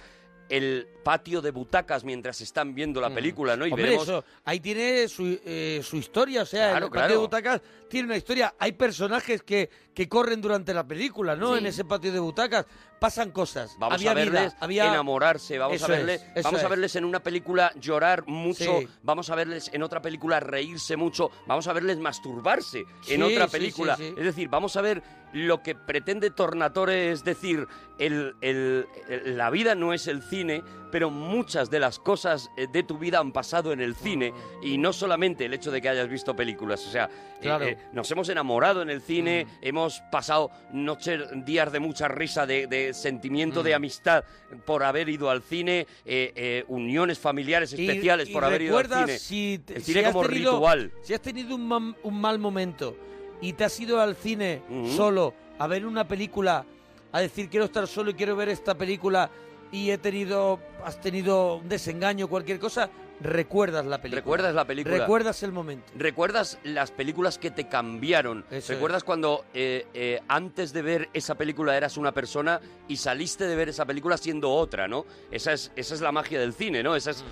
el patio de butacas mientras están viendo la película, ¿no? Y Mm. Hombre, veremos eso, ahí tiene su, eh, su historia, o sea, Claro, el patio de claro. butacas tiene una historia. Hay personajes que, que corren durante la película, ¿no? Sí. En ese patio de butacas pasan cosas. Vamos había a verles vida, había... enamorarse, vamos a Eso verles, es, eso vamos a es. verles en una película llorar mucho, Sí. vamos a verles en otra película reírse mucho, vamos a verles masturbarse en Sí, otra sí, sí, película. sí. Es decir, vamos a ver lo que pretende Tornatore, es decir, el- el- el- la vida no es el cine, pero muchas de las cosas eh, de tu vida han pasado en el cine Ah. y no solamente el hecho de que hayas visto películas, o sea, eh, Claro. eh, nos hemos enamorado en el cine, Mm. hemos pasado noches, días de mucha risa, de, de sentimiento Mm. de amistad por haber ido al cine, eh, eh, uniones familiares Y- especiales y por haber ido al recuerdas cine. Si, te- el si cine has como tenido- ritual. Si has tenido un, mam- un mal momento y te has ido al cine Ujú. solo a ver una película, a decir quiero estar solo y quiero ver esta película y he tenido, has tenido un desengaño, cualquier cosa, recuerdas la película. Recuerdas la película. Recuerdas el momento. ¿Recuerdas las películas que te cambiaron? Eso ¿Recuerdas cuando eh, eh, antes de ver esa película eras una persona y saliste de ver esa película siendo otra, ¿no? Esa es, esa es la magia del cine, ¿no? Esa es,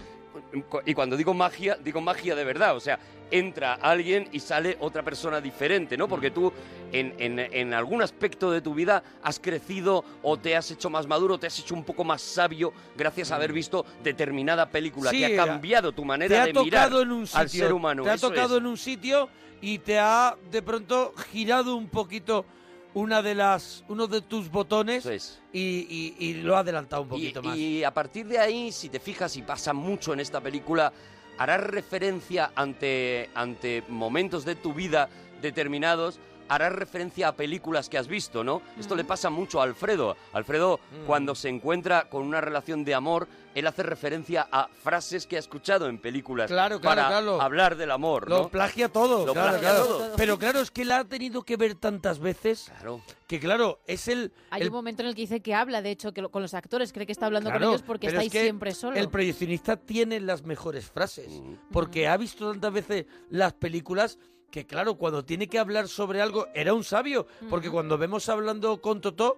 Mm. cu- Y cuando digo magia, digo magia de verdad. O sea, entra alguien y sale otra persona diferente, ¿no? Mm. Porque tú en, en- en algún aspecto de tu vida has crecido o te has hecho más maduro, te has hecho un poco más sabio gracias a haber visto determinada película Mm. Sí, que ha era- cambiado tu manera te ha de mirar tocado en un sitio, al ser humano. Te ha eso es. tocado en un sitio y te ha de pronto girado un poquito una de las uno de tus botones y, y- y lo ha adelantado un poquito y, más. y a partir de ahí, si te fijas y pasa mucho en esta película, harás referencia ante, ante momentos de tu vida determinados, harás referencia a películas que has visto, ¿no? Esto le pasa mucho a Alfredo. Alfredo, Mm. cuando se encuentra con una relación de amor, él hace referencia a frases que ha escuchado en películas Claro, claro, para claro. hablar del amor, Lo ¿no? plagia todo, Lo claro, plagia claro. todo. Pero claro, es que la ha tenido que ver tantas veces que claro, es el, Hay el- un momento en el que dice que habla, de hecho, que lo- con los actores, cree que está hablando claro, con ellos porque pero estáis es que siempre solo. El proyeccionista tiene las mejores frases, Mm. porque ha visto tantas veces las películas que claro, cuando tiene que hablar sobre algo, era un sabio, porque cuando vemos hablando con Totó,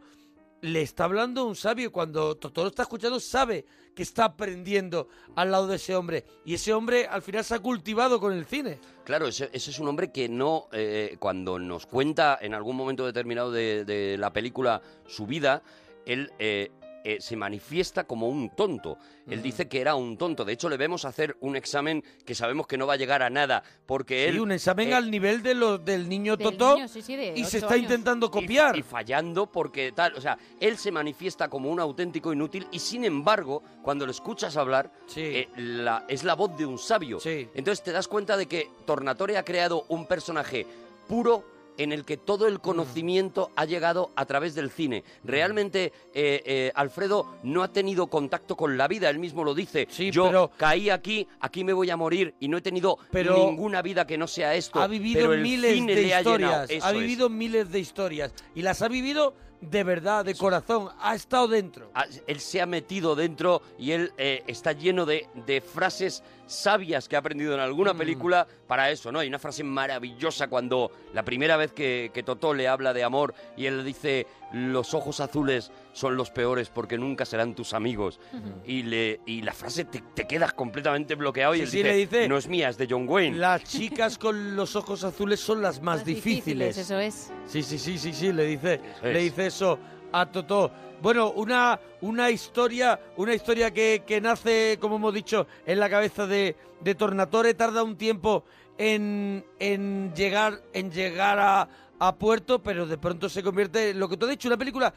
le está hablando un sabio, y cuando Totó lo está escuchando, sabe que está aprendiendo al lado de ese hombre, y ese hombre al final se ha cultivado con el cine. Claro, ese, ese es un hombre que no, eh, cuando nos cuenta en algún momento determinado de, de la película su vida, él eh, eh, se manifiesta como un tonto. Él dice que era un tonto. De hecho, le vemos hacer un examen que sabemos que no va a llegar a nada, porque él... Y un examen eh, al nivel de los, del niño Del Totó niño, sí, sí, de y se ocho está años. intentando copiar. Y, y fallando porque tal, o sea, él se manifiesta como un auténtico inútil y sin embargo, cuando lo escuchas hablar, eh, la- es la voz de un sabio. Entonces te das cuenta de que Tornatore ha creado un personaje puro en el que todo Mm. el conocimiento ha llegado a través del cine. Realmente eh, eh, Alfredo no ha tenido contacto con la vida, él mismo lo dice. Yo caí aquí, aquí me voy a morir y no he tenido Pero- ninguna vida que no sea esto. ha vivido pero el miles cine de le ha llenado. historias, ha, Eso es. vivido miles de historias y las ha vivido de verdad, de corazón, ha estado dentro. Ah, Él se ha metido dentro y él eh, está lleno de, de frases sabias que ha aprendido en Mm. alguna película para eso, ¿no? Hay una frase maravillosa cuando la primera vez que, que Totó le habla de amor y él le dice, los ojos azules son los peores porque nunca serán tus amigos. Ujú. y, le, y la frase te, te quedas completamente bloqueado y Sí, él sí, dice, le dice, no es mía, es de John Wayne. Las chicas con los ojos azules son las más, difíciles. Eso es. Sí, sí, sí, sí, sí, le dice, es. le dice eso a Totó. Bueno, una, una historia, una historia que, que nace, como hemos dicho, en la cabeza de, de Tornatore, tarda un tiempo en, en llegar, en llegar a, a puerto, pero de pronto se convierte en lo que tú has dicho, una película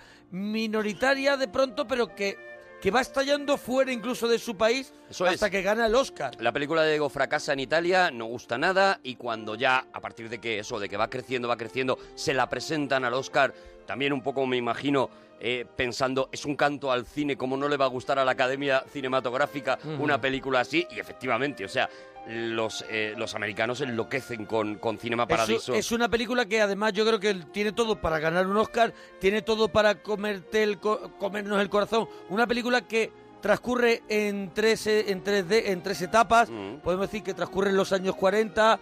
minoritaria de pronto, pero que, que va estallando fuera incluso de su país Eso hasta es. que gana el Oscar. La película de Ego fracasa en Italia, no gusta nada y cuando ya, a partir de que eso, de que va creciendo, va creciendo, se la presentan al Oscar, también un poco me imagino eh, pensando, es un canto al cine, como no le va a gustar a la Academia Cinematográfica Ujú. una película así? Y efectivamente, o sea, los, eh, los americanos enloquecen con, con Cinema Paradiso. Es, es una película que además yo creo que tiene todo para ganar un Oscar, tiene todo para comerte el co- comernos el corazón. Una película que transcurre en tres, eh, en 3D, en tres etapas. Mm. Podemos decir que transcurre en los años 40,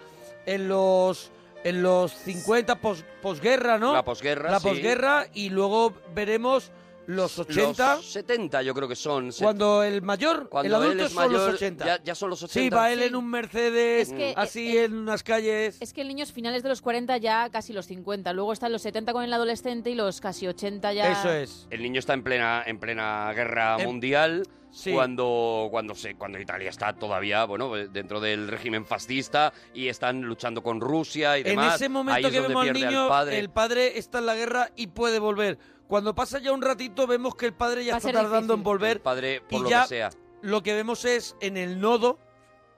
en los en los 50 pos- posguerra, ¿no? La posguerra, La sí. posguerra y luego veremos los 80. Los 70 yo creo que son. se- Cuando el mayor, Cuando el él adulto es son los mayor, 80. ya- ya son los Sí, 80. va él Sí. en un Mercedes, Es que, eh, así en unas calles. Es que el niño es finales de los 40 ya casi los 50. Luego están los 70 con el adolescente y los casi 80 ya. es. Em, El niño está en plena, en plena guerra mundial. Cuando, cuando, se, cuando Italia está todavía bueno eh, dentro del régimen fascista y están luchando con Rusia y En demás. ese Ahí momento es que donde vemos al pierde niño, padre. el padre está en la guerra y puede volver. Cuando pasa ya un ratito, vemos que el padre ya Va a está ser tardando difícil. en volver. padre, por y lo ya que sea. Lo que vemos es en el nodo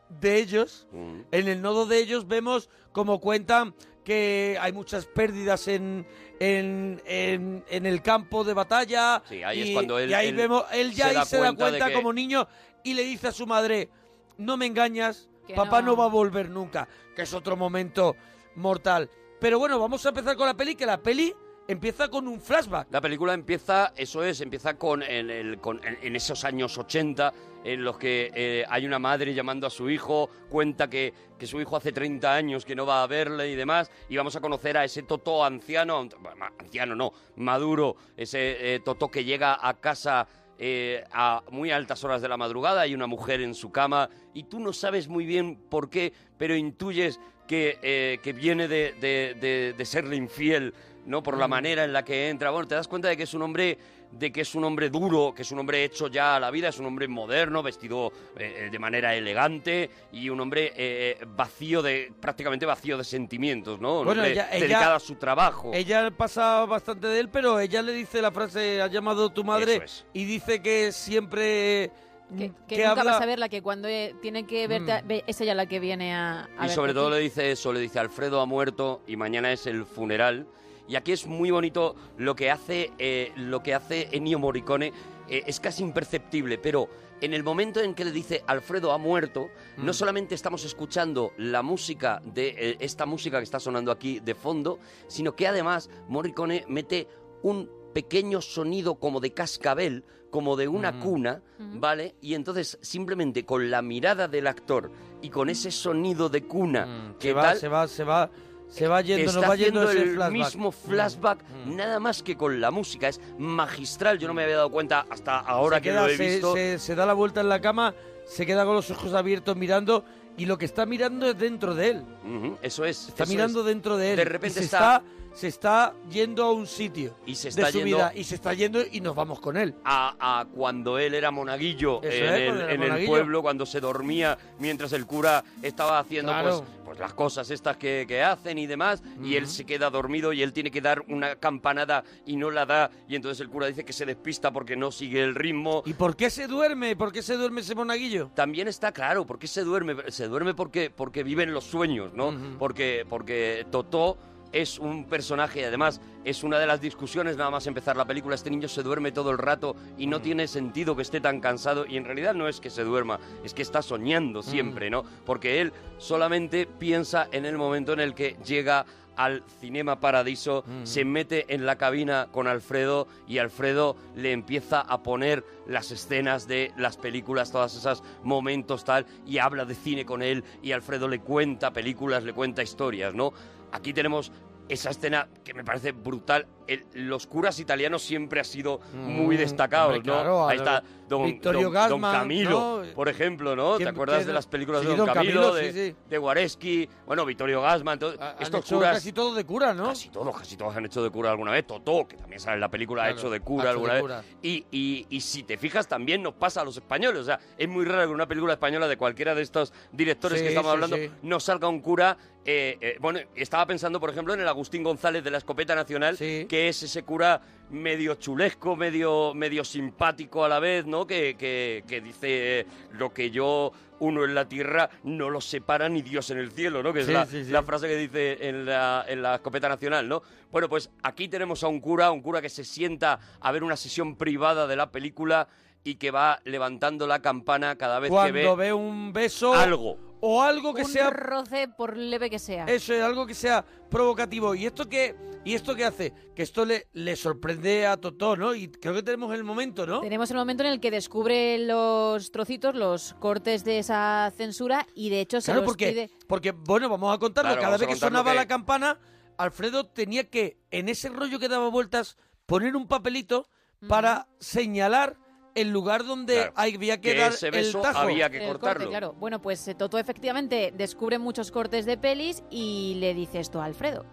de ellos, Mm. en el nodo de ellos vemos como cuentan que hay muchas pérdidas en, en, en- en el campo de batalla. Sí, ahí y, es cuando él- y ahí él vemos, él ya se ahí da se da cuenta de cuenta que- como niño y le dice a su madre, no me engañas, Que papá no. no. va a volver nunca, que es otro momento mortal. Pero bueno, vamos a empezar con la peli, que la peli empieza con un flashback. La película empieza, eso es, empieza con, el- el- con- en, en esos años 80 en los que eh, hay una madre llamando a su hijo, cuenta que, que su hijo hace 30 años que no va a verle y demás, y vamos a conocer a ese Toto anciano, an- bueno, ma- anciano no, maduro, ese eh, Toto que llega a casa eh, a muy altas horas de la madrugada, hay una mujer en su cama, y tú no sabes muy bien por qué, pero intuyes que, eh, que viene de, de- de- de serle infiel, ¿no? Por la Mm. manera en la que entra. Bueno, te das cuenta de que es un hombre de que es un hombre duro, que es un hombre hecho ya a la vida, es un hombre moderno, vestido eh, eh, de manera elegante y un hombre eh, vacío de prácticamente vacío de sentimientos, ¿no? Un Bueno, hombre ella- ella- dedicado a su trabajo. Ella pasa bastante de él, pero ella le dice la frase, ha llamado tu madre, Eso es. y dice que siempre... Que, que que nunca habla- Mm. vas a verla, que cuando eh, tiene que verte, a- ve- es ella la que viene a, a Y verte sobre a todo ti. le dice eso, le dice Alfredo ha muerto y mañana es el funeral. Y aquí es muy bonito lo que hace, eh, lo que hace Ennio Morricone. eh, es casi imperceptible, pero en el momento en que le dice Alfredo ha muerto, no solamente estamos escuchando la música de eh, esta música que está sonando aquí de fondo, sino que además Morricone mete un pequeño sonido como de cascabel, como de una Mm. cuna, ¿vale? Y entonces simplemente con la mirada del actor y con ese sonido de cuna que se Mm. va, tal, se va, se va, se va yendo, está nos va yendo haciendo ese el flashback. Mm. mismo flashback, nada más que con la música, es magistral, yo no me había dado cuenta hasta ahora Se que queda- lo he se- visto. Se, se da la vuelta en la cama, se queda con los ojos abiertos mirando y lo que está mirando es dentro de él. Ujú, Eso Mm, es. Está eso mirando es. dentro de él. De y repente se está, se está yendo a un sitio y se está de su yendo vida y se está yendo y nos vamos con él. a, a cuando él era monaguillo Eso en, es, el, cuando era en el monaguillo. pueblo, cuando se dormía mientras el cura estaba haciendo Claro. pues, pues las cosas estas que, que hacen y demás, y él se queda dormido y él tiene que dar una campanada y no la da, y entonces el cura dice que se despista porque no sigue el ritmo. ¿Y por qué se duerme? ¿Por qué se duerme ese monaguillo? También está claro, ¿por qué se duerme? Se duerme porque, porque viven los sueños, ¿no? porque, porque Totó es un personaje y además es una de las discusiones nada más empezar la película. Este niño se duerme todo el rato y no tiene sentido que esté tan cansado y en realidad no es que se duerma, es que está soñando siempre, ¿no? Porque él solamente piensa en el momento en el que llega al Cinema Paradiso, se mete en la cabina con Alfredo y Alfredo le empieza a poner las escenas de las películas, todas esas momentos tal, y habla de cine con él y Alfredo le cuenta películas, le cuenta historias, ¿no? Aquí tenemos esa escena que me parece brutal. El- los curas italianos siempre ha sido muy Mm, destacados, hombre, ¿no? claro, Ahí a- está Don, Vittorio don- don Gassman, Camilo, por ejemplo, ¿no? ¿Te ¿Quién- acuerdas quién- de las películas sí, de Don, don Camilo, Camilo, de, sí, sí. de Guareschi, bueno, Vittorio Gassman, todo- Han estos hecho curas casi todo de cura, ¿no? Casi todos, casi todos han hecho de cura alguna vez. Totó, que también sale en la película, Claro, ha hecho de ha hecho cura de alguna cura. vez. Y, y- y si te fijas, también nos pasa a los españoles. O sea, es muy raro que una película española de cualquiera de estos directores Sí, que estamos sí, hablando sí. no salga un cura. eh, eh, bueno, estaba pensando, por ejemplo, en el Agustín González de la Escopeta Nacional, que es ese cura medio chulesco, medio, medio simpático a la vez, ¿no? Que, que- que dice eh, lo que yo uno en la tierra no lo separa ni Dios en el cielo, ¿no? Que es Sí, la, sí, sí. la frase que dice en la, en la escopeta nacional, ¿no? Bueno, pues aquí tenemos a un cura, un cura que se sienta a ver una sesión privada de la película y que va levantando la campana cada vez Cuando que ve ve un beso algo. o algo que Un sea roce, por leve que sea. Eso es algo que sea provocativo. ¿Y esto qué, y esto qué hace? Que esto le, le sorprende a Totó, ¿no? Y creo que tenemos el momento, ¿no? Tenemos el momento en el que descubre los trocitos, los cortes de esa censura y de hecho se Claro, los porque, pide. porque, bueno, vamos a contarlo. Claro, Cada vamos a vez que contarlo sonaba que- la campana, Alfredo tenía que, en ese rollo que daba vueltas, poner un papelito para señalar el lugar donde Claro, había que, que dar ese el beso tajo. había que El corte, claro. Bueno, pues eh, Toto efectivamente descubre muchos cortes de pelis y le dice esto a Alfredo.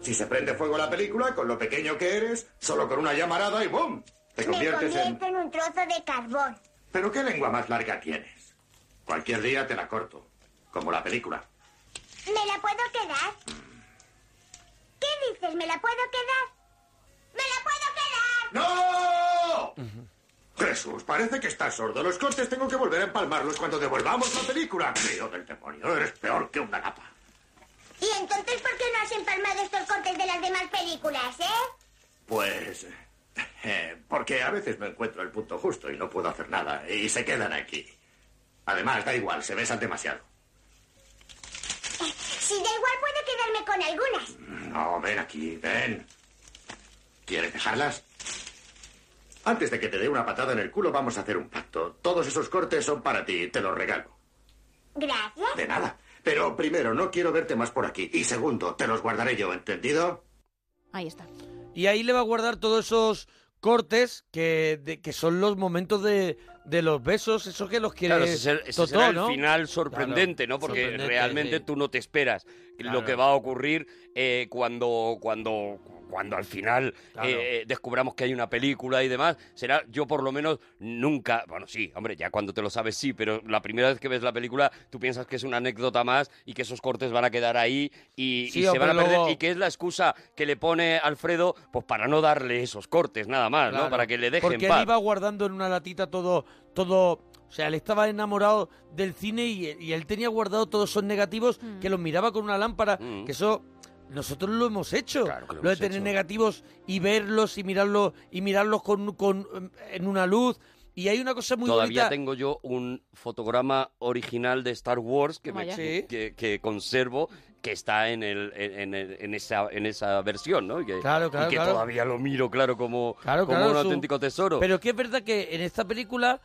Si se prende fuego la película, con lo pequeño que eres, solo con una llamarada y ¡boom! Te conviertes en... en un trozo de carbón. ¿Pero qué lengua más larga tienes? Cualquier día te la corto, como la película. ¿Me la puedo quedar? ¿Qué dices? ¿Me la puedo quedar? ¡Me la puedo quedar! ¡No! Jesús, parece que estás sordo. Los cortes tengo que volver a empalmarlos cuando devolvamos la película. Tío del demonio, eres peor que una lapa. ¿Y entonces por qué no has empalmado estos cortes de las demás películas, eh? Pues... *laughs* eh, porque a veces no encuentro el punto justo y no puedo hacer nada. Y se quedan aquí. Además, da igual, se besan demasiado. Si da igual puedo quedarme con algunas. No, ven aquí, ven. ¿Quieres dejarlas? Antes de que te dé una patada en el culo, vamos a hacer un pacto. Todos esos cortes son para ti, te los regalo. Gracias. De nada. Pero primero, no quiero verte más por aquí. Y segundo, te los guardaré yo, ¿entendido? Ahí está. Y ahí le va a guardar todos esos cortes que, de- que son los momentos de, de los besos, esos que los quiere Claro, ese, ser- ese Totó, será el ¿no? final sorprendente, Claro, ¿no? Porque sorprendente, realmente sí. tú no te esperas Claro. lo que va a ocurrir eh, cuando, cuando, cuando al final Claro. eh, descubramos que hay una película y demás. Será, yo por lo menos nunca, bueno, sí, hombre, ya cuando te lo sabes sí, pero la primera vez que ves la película tú piensas que es una anécdota más y que esos cortes van a quedar ahí y, y Sí, se hombre, van a perder luego- y que es la excusa que le pone Alfredo pues para no darle esos cortes nada más, ¿no? Claro, Para que le dejen Porque paz. él iba guardando en una latita todo, todo. O sea, él estaba enamorado del cine y, y él tenía guardado todos esos negativos que los miraba con una lámpara. Mm. Que eso nosotros lo hemos hecho. lo, de hemos tener hecho. negativos y verlos y mirarlos y mirarlos con, con en una luz. Y hay una cosa muy Todavía bonita. tengo yo un fotograma original de Star Wars que, me- Vaya. Sí. que, que conservo que está en, el, en, en- en esa, en esa versión, ¿no? Y que, Claro, y claro, que claro. todavía lo miro, claro, como, Claro, como claro, un su- auténtico tesoro. Pero que es verdad que en esta película,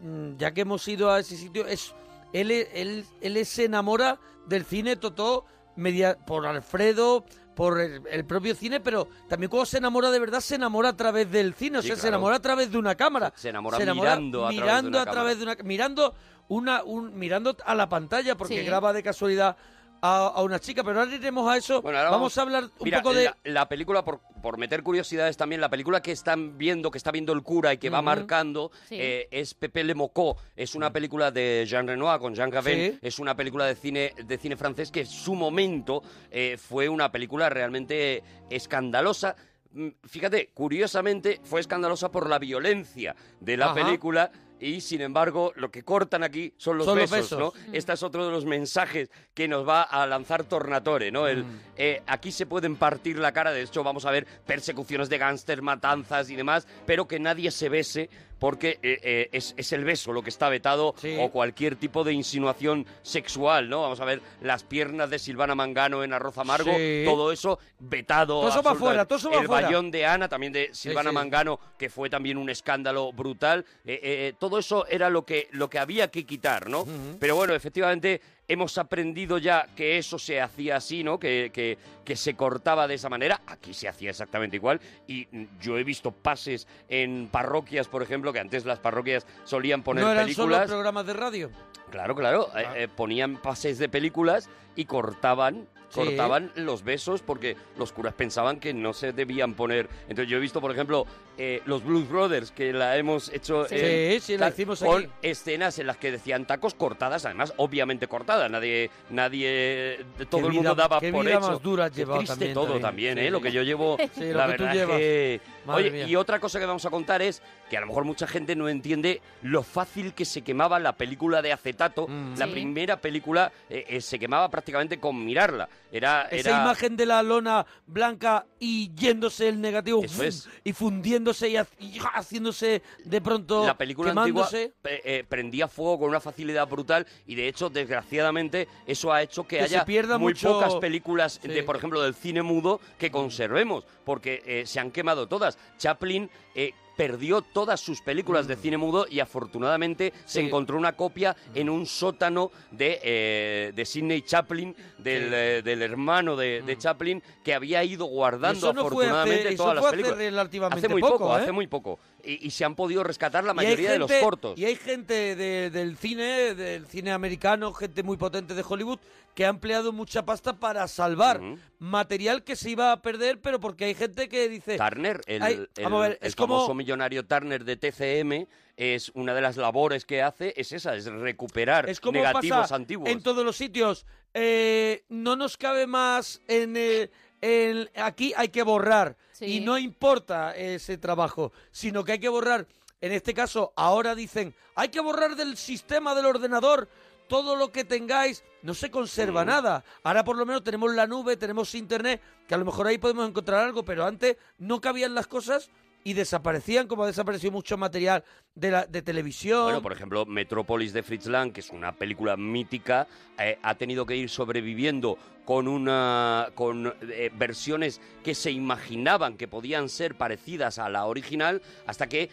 mm, ya que hemos ido a ese sitio, es él, es- él, él se enamora del cine Totó media, por Alfredo, por el, el propio cine, pero también cuando se enamora de verdad, se enamora a través del cine, o Sí, sea, se claro. enamora a través de una cámara. se enamora se enamora mirando a través de mirando una a través cámara. de una- mirando una un, mirando a la pantalla porque Sí. graba de casualidad a, a una chica, pero ahora iremos a eso. Bueno, ahora vamos, a hablar un Mira, poco de La, la película, por, por meter curiosidades también, la película que están viendo, que está viendo el cura y que va Ujú. marcando, Sí. eh, es Pepe Le Mocó. Es una película de Jean Renoir con Jean Gabin. Sí. Es una película de cine, de cine francés que en su momento eh, fue una película realmente escandalosa. Mm, Fíjate, curiosamente fue escandalosa por la violencia de la Ajá. película. Y sin embargo, lo que cortan aquí son los Son los besos, ¿no? besos. Este es otro de los mensajes que nos va a lanzar Tornatore, ¿no? El, Mm. eh, aquí se pueden partir la cara, de hecho vamos a ver persecuciones de gángster, matanzas y demás, pero que nadie se bese porque eh, eh, es, es el beso lo que está vetado o cualquier tipo de insinuación sexual, ¿no? Vamos a ver las piernas de Silvana Mangano en Arroz Amargo, Sí. todo eso vetado. Todo eso va absolutamente. fuera, todo eso va El fuera. Bayón de Ana, también de Silvana sí. Mangano, que fue también un escándalo brutal. Eh, eh, eh, todo eso era lo que, lo que había que quitar, ¿no? Ujú. Pero bueno, efectivamente hemos aprendido ya que eso se hacía así, ¿no? Que, que- que se cortaba de esa manera. Aquí se hacía exactamente igual. Y mm, yo he visto pases en parroquias, por ejemplo, que antes las parroquias solían poner no eran solo películas. programas de radio. Claro, claro. eh, eh, ponían pases de películas y cortaban. Sí. Cortaban los besos porque los curas pensaban que no se debían poner. Entonces yo he visto, por ejemplo, eh, los Blues Brothers, que la hemos hecho... Sí. en- Sí, sí, la hicimos con aquí. escenas en las que decían tacos cortadas, además, obviamente cortadas. Nadie... nadie todo el vida- mundo daba qué por vida hecho. más dura has Qué llevado triste también, todo también. también, ¿eh? Sí. Lo que yo llevo... Sí, lo la que tú verdad llevas. que... Madre Oye, mía. y otra cosa que vamos a contar es que a lo mejor mucha gente no entiende lo fácil que se quemaba la película de acetato. La Mm. Sí. primera película eh, eh, se quemaba prácticamente con mirarla. Era, Esa era- imagen de la lona blanca y yéndose el negativo Eso es. y fundiéndose y, ha- y haciéndose de pronto La película antigua quemándose. eh, eh, prendía fuego con una facilidad brutal y de hecho, desgraciadamente, eso ha hecho que, Que se haya pierda muy mucho- pocas películas Sí. Mm. de, por ejemplo, del cine mudo que conservemos, porque eh, se han quemado todas. Chaplin eh, perdió todas sus películas de cine mudo y afortunadamente Mm. se Sí. Mm. encontró una copia en un sótano de, eh, de Sidney Chaplin, del, eh, del hermano de, de Chaplin, que había ido guardando Mm. Eso no fue hace- afortunadamente eso todas las fue hace películas. relativamente hace muy poco, poco, ¿eh? hace muy poco. Y, y se han podido rescatar la Y hay mayoría de los gente- cortos. Y hay gente de- del cine, del cine americano, gente muy potente de Hollywood, que ha empleado mucha pasta para salvar material que se iba a perder, pero porque hay gente que dice... Turner, el, Ay, el- vamos a ver, el es como- famoso millonario Turner de TCM, es una de las labores que hace, es esa, es recuperar Es como negativos pasa antiguos. en todos los sitios. Eh, no nos cabe más en... eh, en- aquí hay que borrar. Sí. Y no importa ese trabajo, sino que hay que borrar. En este caso, ahora dicen, hay que borrar del sistema del ordenador todo lo que tengáis. No se Mm. conserva nada. Ahora por lo menos tenemos la nube, tenemos internet, que a lo mejor ahí podemos encontrar algo, pero antes no cabían las cosas y desaparecían, como ha desaparecido mucho material de, la, de televisión. Bueno, por ejemplo, Metrópolis de Fritz Lang, que es una película mítica, eh, ha tenido que ir sobreviviendo con una con eh, versiones que se imaginaban que podían ser parecidas a la original, hasta que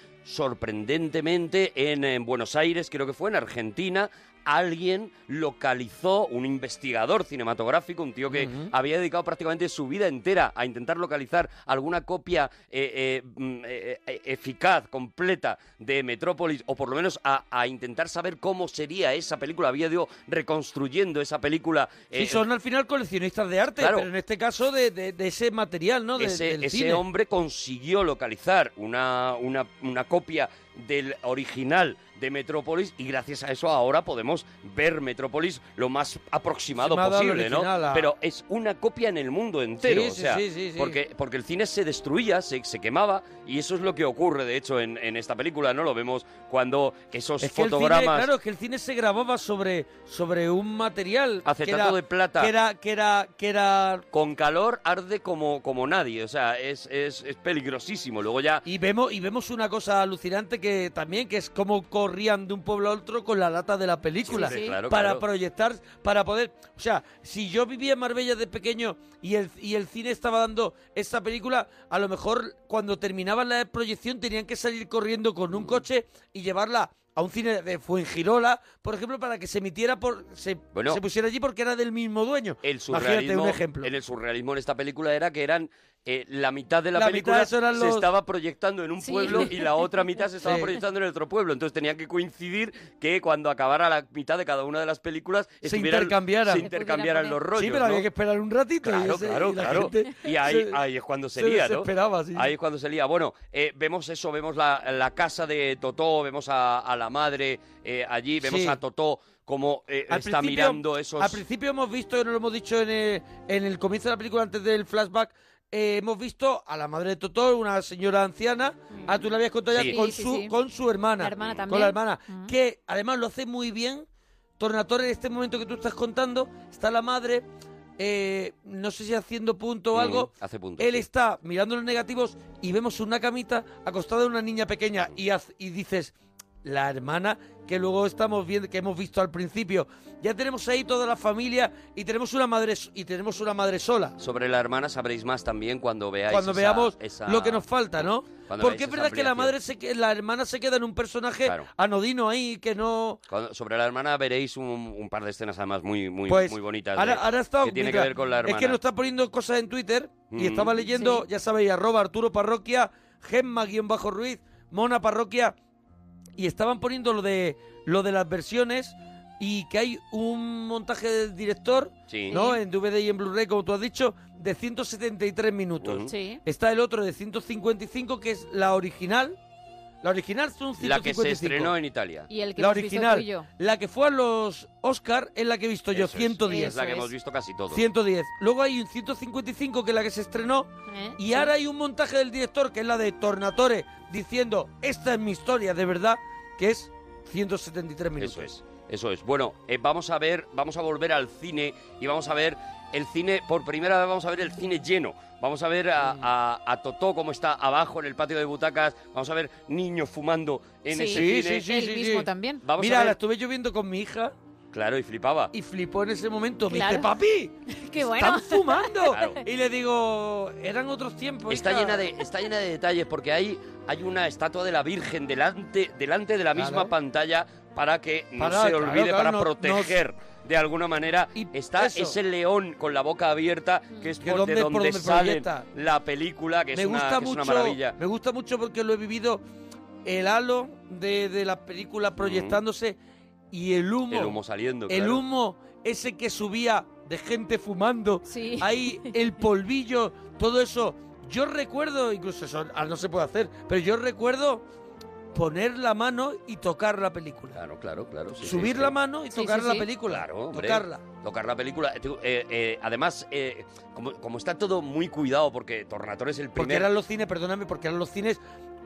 sorprendentemente en, en Buenos Aires, creo que fue en Argentina, alguien localizó un investigador cinematográfico, un tío que Ujú. había dedicado prácticamente su vida entera a intentar localizar alguna copia eh, eh, mm, eh, eh, eficaz, completa de Metrópolis, o por lo menos a, a intentar saber cómo sería esa película. Había ido reconstruyendo esa película. Sí, eh, son al final coleccionistas de arte, claro. pero en este caso de, de- de ese material, ¿no? De- ese, del ese cine. hombre consiguió localizar una, una, una copia del original de Metrópolis y gracias a eso ahora podemos ver Metrópolis lo más aproximado Aproximado al posible, ¿no? original, a- Pero es una copia en el mundo entero, Sí, o sí, sea, sí, sí, sí. Porque, porque el cine se destruía, se, se quemaba y eso es lo que ocurre, de hecho, en, en esta película, ¿no? Lo vemos cuando esos Es que el cine, fotogramas... claro, es que el cine se grababa sobre, sobre un material. que Acetato era- de plata. Que era, que era, que era Con calor arde como, como nadie, o sea, es, es, es peligrosísimo. Luego ya Y vemos, y vemos una cosa alucinante que también, que es como corrían de un pueblo a otro con la lata de la película. Sí, sí. Claro, para claro. proyectar, para poder. O sea, si yo vivía en Marbella de pequeño y el, y el cine estaba dando esta película, a lo mejor cuando terminaban la proyección tenían que salir corriendo con Mm. un coche y llevarla a un cine de Fuengirola, por ejemplo, para que se emitiera por. se, Bueno. se pusiera allí porque era del mismo dueño. El Imagínate surrealismo, un ejemplo. En el surrealismo en esta película era que eran eh, la mitad de la, La película mitad, eso eran se los- estaba proyectando en un Sí. pueblo y la otra mitad se estaba Sí. proyectando en el otro pueblo. Entonces tenían que coincidir que cuando acabara la mitad de cada una de las películas Se estuvieran- intercambiaran. se intercambiaran los rollos. Sí, pero había ¿no? que esperar un ratito. y Claro, ese- claro, y la claro. gente Y ahí, se- ahí es cuando se, se lía, ¿no? desesperaba, sí. Ahí es cuando se lía. Bueno, eh, vemos eso, vemos la, la casa de Totó, vemos a, a la madre eh, allí, vemos Sí. a Totó como eh, Al está principio- mirando esos... Al principio hemos visto, no lo hemos dicho en el, en el comienzo de la película, antes del flashback, eh, hemos visto a la madre de Totó, una señora anciana, a tú la habías contado ya, Sí. con, Sí, sí, su, sí. con su hermana. La hermana también. Mm. Con la hermana, que además lo hace muy bien. Tornator, en este momento que tú estás contando, está la madre, eh, no sé si haciendo punto o Mm, algo. hace punto, Él sí. está mirando los negativos y vemos una camita acostada de una niña pequeña y, haz- y dices, la hermana que luego estamos viendo, que hemos visto al principio. Ya tenemos ahí toda la familia y tenemos una madre, s- y tenemos una madre sola. Sobre la hermana sabréis más también cuando veáis Cuando esa- veamos esa- lo que nos falta, ¿no? Cuando Porque es veáis esa verdad que la ampliación. madre se que- la hermana se queda en un personaje Claro. anodino ahí que no Cuando- sobre la hermana veréis un, un par de escenas además muy muy, Pues, muy bonitas de- ahora, ahora está- que tiene mira, que ver con la hermana. Es que nos está poniendo cosas en Twitter y Mm. estaba leyendo, ya sabéis, arroba Arturo Parroquia, Gemma-Ruiz, Mona Parroquia, y estaban poniendo lo de, lo de las versiones y que hay un montaje del director, Sí. ¿no? Sí. En DVD y en Blu-ray, como tú has dicho, de 173 minutos. Ujú. Sí. Está el otro de 155, que es la original. La original son 155. La que se estrenó en Italia. Y el que la hemos visto tú original, y yo. la que fue a los Oscar es la que he visto yo, Eso es. 110. Es la que hemos visto casi todos. 110. Luego hay un 155 que es la que se estrenó. ¿Eh? Y ahora hay un montaje del director que es la de Tornatore diciendo, esta es mi historia de verdad, que es 173 minutos. Eso es, eso es. Bueno, eh, vamos a ver, vamos a volver al cine y vamos a ver el cine, por primera vez vamos a ver el cine lleno. Vamos a ver Mm. a, a- a Totó como está abajo en el patio de butacas. Vamos a ver niños fumando en Sí. ese Sí, sí, cine. sí, Él sí, mismo sí. también. Vamos Mira, a ver- la estuve yo viendo con mi hija Claro, y flipaba. y flipó en ese momento. Me dice, Claro. papi, *laughs* ¡Qué bueno! están fumando. Claro. Y le digo, eran otros tiempos. Está hija". llena, de, está llena de detalles porque hay, hay una estatua de la Virgen delante, delante de la misma Claro. pantalla para que no Para, se claro, olvide, claro, para no- proteger de alguna manera. está eso. ese león con la boca abierta que es Que por, dónde- de por donde dónde sale proyecta. la película, que, es, me una, gusta que es mucho, una maravilla. Me gusta mucho porque lo he vivido el halo de, de la película proyectándose y el humo. El humo saliendo, El claro. humo, ese que subía de gente fumando. *laughs* Ahí el polvillo, todo eso. Yo recuerdo, incluso eso ahora no se puede hacer, pero yo recuerdo poner la mano y tocar la película. Claro, claro, claro. sí, Subir sí, la sí. mano y tocar la película. Claro, hombre. tocarla. Tocar la película. Eh, tú, eh, eh, además, eh, como, como está todo muy cuidado, porque Tornator es el Porque primer eran los cines, perdóname, porque eran los cines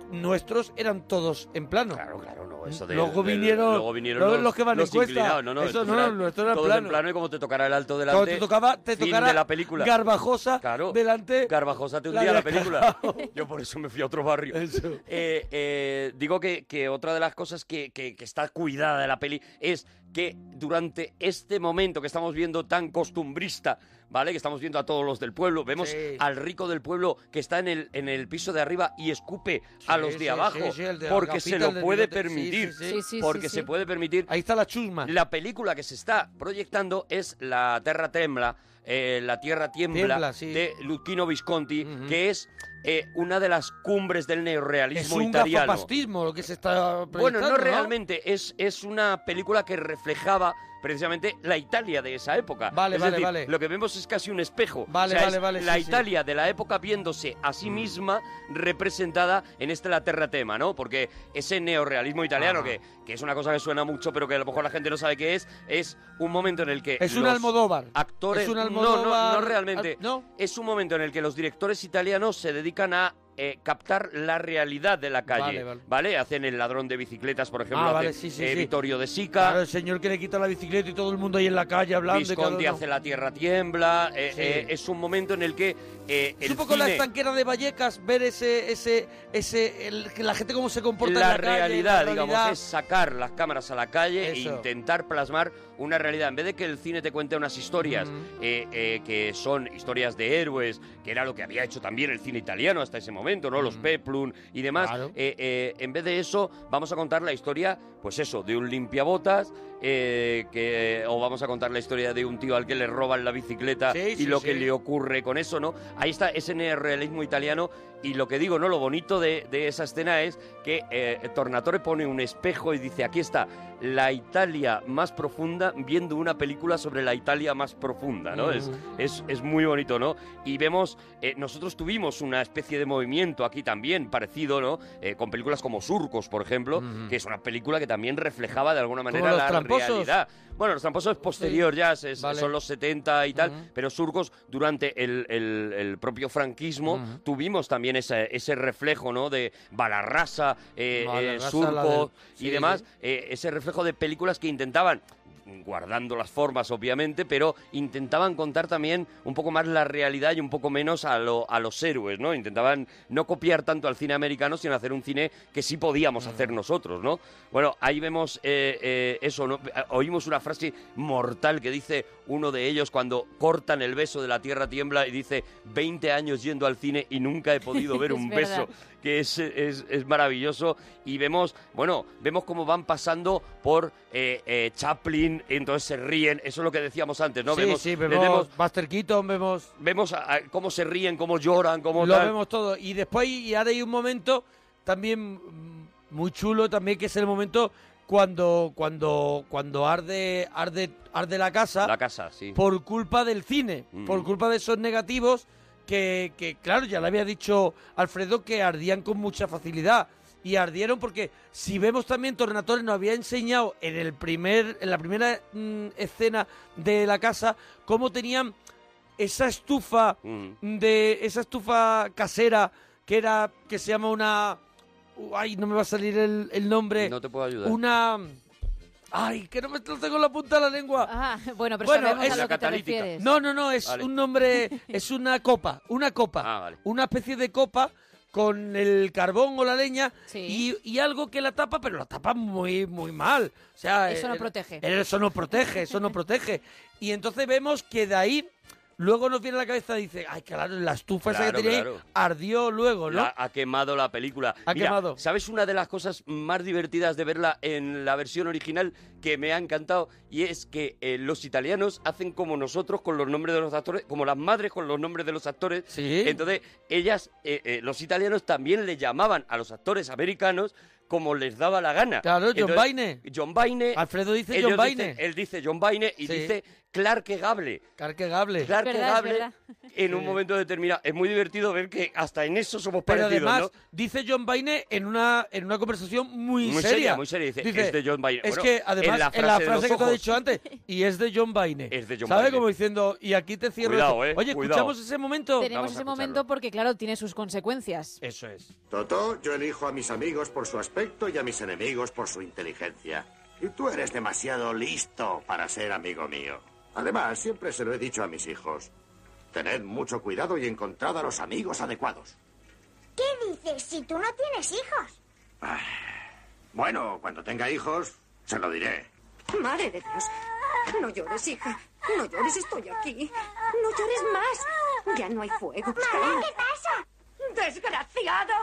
nuestros eran todos en plano. Claro, claro, no, eso del- luego, del- vinieron, luego vinieron luego los, los, que van los en cuesta. inclinados. No, no, eso estos no, eran no, esto era todos plano. en plano y como te tocara el alto delante. Cuando te tocaba, te fin tocara de la película. Garbajosa delante. Garbajosa te la *laughs* hundía la habías película. Yo por eso me fui a otro barrio. Eh, eh, digo que, que otra de las cosas que, que- que está cuidada de la peli es que durante este momento que estamos viendo tan costumbrista, ¿vale? Que estamos viendo a todos los del pueblo, vemos Sí. al rico del pueblo que está en el, en el piso de arriba y escupe a Sí, los de sí, abajo sí, sí, el de la porque se gafita, lo el del puede bigote. Sí, permitir. sí, sí. Sí, sí, sí, porque sí. se puede permitir. Ahí está la chusma. La película que se está proyectando es La Terra Tembla, eh, La Tierra Tiembla, Tiembla, sí. de Luchino Visconti, que es eh, una de las cumbres del Es neorealismo un italiano. gafapastismo lo que se está Bueno, proyectando, no realmente, es, es una película que reflejaba precisamente la Italia de esa época. Vale, Es vale, decir, vale. Lo que vemos es casi un espejo. Vale, O sea, vale, es vale, La sí, Mm. sí. Italia de la época viéndose a sí misma representada en este La Terra Tema, ¿no? Porque ese neorealismo italiano, Ajá. que, que es una cosa que suena mucho, pero que a lo mejor la gente no sabe qué es, es un momento en el que. Es un los Almodóvar. Actores. Es un No, No, no, Almodóvar- realmente. Al- ¿no? Es un momento en el que los directores italianos se dedican a. eh, captar la realidad de la calle, Vale, vale. Hacen el ladrón de bicicletas, por ejemplo, Ah, hace, vale, sí, sí, eh, sí. Vittorio de Sica, Claro, el señor que le quita la bicicleta y todo el mundo ahí en la calle hablando. y cada Visconti uno- hace la tierra tiembla, eh, Sí. eh, es un momento en el que eh, el Es un poco la cine- estanquera de Vallecas, ver ese, ese, ese, el- que la gente cómo se comporta la, en la calle, realidad, la digamos, realidad. es sacar las cámaras a la calle e Eso. intentar plasmar una realidad. En vez de que el cine te cuente unas historias eh, eh, que son historias de héroes, que era lo que había hecho también el cine italiano hasta ese momento, ¿no? Los peplum y demás. eh, eh, en vez de eso, vamos a contar la historia, pues eso, de un limpiabotas, eh, que, o vamos a contar la historia de un tío al que le roban la bicicleta Sí, sí, y lo sí. que le ocurre con eso, ¿no? Ahí está ese neorrealismo italiano y lo que digo, ¿no? Lo bonito de, de esa escena es que eh, Tornatore pone un espejo y dice, aquí está, la Italia más profunda viendo una película sobre la Italia más profunda, ¿no? Es, Mm. es, es muy bonito, ¿no? Y vemos, eh, nosotros tuvimos una especie de movimiento aquí también, parecido, ¿no? Eh, con películas como Surcos, por ejemplo, que es una película que también reflejaba de alguna ¿Como manera Los la Tramposos? realidad. Bueno, Los Tramposos es posterior Sí. ya, se- se- Vale. son los 70 y tal, pero Surcos durante el, el- el propio franquismo Ujú. tuvimos también ese, ese reflejo, ¿no? De Balarrasa, eh, eh, Balarrasa, la del- Surcos y sí, demás, sí. eh, ese reflejo de películas que intentaban guardando las formas obviamente, pero intentaban contar también un poco más la realidad y un poco menos a, lo- a los héroes, ¿no? Intentaban no copiar tanto al cine americano, sino hacer un cine que sí podíamos Mm. hacer nosotros, ¿no? Bueno, ahí vemos eh, eh, eso, ¿no? Oímos una frase mortal que dice uno de ellos cuando cortan el beso de la tierra tiembla y dice 20 años yendo al cine y nunca *laughs* he podido ver Es un verdad. beso que es, es- es maravilloso y vemos, bueno, vemos cómo van pasando por eh, eh, Chaplin, entonces se ríen, eso es lo que decíamos antes, ¿no? sí, vemos, sí, les vemos vemos- Buster Keaton, vemos... vemos a- a cómo se ríen, cómo lloran, cómo Lo tal. vemos todo. Y después, y ahora hay un momento también mm, muy chulo, también que es el momento cuando cuando cuando arde arde arde la casa La casa, sí. Mm. por culpa del cine por culpa de esos negativos que, que, claro ya le había dicho Alfredo que ardían con mucha facilidad y ardieron porque si vemos también Tornatore nos había enseñado en el primer en la primera mm, escena de la casa cómo tenían esa estufa Mm. de esa estufa casera que era que se llama una uh, ay no me va a salir el, el nombre No te puedo ayudar. una ay que no me lo tengo en la punta de la lengua Ah, bueno, pero sabemos a lo que te refieres. no no no es Vale. un *laughs* nombre es una copa una copa Ah, una especie de copa con el carbón o la leña y, y algo que la tapa pero la tapa muy muy mal o sea Eso no eh, protege. eso no protege eso no protege y entonces vemos que de ahí Luego nos viene a la cabeza y dice, ay, claro, la estufa esa Claro, que tenía ahí claro. ardió luego, ¿no? La- ha quemado la película. Ha Mira, quemado. ¿Sabes una de las cosas más divertidas de verla en la versión original que me ha encantado? Y es que eh, los italianos hacen como nosotros con los nombres de los actores, como las madres con los nombres de los actores. Entonces, ellas, eh, eh, los italianos también le llamaban a los actores americanos como les daba la gana. Claro, John Entonces, Baine. John Baine. Eh, Alfredo dice ellos John Baine. dicen- él dice John Baine y Sí. dice Clark Gable. Cargable. Clark Gable en un momento determinado. Es muy divertido ver que hasta en eso somos Pero parecidos, además, ¿no? dice John Baine en una, en una conversación muy, Muy seria, muy seria, dice, "Es de John Baine". Es Bueno, que además, en la en la frase de frase los que te he ojos. dicho antes, y es de John Baine. Es de John ¿Sabe? Baine. Como diciendo, y aquí te cierro. esto. Cuidado, eh, Oye, cuidado. escuchamos ese momento. Tenemos ese momento porque, claro, tiene sus consecuencias. Eso es. Toto, yo elijo a mis amigos por su aspecto y a mis enemigos por su inteligencia. Y tú eres demasiado listo para ser amigo mío. Además, siempre se lo he dicho a mis hijos. Tened mucho cuidado y encontrad a los amigos adecuados. ¿Qué dices si tú no tienes hijos? Ah, Bueno, cuando tenga hijos, se lo diré. Madre de Dios. No llores, hija. No llores, estoy aquí. No llores más. Ya no hay fuego. Mamá, ¿qué pasa? ¡Desgraciado!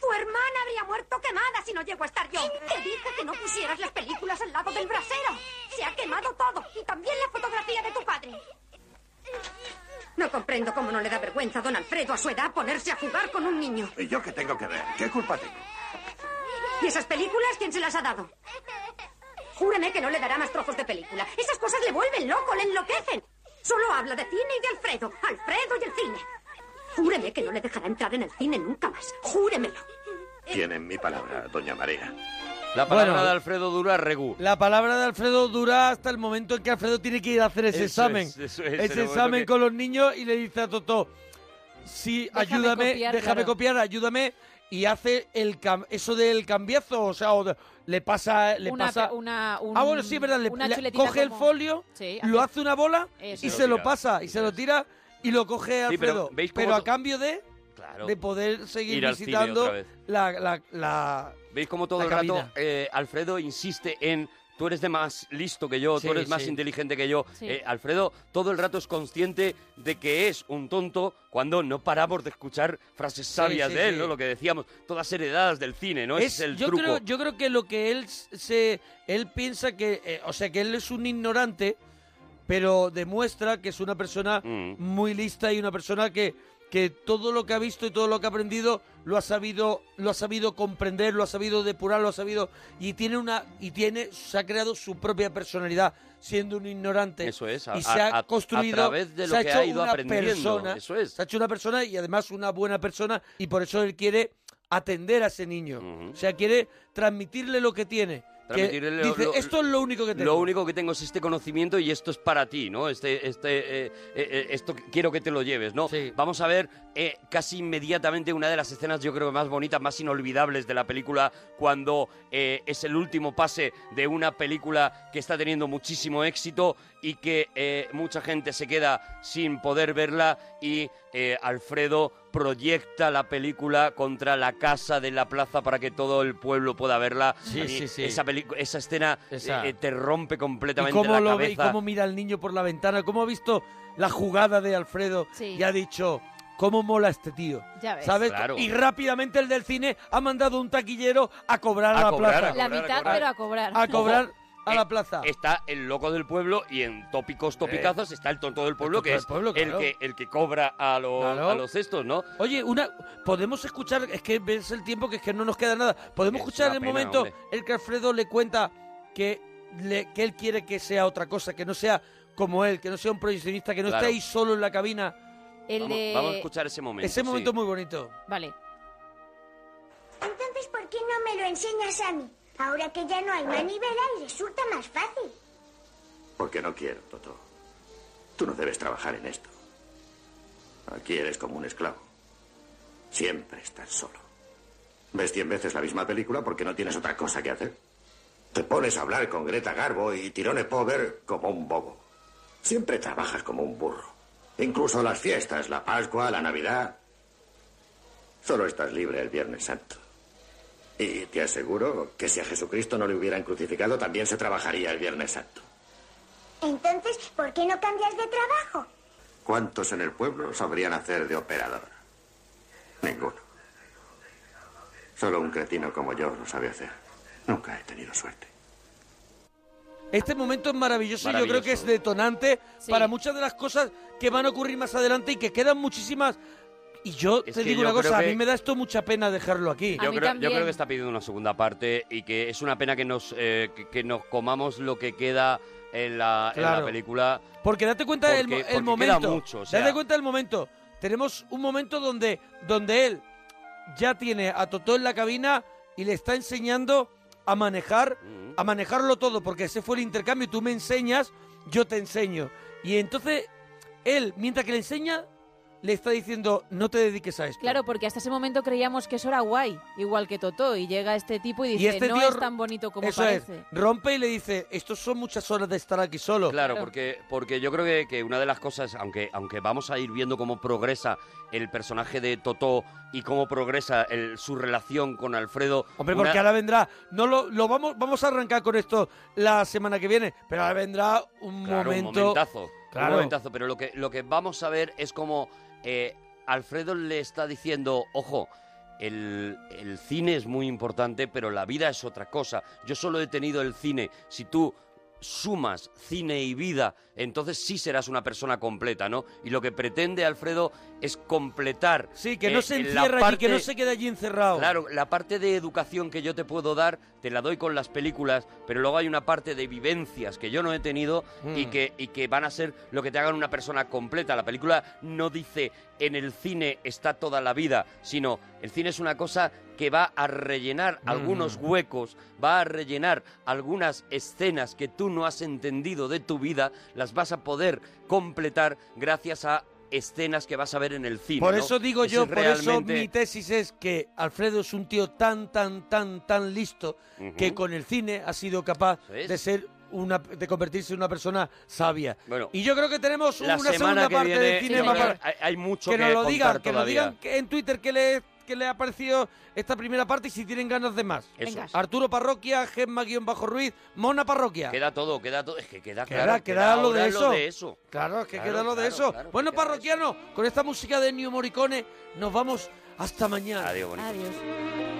Tu hermana habría muerto quemada si no llego a estar yo. Te dije que no pusieras las películas al lado del brasero. Se ha quemado todo. Y también la fotografía de tu padre. No comprendo cómo no le da vergüenza a don Alfredo a su edad ponerse a jugar con un niño. ¿Y yo qué tengo que ver? ¿Qué culpa tengo? ¿Y esas películas quién se las ha dado? Júrame que no le dará más trozos de película. Esas cosas le vuelven loco, le enloquecen. Solo habla de cine y de Alfredo. Alfredo y el cine. Júreme que no le dejará entrar en el cine nunca más. Júremelo. Tienen mi palabra, doña María. La palabra Bueno. de Alfredo Dura Regu. La palabra de Alfredo dura hasta el momento en que Alfredo tiene que ir a hacer ese Eso examen. es, eso es, en el ese momento examen que- con los niños y le dice a Toto, sí, Déjame ayúdame, copiar, déjame claro. copiar, ayúdame. Y hace el cam- eso del cambiazo, o sea, o de- le pasa... Le Una- pasa una- un- ah, bueno, sí, es verdad, le, una le- chuletita coge el como- folio, Sí, lo hace una bola Eso y es. se lo Tira. pasa, y se lo tira y lo coge Sí, pero Alfredo. ¿veis pero cómo a to- cambio de, Claro. de poder seguir Ir al cine visitando otra vez. la, la, la- ¿Veis cómo todo La el rato cabina. eh, Alfredo insiste en tú eres de más listo que yo, Sí, tú eres más sí. inteligente que yo. Sí. Eh, Alfredo todo el rato es consciente de que es un tonto cuando no paramos de escuchar frases sabias sí, de él, sí. ¿no? Lo que decíamos, todas heredadas del cine, ¿no? Ese es el yo truco. creo yo creo que lo que él s- se él piensa que eh, o sea que él es un ignorante pero demuestra que es una persona Mm. muy lista y una persona que que todo lo que ha visto y todo lo que ha aprendido lo ha sabido lo ha sabido comprender lo ha sabido depurar lo ha sabido y tiene una y tiene se ha creado su propia personalidad siendo un ignorante Eso es, a- y se ha a- a- a construido través de lo se ha que hecho ha ido una aprendiendo, persona eso es. se ha hecho una persona y además una buena persona y por eso él quiere atender a ese niño. O sea, quiere transmitirle lo que tiene. que Transmitirle lo- dice, lo- esto es lo único que tengo. Lo único que tengo es este conocimiento y esto es para ti, ¿no? Este, este, eh, eh, eh, esto quiero que te lo lleves, ¿no? Vamos a ver eh, casi inmediatamente una de las escenas, yo creo que más bonitas, más inolvidables de la película, cuando eh, es el último pase de una película que está teniendo muchísimo éxito y que eh, mucha gente se queda sin poder verla y eh, Alfredo proyecta la película contra la casa de la plaza para que todo el pueblo pueda verla. Sí, A mí sí, sí. Esa, peli- esa escena Esa. eh, te rompe y completamente cómo la lo ve y cabeza. cómo mira el niño por la ventana, cómo ha visto la jugada de Alfredo Sí. y ha dicho, cómo mola este tío. Ya ves. ¿Sabes? Claro. Y rápidamente el del cine ha mandado un taquillero a cobrar a, A la cobrar, plaza. a cobrar, La a mitad, cobrar. pero a cobrar. A cobrar a Eh, la plaza. Eh, Está el loco del pueblo y en tópicos topicazos está el tonto del pueblo, tonto que del es pueblo, claro. el, que, el que cobra a, los Claro. a los estos, ¿no? Oye, una podemos escuchar, es que ves el tiempo que es que no nos queda nada. Podemos Es escuchar una el pena, momento hombre. el que Alfredo le cuenta que le- que él quiere que sea otra cosa, que no sea como él, que no sea un proyeccionista, que no Claro. esté ahí solo en la cabina. El Vamos, de- vamos a escuchar ese momento. Ese sí. momento muy bonito. Vale. Entonces, ¿por qué no me lo enseñas a mí? Ahora que ya no hay manivela y resulta más fácil. Porque no quiero, Toto. Tú no debes trabajar en esto. Aquí eres como un esclavo. Siempre estás solo. Ves cien veces la misma película porque no tienes otra cosa que hacer. Te pones a hablar con Greta Garbo y Tirone Power como un bobo. Siempre trabajas como un burro. Incluso las fiestas, la Pascua, la Navidad. Solo estás libre el Viernes Santo. Y te aseguro que si a Jesucristo no le hubieran crucificado, también se trabajaría el Viernes Santo. Entonces, ¿por qué no cambias de trabajo? ¿Cuántos en el pueblo sabrían hacer de operador? Ninguno. Solo un cretino como yo lo sabe hacer. Nunca he tenido suerte. Este momento es maravilloso, y yo creo Maravilloso. que es detonante para muchas de las cosas que van a ocurrir más adelante y que quedan muchísimas. Y yo Es te que digo yo una cosa, creo a que- mí me da esto mucha pena dejarlo aquí. Yo creo, yo creo que está pidiendo una segunda parte y que es una pena que nos, eh, que, que nos comamos lo que queda en la, en la Claro. película. Porque date cuenta Porque- el, mo- el porque queda momento. mucho, o sea. Date cuenta el momento. Tenemos un momento donde, donde él ya tiene a Totó en la cabina y le está enseñando a manejar, Mm. a manejarlo todo, porque ese fue el intercambio. Tú me enseñas, yo te enseño. Y entonces, él, mientras que le enseña, le está diciendo, no te dediques a esto. Claro, porque hasta ese momento creíamos que eso era guay, igual que Totó, y llega este tipo y dice, este no tío es tan bonito como Eso parece. es, rompe y le dice, estos son muchas horas de estar aquí solo. Claro, porque, porque yo creo que, que una de las cosas, aunque, aunque vamos a ir viendo cómo progresa el personaje de Totó y cómo progresa el- su relación con Alfredo. Hombre, una- porque ahora vendrá. No lo, lo vamos, vamos a arrancar con esto la semana que viene, pero ahora vendrá un Claro, momento. Un momentazo. Claro. Un momentazo. Pero lo que, lo que vamos a ver es como eh, Alfredo le está diciendo, ojo, el, el cine es muy importante, pero la vida es otra cosa. Yo solo he tenido el cine. Si tú sumas cine y vida, entonces sí serás una persona completa, ¿no? Y lo que pretende Alfredo es completar... Sí, que no eh, se la encierra allí, que no parte- se quede allí encerrado. Claro, la parte de educación que yo te puedo dar, te la doy con las películas, pero luego hay una parte de vivencias que yo no he tenido y, Mm. que, y que van a ser lo que te hagan una persona completa. La película no dice en el cine está toda la vida, sino el cine es una cosa que va a rellenar Mm. algunos huecos, va a rellenar algunas escenas que tú no has entendido de tu vida, las vas a poder completar gracias a escenas que vas a ver en el cine. por ¿no? eso digo Ese yo, es por realmente- eso mi tesis es que Alfredo es un tío tan, tan, tan, tan listo Ujú. que con el cine ha sido capaz Eso es. de ser una de convertirse en una persona sabia. Bueno, y yo creo que tenemos la una semana segunda que parte viene, de cinema yo creo para- que hay- hay mucho que, nos que lo digan, contar que nos todavía. digan que en Twitter qué le qué les ha parecido esta primera parte y si tienen ganas de más. Eso. Venga. Arturo Parroquia, Gemma-Ruiz, Mona Parroquia. Queda todo, queda todo. Es que queda, Queda, claro, queda lo, ahora de eso. lo de eso. Claro, es que Claro, queda lo de claro, eso. claro, bueno, parroquianos, con esta música de New Morricone nos vamos hasta mañana. Adiós, bonito. Adiós.